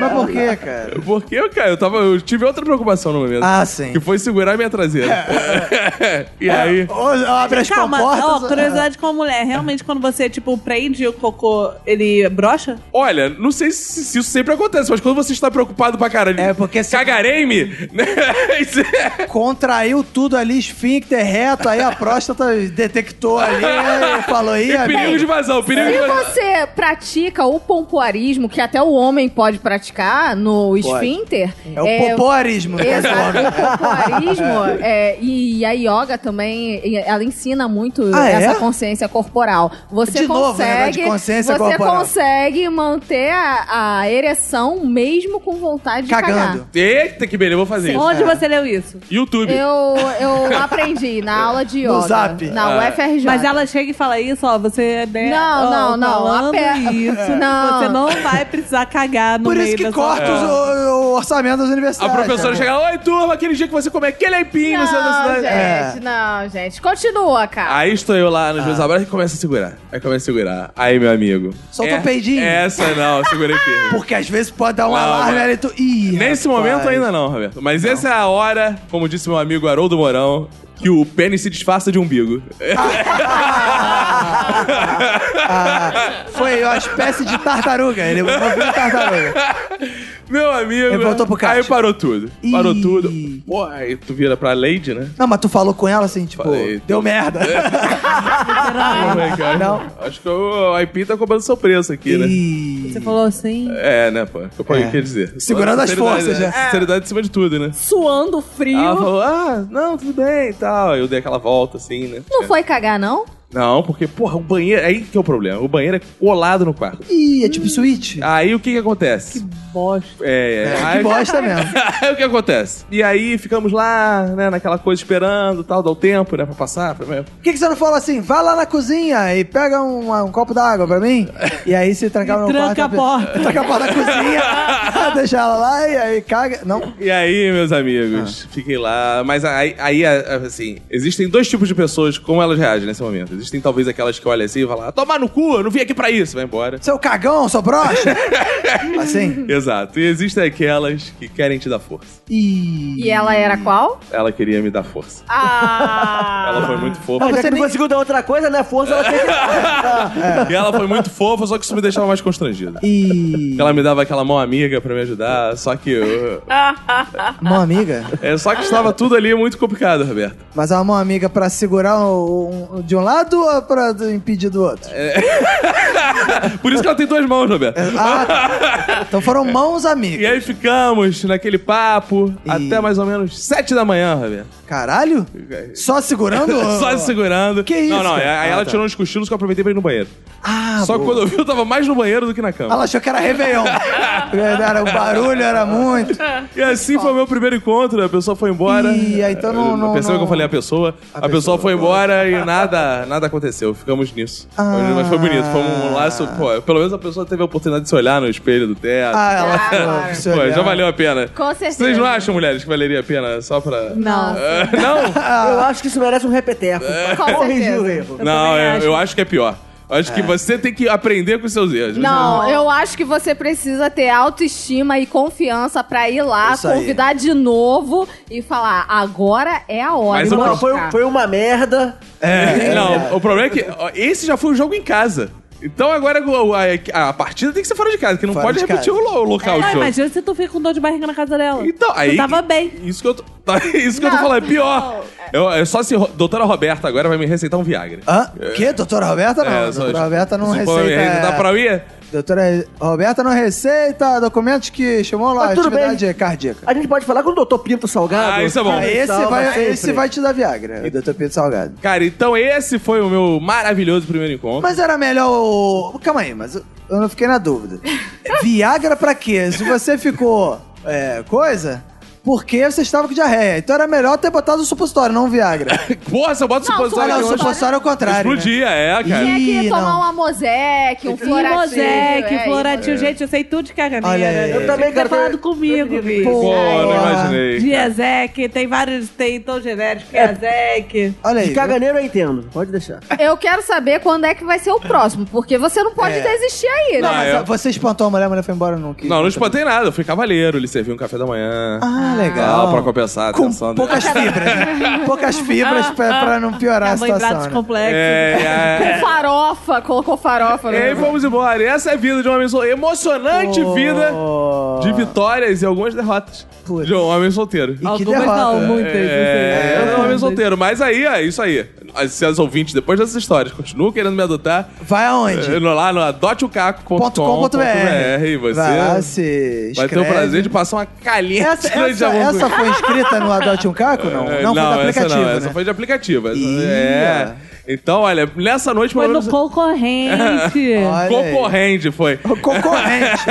[SPEAKER 4] Mas por que, cara?
[SPEAKER 3] Porque eu, cara, eu tava. Eu tive outra preocupação no momento.
[SPEAKER 4] Ah, sim.
[SPEAKER 3] Que foi segurar minha traseira. e
[SPEAKER 4] É.
[SPEAKER 3] aí.
[SPEAKER 4] Ou abre as
[SPEAKER 6] Calma,
[SPEAKER 4] comportas.
[SPEAKER 6] ó,
[SPEAKER 4] ou-
[SPEAKER 6] curiosidade com a mulher. Realmente, quando você, tipo, prende o cocô, ele brocha?
[SPEAKER 3] Olha, não sei se, se isso sempre acontece, mas quando você está preocupado pra caralho.
[SPEAKER 4] É, porque se-
[SPEAKER 3] Cagarei-me? né? Isso é-
[SPEAKER 4] Contraiu tudo ali, esfíncter reto, aí a próstata detectou ali e falou, aí,
[SPEAKER 3] E perigo de vazão, perigo de
[SPEAKER 2] Se
[SPEAKER 3] vazão.
[SPEAKER 2] você pratica o pompoarismo, que até o homem pode praticar no esfíncter.
[SPEAKER 4] É o popoarismo.
[SPEAKER 2] Exato, o pompoarismo é, e a yoga também, e ela ensina muito
[SPEAKER 4] Ah, é?
[SPEAKER 2] essa consciência corporal. Você
[SPEAKER 4] De novo, o negócio
[SPEAKER 2] consegue,
[SPEAKER 4] de consciência
[SPEAKER 2] você
[SPEAKER 4] corporal.
[SPEAKER 2] consegue manter a, a ereção mesmo com vontade de
[SPEAKER 4] Cagando.
[SPEAKER 3] Eita, que beleza, eu vou fazer isso.
[SPEAKER 6] Onde você leu isso?
[SPEAKER 3] YouTube.
[SPEAKER 2] cagar. Eu, eu aprendi na aula de yoga.
[SPEAKER 4] No zap.
[SPEAKER 2] Na
[SPEAKER 3] Ah.
[SPEAKER 2] UFRJ.
[SPEAKER 6] Mas ela chega e fala isso, ó, você... Né,
[SPEAKER 2] Não,
[SPEAKER 6] ó,
[SPEAKER 2] não, não,
[SPEAKER 6] falando
[SPEAKER 2] aperta.
[SPEAKER 6] isso,
[SPEAKER 2] Não.
[SPEAKER 6] Você não vai precisar cagar no
[SPEAKER 4] Por isso
[SPEAKER 6] meio
[SPEAKER 4] que
[SPEAKER 6] dessa- é.
[SPEAKER 4] corta os- o, o orçamento das
[SPEAKER 3] A
[SPEAKER 4] universidades.
[SPEAKER 3] professora
[SPEAKER 4] né?
[SPEAKER 3] chega, oi turma, aquele dia que você tá come aquele aipim no centro da
[SPEAKER 2] Não,
[SPEAKER 3] cidade.
[SPEAKER 2] gente,
[SPEAKER 4] É.
[SPEAKER 2] não, gente. Continua, cara.
[SPEAKER 3] É. Aí estou eu lá nos
[SPEAKER 4] Ah.
[SPEAKER 3] meus abraços e começa a segurar. Aí começa a segurar. Aí, meu amigo.
[SPEAKER 4] Solta
[SPEAKER 3] é-
[SPEAKER 4] um peidinho.
[SPEAKER 3] Essa não, eu segurei firme.
[SPEAKER 4] Porque às vezes pode dar um
[SPEAKER 3] Não,
[SPEAKER 4] alarme
[SPEAKER 3] Ah, mas-
[SPEAKER 4] ali e tu... Ih,
[SPEAKER 3] Nesse
[SPEAKER 4] rapaz.
[SPEAKER 3] momento ainda não, Roberto. Mas essa é a hora, como disse meu amigo Haroldo Mourão, que o pênis se disfarça de umbigo.
[SPEAKER 4] Ah, foi uma espécie de tartaruga. Ele voltou de tartaruga.
[SPEAKER 3] Meu amigo.
[SPEAKER 4] Ele voltou pro caixa.
[SPEAKER 3] Aí parou tudo.
[SPEAKER 4] Ih.
[SPEAKER 3] Parou tudo. Pô, aí tu vira pra Lady, né?
[SPEAKER 4] Não, mas tu falou com ela assim, tipo,
[SPEAKER 3] Falei, É,
[SPEAKER 4] deu merda.
[SPEAKER 3] Como é que é?
[SPEAKER 4] Ah, Não.
[SPEAKER 3] Acho que o IP tá cobrando seu preço aqui, né?
[SPEAKER 4] Ih.
[SPEAKER 6] Você falou assim...
[SPEAKER 3] É, né, pô? Eu paguei,
[SPEAKER 4] É.
[SPEAKER 3] quer dizer.
[SPEAKER 4] Segurando as
[SPEAKER 3] Sinceridade,
[SPEAKER 4] forças,
[SPEAKER 3] né?
[SPEAKER 4] né?
[SPEAKER 3] Sinceridade acima de tudo, né?
[SPEAKER 2] Suando frio.
[SPEAKER 3] Ela falou, ah, não, tudo bem e tal. Eu dei aquela volta, assim, né?
[SPEAKER 2] Não foi cagar, não?
[SPEAKER 3] Não, porque, porra, o banheiro... Aí que é o problema. O banheiro é colado no quarto.
[SPEAKER 4] Ih, é tipo suíte?
[SPEAKER 3] Aí o que que acontece?
[SPEAKER 6] Bosta.
[SPEAKER 3] É, é.
[SPEAKER 4] É,
[SPEAKER 3] Aí-
[SPEAKER 4] que bosta mesmo.
[SPEAKER 3] Aí o que acontece? E aí ficamos lá, né, naquela coisa esperando e tal, dá o tempo, né, pra passar. Pra...
[SPEAKER 4] Por que, que você não fala assim? Vai lá na cozinha e pega um, um copo d'água pra mim? E aí se trancava no
[SPEAKER 6] tranca
[SPEAKER 4] quarto...
[SPEAKER 6] a porta.
[SPEAKER 4] Tranca a porta da cozinha, deixa ela lá e aí caga... Não,
[SPEAKER 3] E aí, meus amigos, fiquei lá. Mas aí, aí, assim, existem dois tipos de pessoas, como elas reagem nesse momento. Existem talvez aquelas que olham assim e falam, "Ah, tomar no cu, eu não vim aqui pra isso, vai embora.
[SPEAKER 4] seu cagão, sua brocha. Assim.
[SPEAKER 3] Exato. E existem aquelas que querem te dar força.
[SPEAKER 4] Ih.
[SPEAKER 2] E ela era qual?
[SPEAKER 3] Ela queria me dar força.
[SPEAKER 2] Ah!
[SPEAKER 3] Ela foi muito fofa.
[SPEAKER 5] Mas já
[SPEAKER 4] você
[SPEAKER 5] que não
[SPEAKER 4] nem-
[SPEAKER 5] conseguiu dar outra coisa, né? Força ela tem que...
[SPEAKER 3] E ela foi muito fofa, só que isso me deixava mais constrangido.
[SPEAKER 4] Ih.
[SPEAKER 3] Ela me dava aquela mão amiga pra me ajudar, só que eu...
[SPEAKER 4] Mão amiga?
[SPEAKER 3] É, só que estava tudo ali muito complicado, Roberto.
[SPEAKER 4] Mas é uma mão amiga pra segurar um- um- de um lado ou pra impedir do outro?
[SPEAKER 3] Por isso que ela tem duas mãos, Roberto.
[SPEAKER 4] Ah, tá. Então foram mãos
[SPEAKER 3] E
[SPEAKER 4] amigas.
[SPEAKER 3] aí ficamos naquele papo
[SPEAKER 4] E-
[SPEAKER 3] até mais ou menos sete da manhã, Roberto.
[SPEAKER 4] Caralho? Só segurando?
[SPEAKER 3] Só se segurando.
[SPEAKER 4] Que isso,
[SPEAKER 3] Não, não.
[SPEAKER 4] cara?
[SPEAKER 3] Aí
[SPEAKER 4] Ah,
[SPEAKER 3] ela
[SPEAKER 4] tá.
[SPEAKER 3] tirou uns cochilos que eu aproveitei pra ir no banheiro.
[SPEAKER 4] Ah,
[SPEAKER 3] Só que
[SPEAKER 4] boa.
[SPEAKER 3] quando eu vi, eu tava mais no banheiro do que na cama.
[SPEAKER 4] Ela achou que era Réveillon. era, o barulho era muito.
[SPEAKER 3] E assim foi o meu primeiro encontro. A pessoa foi embora.
[SPEAKER 4] Ih, aí então não- não-
[SPEAKER 3] Percebeu que
[SPEAKER 4] não-
[SPEAKER 3] eu falei a pessoa? A, pessoa,
[SPEAKER 4] pessoa.
[SPEAKER 3] foi embora e nada, nada aconteceu. Ficamos nisso.
[SPEAKER 4] Ah.
[SPEAKER 3] Mas foi bonito. Foi um laço. Pô, pelo menos a pessoa teve a oportunidade de se olhar no espelho do teto.
[SPEAKER 4] Ah, ela
[SPEAKER 2] Ah,
[SPEAKER 4] ficou.
[SPEAKER 2] claro.
[SPEAKER 4] com esse
[SPEAKER 3] Pô,
[SPEAKER 4] olhar.
[SPEAKER 3] já valeu a pena.
[SPEAKER 2] Com certeza.
[SPEAKER 3] Vocês não acham, mulheres, que valeria a pena só pra.
[SPEAKER 2] Não.
[SPEAKER 3] Ah, não?
[SPEAKER 5] Eu acho que isso merece um repeteco.
[SPEAKER 4] É.
[SPEAKER 2] Com
[SPEAKER 5] Corrigiu o
[SPEAKER 2] certeza.
[SPEAKER 5] erro.
[SPEAKER 3] não,
[SPEAKER 6] também
[SPEAKER 3] eu,
[SPEAKER 6] acho.
[SPEAKER 3] eu acho que é pior. Eu acho que você tem que aprender com os seus erros.
[SPEAKER 2] Não, eu acho que você precisa ter autoestima e confiança pra ir lá,
[SPEAKER 4] Isso aí.
[SPEAKER 2] convidar de novo e falar: agora é a hora.
[SPEAKER 3] Mas
[SPEAKER 2] de
[SPEAKER 3] o-
[SPEAKER 5] Não,
[SPEAKER 2] mostrar.
[SPEAKER 5] foi, foi uma merda.
[SPEAKER 3] É, não, o problema é que ó, esse já foi o jogo em casa. Então agora o- a, a partida tem que ser fora de casa, que não
[SPEAKER 4] Fora
[SPEAKER 3] pode
[SPEAKER 4] de
[SPEAKER 3] repetir o,
[SPEAKER 4] casa.
[SPEAKER 3] lo- o local
[SPEAKER 6] Não,
[SPEAKER 3] de jogo.
[SPEAKER 6] imagina se É, tu fica com dor de barriga na casa dela.
[SPEAKER 3] Então, aí.
[SPEAKER 6] Tu tava bem.
[SPEAKER 3] Isso que eu tô. Tá, Isso que eu tô
[SPEAKER 2] Não,
[SPEAKER 3] falando, é pior.
[SPEAKER 2] não.
[SPEAKER 3] Eu, é só se Ro- doutora Roberta agora vai me receitar um Viagra.
[SPEAKER 4] Hã? O quê? Doutora Roberta Ah, não.
[SPEAKER 3] É, só-
[SPEAKER 4] doutora Roberta não
[SPEAKER 3] se for me
[SPEAKER 4] receita. é.
[SPEAKER 3] receitar pra mim?
[SPEAKER 4] Doutora Roberta não receita documentos que chamam lá
[SPEAKER 5] Mas tudo
[SPEAKER 4] atividade
[SPEAKER 5] bem.
[SPEAKER 4] cardíaca.
[SPEAKER 5] A gente pode falar com o Dr. Pinto Salgado.
[SPEAKER 3] Ah, isso é bom.
[SPEAKER 5] Ah,
[SPEAKER 4] Esse
[SPEAKER 5] salva
[SPEAKER 4] vai,
[SPEAKER 5] sempre.
[SPEAKER 4] esse vai te dar Viagra, o doutor Pedro Salgado.
[SPEAKER 3] Cara, então esse foi o meu maravilhoso primeiro encontro.
[SPEAKER 4] Mas era melhor o. Calma aí, mas eu eu não fiquei na dúvida. Viagra pra quê? Se você ficou. É, coisa. Porque você estava com diarreia. Então era melhor ter botado o supositório, não o Viagra.
[SPEAKER 3] Porra, se eu boto
[SPEAKER 2] Não,
[SPEAKER 3] supositório
[SPEAKER 4] Olha,
[SPEAKER 3] aqui
[SPEAKER 4] o
[SPEAKER 2] supositório
[SPEAKER 3] hoje,
[SPEAKER 4] supositório é o contrário. né?
[SPEAKER 3] explodia, é, cara.
[SPEAKER 2] Tinha
[SPEAKER 4] Ih,
[SPEAKER 2] que tomar
[SPEAKER 4] não.
[SPEAKER 2] um amosec, um floratil.
[SPEAKER 6] Mimosec,
[SPEAKER 2] é,
[SPEAKER 6] Floratil. Gente, eu sei tudo de
[SPEAKER 4] Olha
[SPEAKER 6] caganeira.
[SPEAKER 4] aí. Eu
[SPEAKER 5] também
[SPEAKER 6] Você
[SPEAKER 5] quero ter-
[SPEAKER 6] falado comigo, bicho.
[SPEAKER 3] Pô, não
[SPEAKER 4] Porra.
[SPEAKER 3] imaginei.
[SPEAKER 4] é
[SPEAKER 6] Diazec, tem vários, tem tom genérico, Piazec.
[SPEAKER 4] Olha aí.
[SPEAKER 5] De caganeiro eu entendo. Pode deixar.
[SPEAKER 2] Eu quero saber quando é que vai ser o próximo, porque você não pode
[SPEAKER 4] É.
[SPEAKER 2] desistir aí,
[SPEAKER 4] Não,
[SPEAKER 2] né?
[SPEAKER 4] mas
[SPEAKER 3] Ah, é.
[SPEAKER 4] você espantou a mulher, a mulher foi embora não quis.
[SPEAKER 3] Não, não espantei nada. Eu fui cavaleiro, ele serviu um café da manhã.
[SPEAKER 4] Ah,
[SPEAKER 3] Tal,
[SPEAKER 4] legal.
[SPEAKER 3] pra compensar a
[SPEAKER 4] Com
[SPEAKER 3] atenção dele.
[SPEAKER 4] poucas fibras, né? Poucas
[SPEAKER 6] Ah,
[SPEAKER 4] fibras pra, pra não piorar a situação.
[SPEAKER 6] Carboidratos
[SPEAKER 4] né?
[SPEAKER 6] complexos.
[SPEAKER 3] É, é.
[SPEAKER 2] Com farofa, colocou farofa.
[SPEAKER 3] E
[SPEAKER 2] no-
[SPEAKER 3] aí vamos embora. E essa é a vida de um homem solteiro. Emocionante vida
[SPEAKER 4] Oh.
[SPEAKER 3] de vitórias e algumas derrotas
[SPEAKER 4] Putz.
[SPEAKER 3] de um homem solteiro.
[SPEAKER 4] E que
[SPEAKER 6] Algumas
[SPEAKER 4] derrota.
[SPEAKER 6] não, muitas.
[SPEAKER 3] É,
[SPEAKER 6] assim.
[SPEAKER 3] eu não homem solteiro. Mas aí, é isso aí. Se as ouvintes, depois dessas histórias, continuam querendo me adotar,
[SPEAKER 4] Vai aonde?
[SPEAKER 3] é, no- lá no adoteocaco.com.br
[SPEAKER 4] .com.br.
[SPEAKER 3] e você
[SPEAKER 4] Vai lá,
[SPEAKER 3] vai,
[SPEAKER 4] se
[SPEAKER 3] ter o
[SPEAKER 4] inscreve.
[SPEAKER 3] prazer de passar uma calheta de
[SPEAKER 4] Essa, essa,
[SPEAKER 3] amor comigo.
[SPEAKER 4] essa foi inscrita no Adote um Caco? Não,
[SPEAKER 3] É,
[SPEAKER 4] não, foi do
[SPEAKER 3] essa
[SPEAKER 4] aplicativo,
[SPEAKER 3] não,
[SPEAKER 4] né?
[SPEAKER 3] essa foi de aplicativo. essa-
[SPEAKER 4] Ih,
[SPEAKER 3] é. Então, olha, nessa noite,
[SPEAKER 6] Foi
[SPEAKER 3] pelo
[SPEAKER 6] no
[SPEAKER 3] menos,
[SPEAKER 6] concorrente.
[SPEAKER 4] Olha
[SPEAKER 3] concorrente foi.
[SPEAKER 4] aí. Concorrente.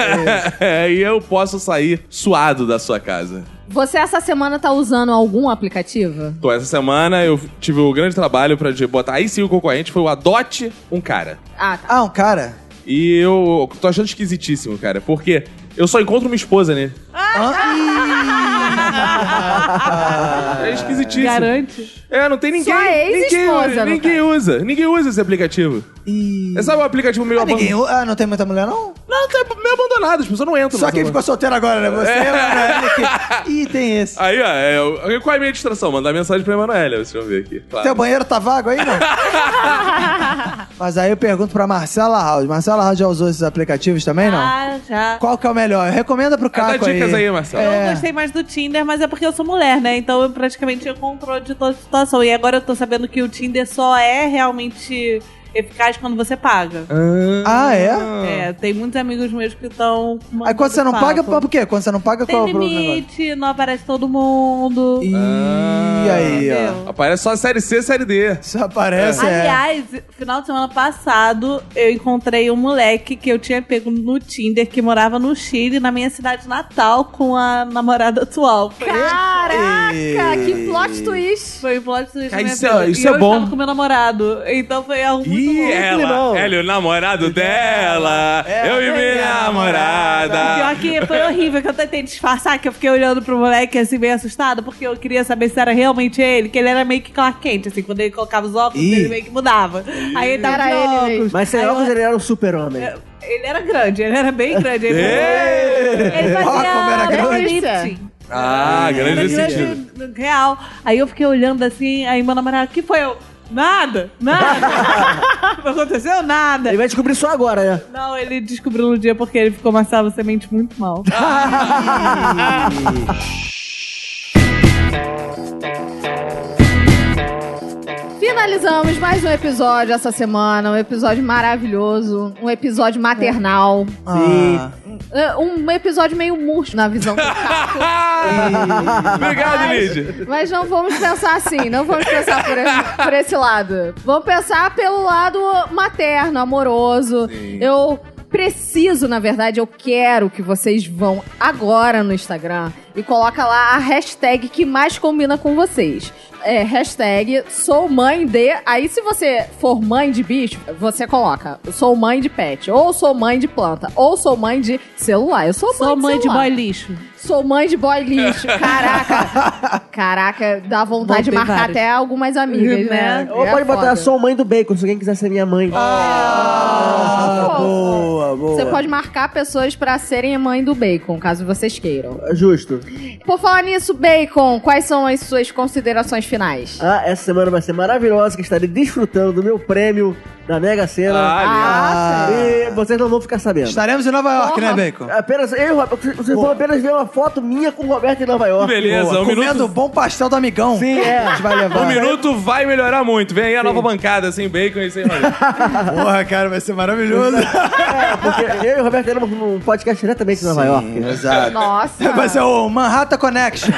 [SPEAKER 4] é.
[SPEAKER 3] É, e eu posso sair suado da sua casa.
[SPEAKER 2] Você essa semana tá usando algum aplicativo?
[SPEAKER 3] Então, essa semana eu tive o grande trabalho pra de botar. Aí sim, o concorrente foi o Adote um Cara.
[SPEAKER 2] Ah, tá.
[SPEAKER 4] ah, um cara?
[SPEAKER 3] E eu tô achando esquisitíssimo, cara, porque eu só encontro minha esposa né? nele.
[SPEAKER 4] Ah,
[SPEAKER 3] É esquisitíssimo.
[SPEAKER 6] Garante.
[SPEAKER 3] É, não tem ninguém.
[SPEAKER 2] Sua ex-esposa,
[SPEAKER 3] ninguém,
[SPEAKER 2] no
[SPEAKER 3] ninguém usa. Ninguém usa esse aplicativo.
[SPEAKER 4] Ih.
[SPEAKER 3] É sabe um aplicativo meio
[SPEAKER 4] Ah, ninguém,
[SPEAKER 3] abandonado.
[SPEAKER 4] ah, não tem muita mulher, não?
[SPEAKER 3] Não, tá meio abandonado, as pessoas não entram.
[SPEAKER 4] Só
[SPEAKER 3] nessa
[SPEAKER 4] quem
[SPEAKER 3] porra.
[SPEAKER 4] ficou solteiro agora, né? Você, Emanuele. que- Ih, tem esse.
[SPEAKER 3] Aí, ó, é, eu- qual é a minha distração? Mandar mensagem pra Emanuela, deixa eu ver aqui.
[SPEAKER 4] Teu
[SPEAKER 3] Claro.
[SPEAKER 4] banheiro tá vago aí, não? Mas aí eu pergunto pra Marcela House. Marcela House já usou esses aplicativos também, não?
[SPEAKER 6] Ah, já.
[SPEAKER 4] Qual que é o melhor? Recomenda pro Caco aí.
[SPEAKER 3] dicas aí, Marcelo.
[SPEAKER 4] É.
[SPEAKER 6] Eu gostei mais do Tinder, mas é porque eu sou mulher, né? Então eu praticamente tinha controle de toda a situação. E agora eu tô sabendo que o Tinder só é realmente eficaz quando você paga.
[SPEAKER 4] Ah, é?
[SPEAKER 6] É, tem muitos amigos meus que estão.
[SPEAKER 4] Aí quando você não
[SPEAKER 6] mandando
[SPEAKER 4] paga,
[SPEAKER 6] papo.
[SPEAKER 4] por quê? Quando você não paga,
[SPEAKER 6] Tem
[SPEAKER 4] qual é o problema?
[SPEAKER 6] limite, não aparece todo mundo.
[SPEAKER 4] Ih,
[SPEAKER 3] Ah,
[SPEAKER 4] aí, ó.
[SPEAKER 6] entendeu?
[SPEAKER 3] Aparece é só a série C, série D.
[SPEAKER 4] Isso aparece, é.
[SPEAKER 6] Aliás, final de semana passado, eu encontrei um moleque que eu tinha pego no Tinder, que morava no Chile, na minha cidade natal, com a namorada atual. Foi,
[SPEAKER 2] Caraca,
[SPEAKER 4] Ei.
[SPEAKER 2] que plot twist.
[SPEAKER 6] foi um plot twist
[SPEAKER 3] Cara,
[SPEAKER 6] na minha
[SPEAKER 3] isso é-
[SPEAKER 6] vida.
[SPEAKER 3] isso
[SPEAKER 6] e
[SPEAKER 3] é
[SPEAKER 6] eu
[SPEAKER 3] bom.
[SPEAKER 6] estava com meu namorado. Então foi algo muito
[SPEAKER 3] E
[SPEAKER 6] bom.
[SPEAKER 3] ela,
[SPEAKER 5] climão.
[SPEAKER 3] ela é o namorado dela,
[SPEAKER 4] É,
[SPEAKER 3] eu e
[SPEAKER 4] tem
[SPEAKER 3] minha
[SPEAKER 4] a namorada.
[SPEAKER 3] namorada.
[SPEAKER 6] Pior é que foi horrível que eu tentei disfarçar, que eu fiquei olhando pro moleque assim, meio assustada, porque eu queria saber se era realmente ele, que ele era meio que Clark Kent, assim, quando ele colocava os óculos,
[SPEAKER 4] Ih.
[SPEAKER 6] ele meio que mudava. Aí ele tava
[SPEAKER 2] Era
[SPEAKER 6] de
[SPEAKER 2] ele
[SPEAKER 6] óculos.
[SPEAKER 2] mesmo.
[SPEAKER 5] Mas sem
[SPEAKER 6] Aí eu- É,
[SPEAKER 5] óculos ele era um super-homem.
[SPEAKER 6] Ele era grande, ele era bem grande. Ele,
[SPEAKER 3] Ei!
[SPEAKER 6] ele fazia
[SPEAKER 4] Ó, como era
[SPEAKER 2] grande.
[SPEAKER 6] lifting.
[SPEAKER 4] É,
[SPEAKER 3] Ah, grande
[SPEAKER 6] Era
[SPEAKER 3] nesse sentido.
[SPEAKER 6] grande, real. Aí eu fiquei olhando assim, aí meu namorado, que foi eu? Nada, nada. não aconteceu nada.
[SPEAKER 5] Ele vai descobrir só agora, né?
[SPEAKER 6] Não, ele descobriu no dia porque ele ficou, Marcelo, você mente muito mal.
[SPEAKER 2] Finalizamos mais um episódio essa semana, um episódio maravilhoso, um episódio maternal,
[SPEAKER 4] Ah,
[SPEAKER 2] É, um episódio meio murcho na visão do cara.
[SPEAKER 3] Obrigado, Lid.
[SPEAKER 2] Mas não vamos pensar assim, não vamos pensar por esse, por esse lado. Vamos pensar pelo lado materno, amoroso. Eu preciso, na verdade, eu quero que vocês vão agora no Instagram e coloca lá a hashtag que mais combina com vocês. É, hashtag sou mãe de. Aí, se você for mãe de bicho, você coloca sou mãe de pet, ou sou mãe de planta, ou sou mãe de celular. Eu sou mãe
[SPEAKER 6] Sou
[SPEAKER 2] de
[SPEAKER 6] mãe de
[SPEAKER 2] celular.
[SPEAKER 6] boy lixo.
[SPEAKER 2] Sou mãe de boy lixo. Caraca. Caraca, dá vontade de
[SPEAKER 6] Bom, tem
[SPEAKER 2] marcar
[SPEAKER 6] vários.
[SPEAKER 2] até algumas amigas, né?
[SPEAKER 6] Né?
[SPEAKER 5] Ou
[SPEAKER 2] É
[SPEAKER 5] pode botar,
[SPEAKER 2] foda.
[SPEAKER 5] sou mãe do bacon, se alguém quiser ser minha mãe.
[SPEAKER 4] Ah,
[SPEAKER 2] Pô.
[SPEAKER 4] boa, boa.
[SPEAKER 2] Você pode marcar pessoas pra serem a mãe do bacon, caso vocês queiram.
[SPEAKER 5] Justo.
[SPEAKER 2] Por falar nisso, bacon, quais são as suas considerações finais?
[SPEAKER 5] Ah, essa semana vai ser maravilhosa, que estarei desfrutando do meu prêmio da Mega Sena.
[SPEAKER 3] Ah,
[SPEAKER 5] e vocês não vão ficar sabendo.
[SPEAKER 4] Estaremos em Nova York, né,
[SPEAKER 3] É,
[SPEAKER 4] Bacon?
[SPEAKER 5] Apenas, eu, e o Roberto- vocês vão apenas ver uma foto minha com o Roberto em Nova York.
[SPEAKER 3] Beleza,
[SPEAKER 4] Boa,
[SPEAKER 3] um
[SPEAKER 4] comendo
[SPEAKER 3] minuto.
[SPEAKER 4] bom pastel do amigão.
[SPEAKER 5] Sim, é.
[SPEAKER 4] A gente vai levar.
[SPEAKER 3] Um minuto vai melhorar muito. Vem aí a nova bancada, sem bacon e sem Roberto.
[SPEAKER 4] Porra, cara, vai ser maravilhoso.
[SPEAKER 5] É, porque eu e o Roberto éramos num podcast diretamente de Nova York.
[SPEAKER 4] Exato.
[SPEAKER 2] Nossa.
[SPEAKER 4] Vai ser o Manhattan Connection.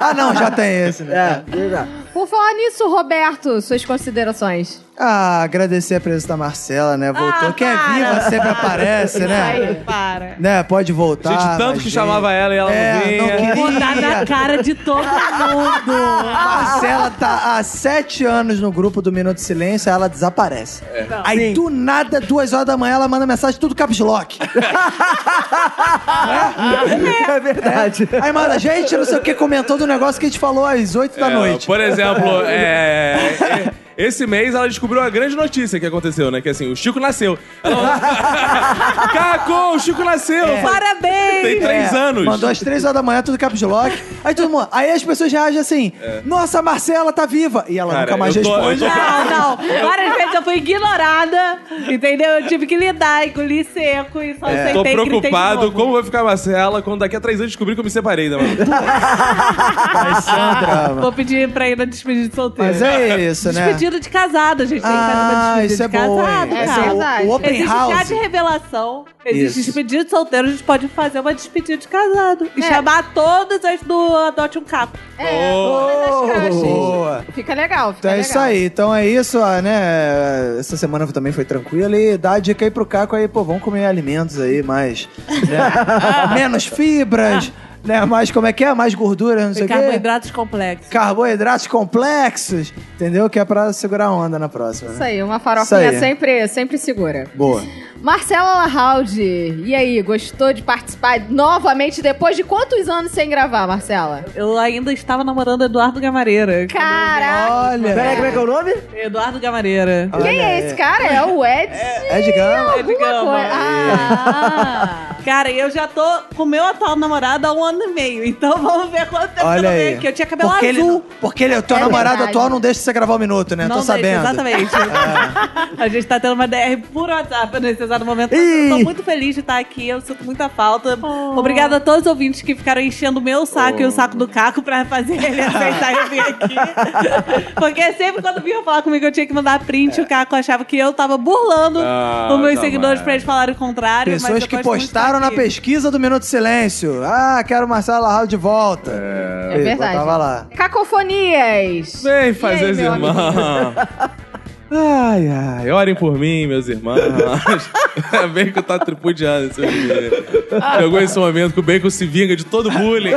[SPEAKER 4] Ah, não, já tem esse, né?
[SPEAKER 5] É, exato.
[SPEAKER 2] Por falar nisso, Roberto, suas considerações.
[SPEAKER 4] Ah, agradecer a presença da Marcela, né? Voltou.
[SPEAKER 6] Ah,
[SPEAKER 4] Quem é
[SPEAKER 6] para.
[SPEAKER 4] viva sempre aparece, né?
[SPEAKER 6] Para.
[SPEAKER 4] Né, pode voltar.
[SPEAKER 3] Gente, tanto
[SPEAKER 4] mas
[SPEAKER 3] que
[SPEAKER 4] vem.
[SPEAKER 3] chamava ela e ela não
[SPEAKER 4] É,
[SPEAKER 3] vinha.
[SPEAKER 4] não
[SPEAKER 6] Vou dar
[SPEAKER 4] queria.
[SPEAKER 6] na cara de todo mundo.
[SPEAKER 4] A Marcela tá há sete anos no grupo do Minuto de Silêncio, ela desaparece.
[SPEAKER 3] É. Então,
[SPEAKER 4] Aí do nada, duas horas da manhã, ela manda mensagem tudo caps lock.
[SPEAKER 5] É verdade.
[SPEAKER 4] Aí manda, gente, não sei o que, comentou do negócio que a gente falou às oito da
[SPEAKER 3] É,
[SPEAKER 4] noite.
[SPEAKER 3] Por exemplo, é, é, esse mês ela descobriu uma grande notícia que aconteceu, né? Que assim, o Chico nasceu. Ela... Caco, o Chico nasceu!
[SPEAKER 6] É.
[SPEAKER 3] Tem
[SPEAKER 6] Parabéns!
[SPEAKER 3] três
[SPEAKER 4] É,
[SPEAKER 3] anos.
[SPEAKER 4] Mandou às três horas da manhã, tudo caps lock. Aí todo mundo. Aí as pessoas reagem assim: Nossa, a Marcela tá viva! E ela
[SPEAKER 3] É. Cara,
[SPEAKER 4] nunca mais
[SPEAKER 3] eu tô-
[SPEAKER 4] responde.
[SPEAKER 3] eu
[SPEAKER 6] Não, não. Várias vezes eu fui ignorada, entendeu? Eu tive que lidar, engolir seco e
[SPEAKER 4] É.
[SPEAKER 6] um só aceitei
[SPEAKER 3] Tô
[SPEAKER 6] que gritei de
[SPEAKER 3] preocupado
[SPEAKER 6] novo.
[SPEAKER 3] como vai ficar a Marcela quando daqui a três anos descobrir que eu me separei da Manu.
[SPEAKER 6] Vou pedir pra ir na despedida de solteiro.
[SPEAKER 4] Ah, Mas é isso, né?
[SPEAKER 6] Despedida de casada, gente. Tem que fazer uma
[SPEAKER 4] Ah,
[SPEAKER 6] despedida
[SPEAKER 4] isso é
[SPEAKER 6] de
[SPEAKER 4] bom.
[SPEAKER 6] casado,
[SPEAKER 4] hein?
[SPEAKER 2] é
[SPEAKER 4] Esse
[SPEAKER 6] cara.
[SPEAKER 4] é o- o
[SPEAKER 2] verdade.
[SPEAKER 4] Open
[SPEAKER 6] Existe chá
[SPEAKER 4] House.
[SPEAKER 6] de revelação, existe
[SPEAKER 4] Isso.
[SPEAKER 6] despedida de solteiro, a gente pode fazer uma despedida de casado. E
[SPEAKER 2] É.
[SPEAKER 6] chamar todas as do Adote um Capo.
[SPEAKER 2] É,
[SPEAKER 3] Oh.
[SPEAKER 2] todas as caixas.
[SPEAKER 4] Boa.
[SPEAKER 2] Fica legal, fica
[SPEAKER 4] Então é
[SPEAKER 2] tá legal.
[SPEAKER 4] isso aí. Então é isso, ah, né? Essa semana também foi tranquila e dá a dica aí pro Caco aí, pô, vamos comer alimentos aí mais. né? Menos fibras, né? Mais como é que é? Mais gordura, não sei o quê.
[SPEAKER 6] Carboidratos complexos.
[SPEAKER 4] Carboidratos complexos, entendeu? Que é pra segurar a onda na próxima.
[SPEAKER 2] Isso
[SPEAKER 4] Né?
[SPEAKER 2] aí, uma
[SPEAKER 4] Isso
[SPEAKER 2] farofinha
[SPEAKER 4] aí.
[SPEAKER 2] sempre, sempre segura.
[SPEAKER 4] Boa.
[SPEAKER 2] Marcela Lahaldi, e aí, gostou de participar novamente depois de quantos anos sem gravar, Marcela?
[SPEAKER 6] Eu ainda estava namorando Eduardo Gamareira.
[SPEAKER 2] Caraca!
[SPEAKER 5] Peraí, como
[SPEAKER 4] Olha.
[SPEAKER 5] é que é o nome?
[SPEAKER 6] Eduardo Gamareira.
[SPEAKER 4] Olha
[SPEAKER 2] Quem
[SPEAKER 4] aí.
[SPEAKER 2] é esse cara? É o Edson?
[SPEAKER 4] É de gama.
[SPEAKER 2] Alguma
[SPEAKER 6] Edgama.
[SPEAKER 2] coisa. Ah!
[SPEAKER 6] Cara, eu já tô com meu atual namorado há um ano e meio. Então vamos ver quanto tempo que eu
[SPEAKER 4] Olha
[SPEAKER 6] não
[SPEAKER 4] aí.
[SPEAKER 6] venho aqui. Eu tinha cabelo
[SPEAKER 4] porque Ele,
[SPEAKER 6] azul.
[SPEAKER 4] não- porque ele, o teu
[SPEAKER 2] É
[SPEAKER 4] namorado
[SPEAKER 2] verdade.
[SPEAKER 4] atual não deixa você gravar um minuto, né? Tô
[SPEAKER 6] deixa,
[SPEAKER 4] sabendo. É.
[SPEAKER 6] Exatamente. A gente tá tendo uma DR por WhatsApp nesse exato momento.
[SPEAKER 4] Ih. Oh.
[SPEAKER 6] Eu tô muito feliz de estar aqui, eu sinto muita falta. Obrigada a todos os ouvintes que ficaram enchendo o meu saco
[SPEAKER 3] Oh.
[SPEAKER 6] e o saco do Caco pra fazer ele aceitar eu vir aqui. Porque sempre quando vinha falar comigo, eu tinha que mandar print. O Caco achava que eu tava burlando
[SPEAKER 3] É. Ah,
[SPEAKER 6] os meus
[SPEAKER 3] tá
[SPEAKER 6] seguidores
[SPEAKER 3] mais.
[SPEAKER 6] pra eles falarem o contrário. mas
[SPEAKER 4] Pessoas
[SPEAKER 6] eu
[SPEAKER 4] que
[SPEAKER 6] gosto muito de estar
[SPEAKER 4] postaram na
[SPEAKER 6] aqui.
[SPEAKER 4] pesquisa do Minuto de Silêncio. Ah, quero Marcelo Larral de volta. É,
[SPEAKER 2] É verdade.
[SPEAKER 4] Tava lá.
[SPEAKER 2] Cacofonias!
[SPEAKER 3] Vem fazer
[SPEAKER 2] E aí,
[SPEAKER 3] os
[SPEAKER 2] meu amigo?
[SPEAKER 3] irmãos. Ai, ai, orem por mim, meus irmãos. Bacon tá tripudiando esse menino. Chegou esse momento que o Bacon se vinga de todo bullying.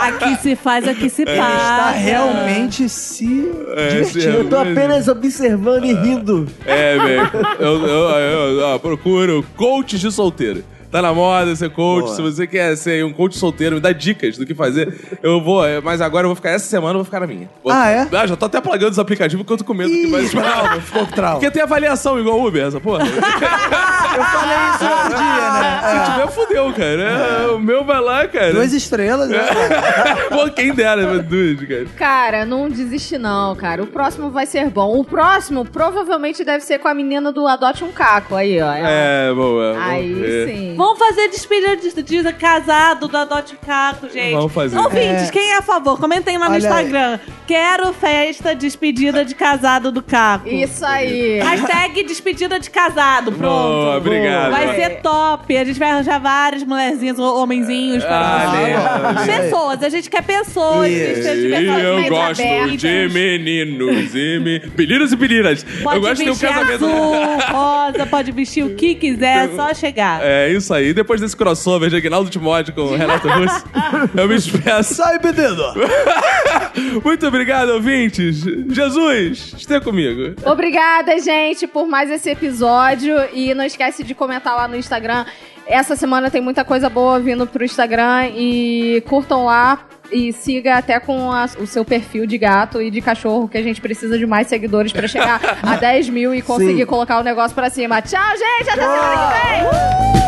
[SPEAKER 6] Aqui se faz, É. aqui se
[SPEAKER 4] Tá
[SPEAKER 6] paga.
[SPEAKER 4] realmente se.
[SPEAKER 3] É, esse é
[SPEAKER 5] Eu tô
[SPEAKER 3] o-
[SPEAKER 5] apenas observando e rindo.
[SPEAKER 3] É, velho. Eu, eu, eu- eu- ó, procuro coaches de solteiro. Tá na moda ser coach. Se você quer ser um coach solteiro, me dá dicas do que fazer. Eu vou, eu- mas agora eu vou ficar. Essa semana eu vou ficar na minha. Vou-
[SPEAKER 4] Ah, é?
[SPEAKER 3] já tô até plagando os aplicativos porque eu tô com medo do que vai
[SPEAKER 4] Ih,
[SPEAKER 3] esperar.
[SPEAKER 4] trauma, ficou com trauma.
[SPEAKER 3] Porque tem avaliação igual Uber, essa porra.
[SPEAKER 4] Eu falei isso outro
[SPEAKER 6] Ah.
[SPEAKER 4] dia, né?
[SPEAKER 3] Se tiver, fudeu, cara. É, O meu vai lá, cara.
[SPEAKER 4] Duas estrelas, né?
[SPEAKER 3] Pô, quem dera, mas duas, cara.
[SPEAKER 2] Cara, não desiste não, cara. O próximo vai ser bom. O próximo provavelmente deve ser com a menina do Adote um Caco. Aí, ó.
[SPEAKER 3] É, boa. vamos
[SPEAKER 2] Aí
[SPEAKER 3] ver.
[SPEAKER 2] sim.
[SPEAKER 6] Vamos fazer despedida de, de casado da Dote Caco, gente.
[SPEAKER 3] Vamos fazer.
[SPEAKER 6] Ouvintes,
[SPEAKER 4] É.
[SPEAKER 6] quem é a favor? Comentem lá no
[SPEAKER 4] Olha aí.
[SPEAKER 6] Instagram. Quero festa despedida de casado do Caco.
[SPEAKER 2] Isso aí.
[SPEAKER 6] Hashtag despedida de casado, pronto.
[SPEAKER 3] Boa, obrigado.
[SPEAKER 6] Vai
[SPEAKER 2] Boa.
[SPEAKER 6] ser top. A gente vai arranjar várias mulherzinhas, ho- homenzinhos.
[SPEAKER 3] Ah,
[SPEAKER 6] Para
[SPEAKER 3] legal,
[SPEAKER 6] nós.
[SPEAKER 4] legal.
[SPEAKER 6] pessoas, a gente quer pessoas.
[SPEAKER 4] Isso.
[SPEAKER 6] despedida de
[SPEAKER 3] E
[SPEAKER 6] pessoas
[SPEAKER 3] eu
[SPEAKER 6] mais
[SPEAKER 3] gosto
[SPEAKER 6] abertas.
[SPEAKER 3] de meninos e me... meninos e meninas.
[SPEAKER 6] Pode
[SPEAKER 3] eu gosto de um
[SPEAKER 6] vestir
[SPEAKER 3] casamento.
[SPEAKER 6] azul, rosa, pode vestir o que quiser, só chegar.
[SPEAKER 3] É isso aí. Depois desse crossover de Agnaldo Timóteo com o Renato Russo, eu me expresso.
[SPEAKER 4] Sai, pedido!
[SPEAKER 3] Muito obrigado, ouvintes. Jesus, esteja comigo.
[SPEAKER 2] Obrigada, gente, por mais esse episódio. E não esquece de comentar lá no Instagram. Essa semana tem muita coisa boa vindo pro Instagram. E curtam lá e siga até com a- o seu perfil de gato e de cachorro, que a gente precisa de mais seguidores pra chegar a 10 mil e conseguir
[SPEAKER 5] Sim.
[SPEAKER 2] colocar o negócio pra cima. Tchau, gente! Até semana que vem!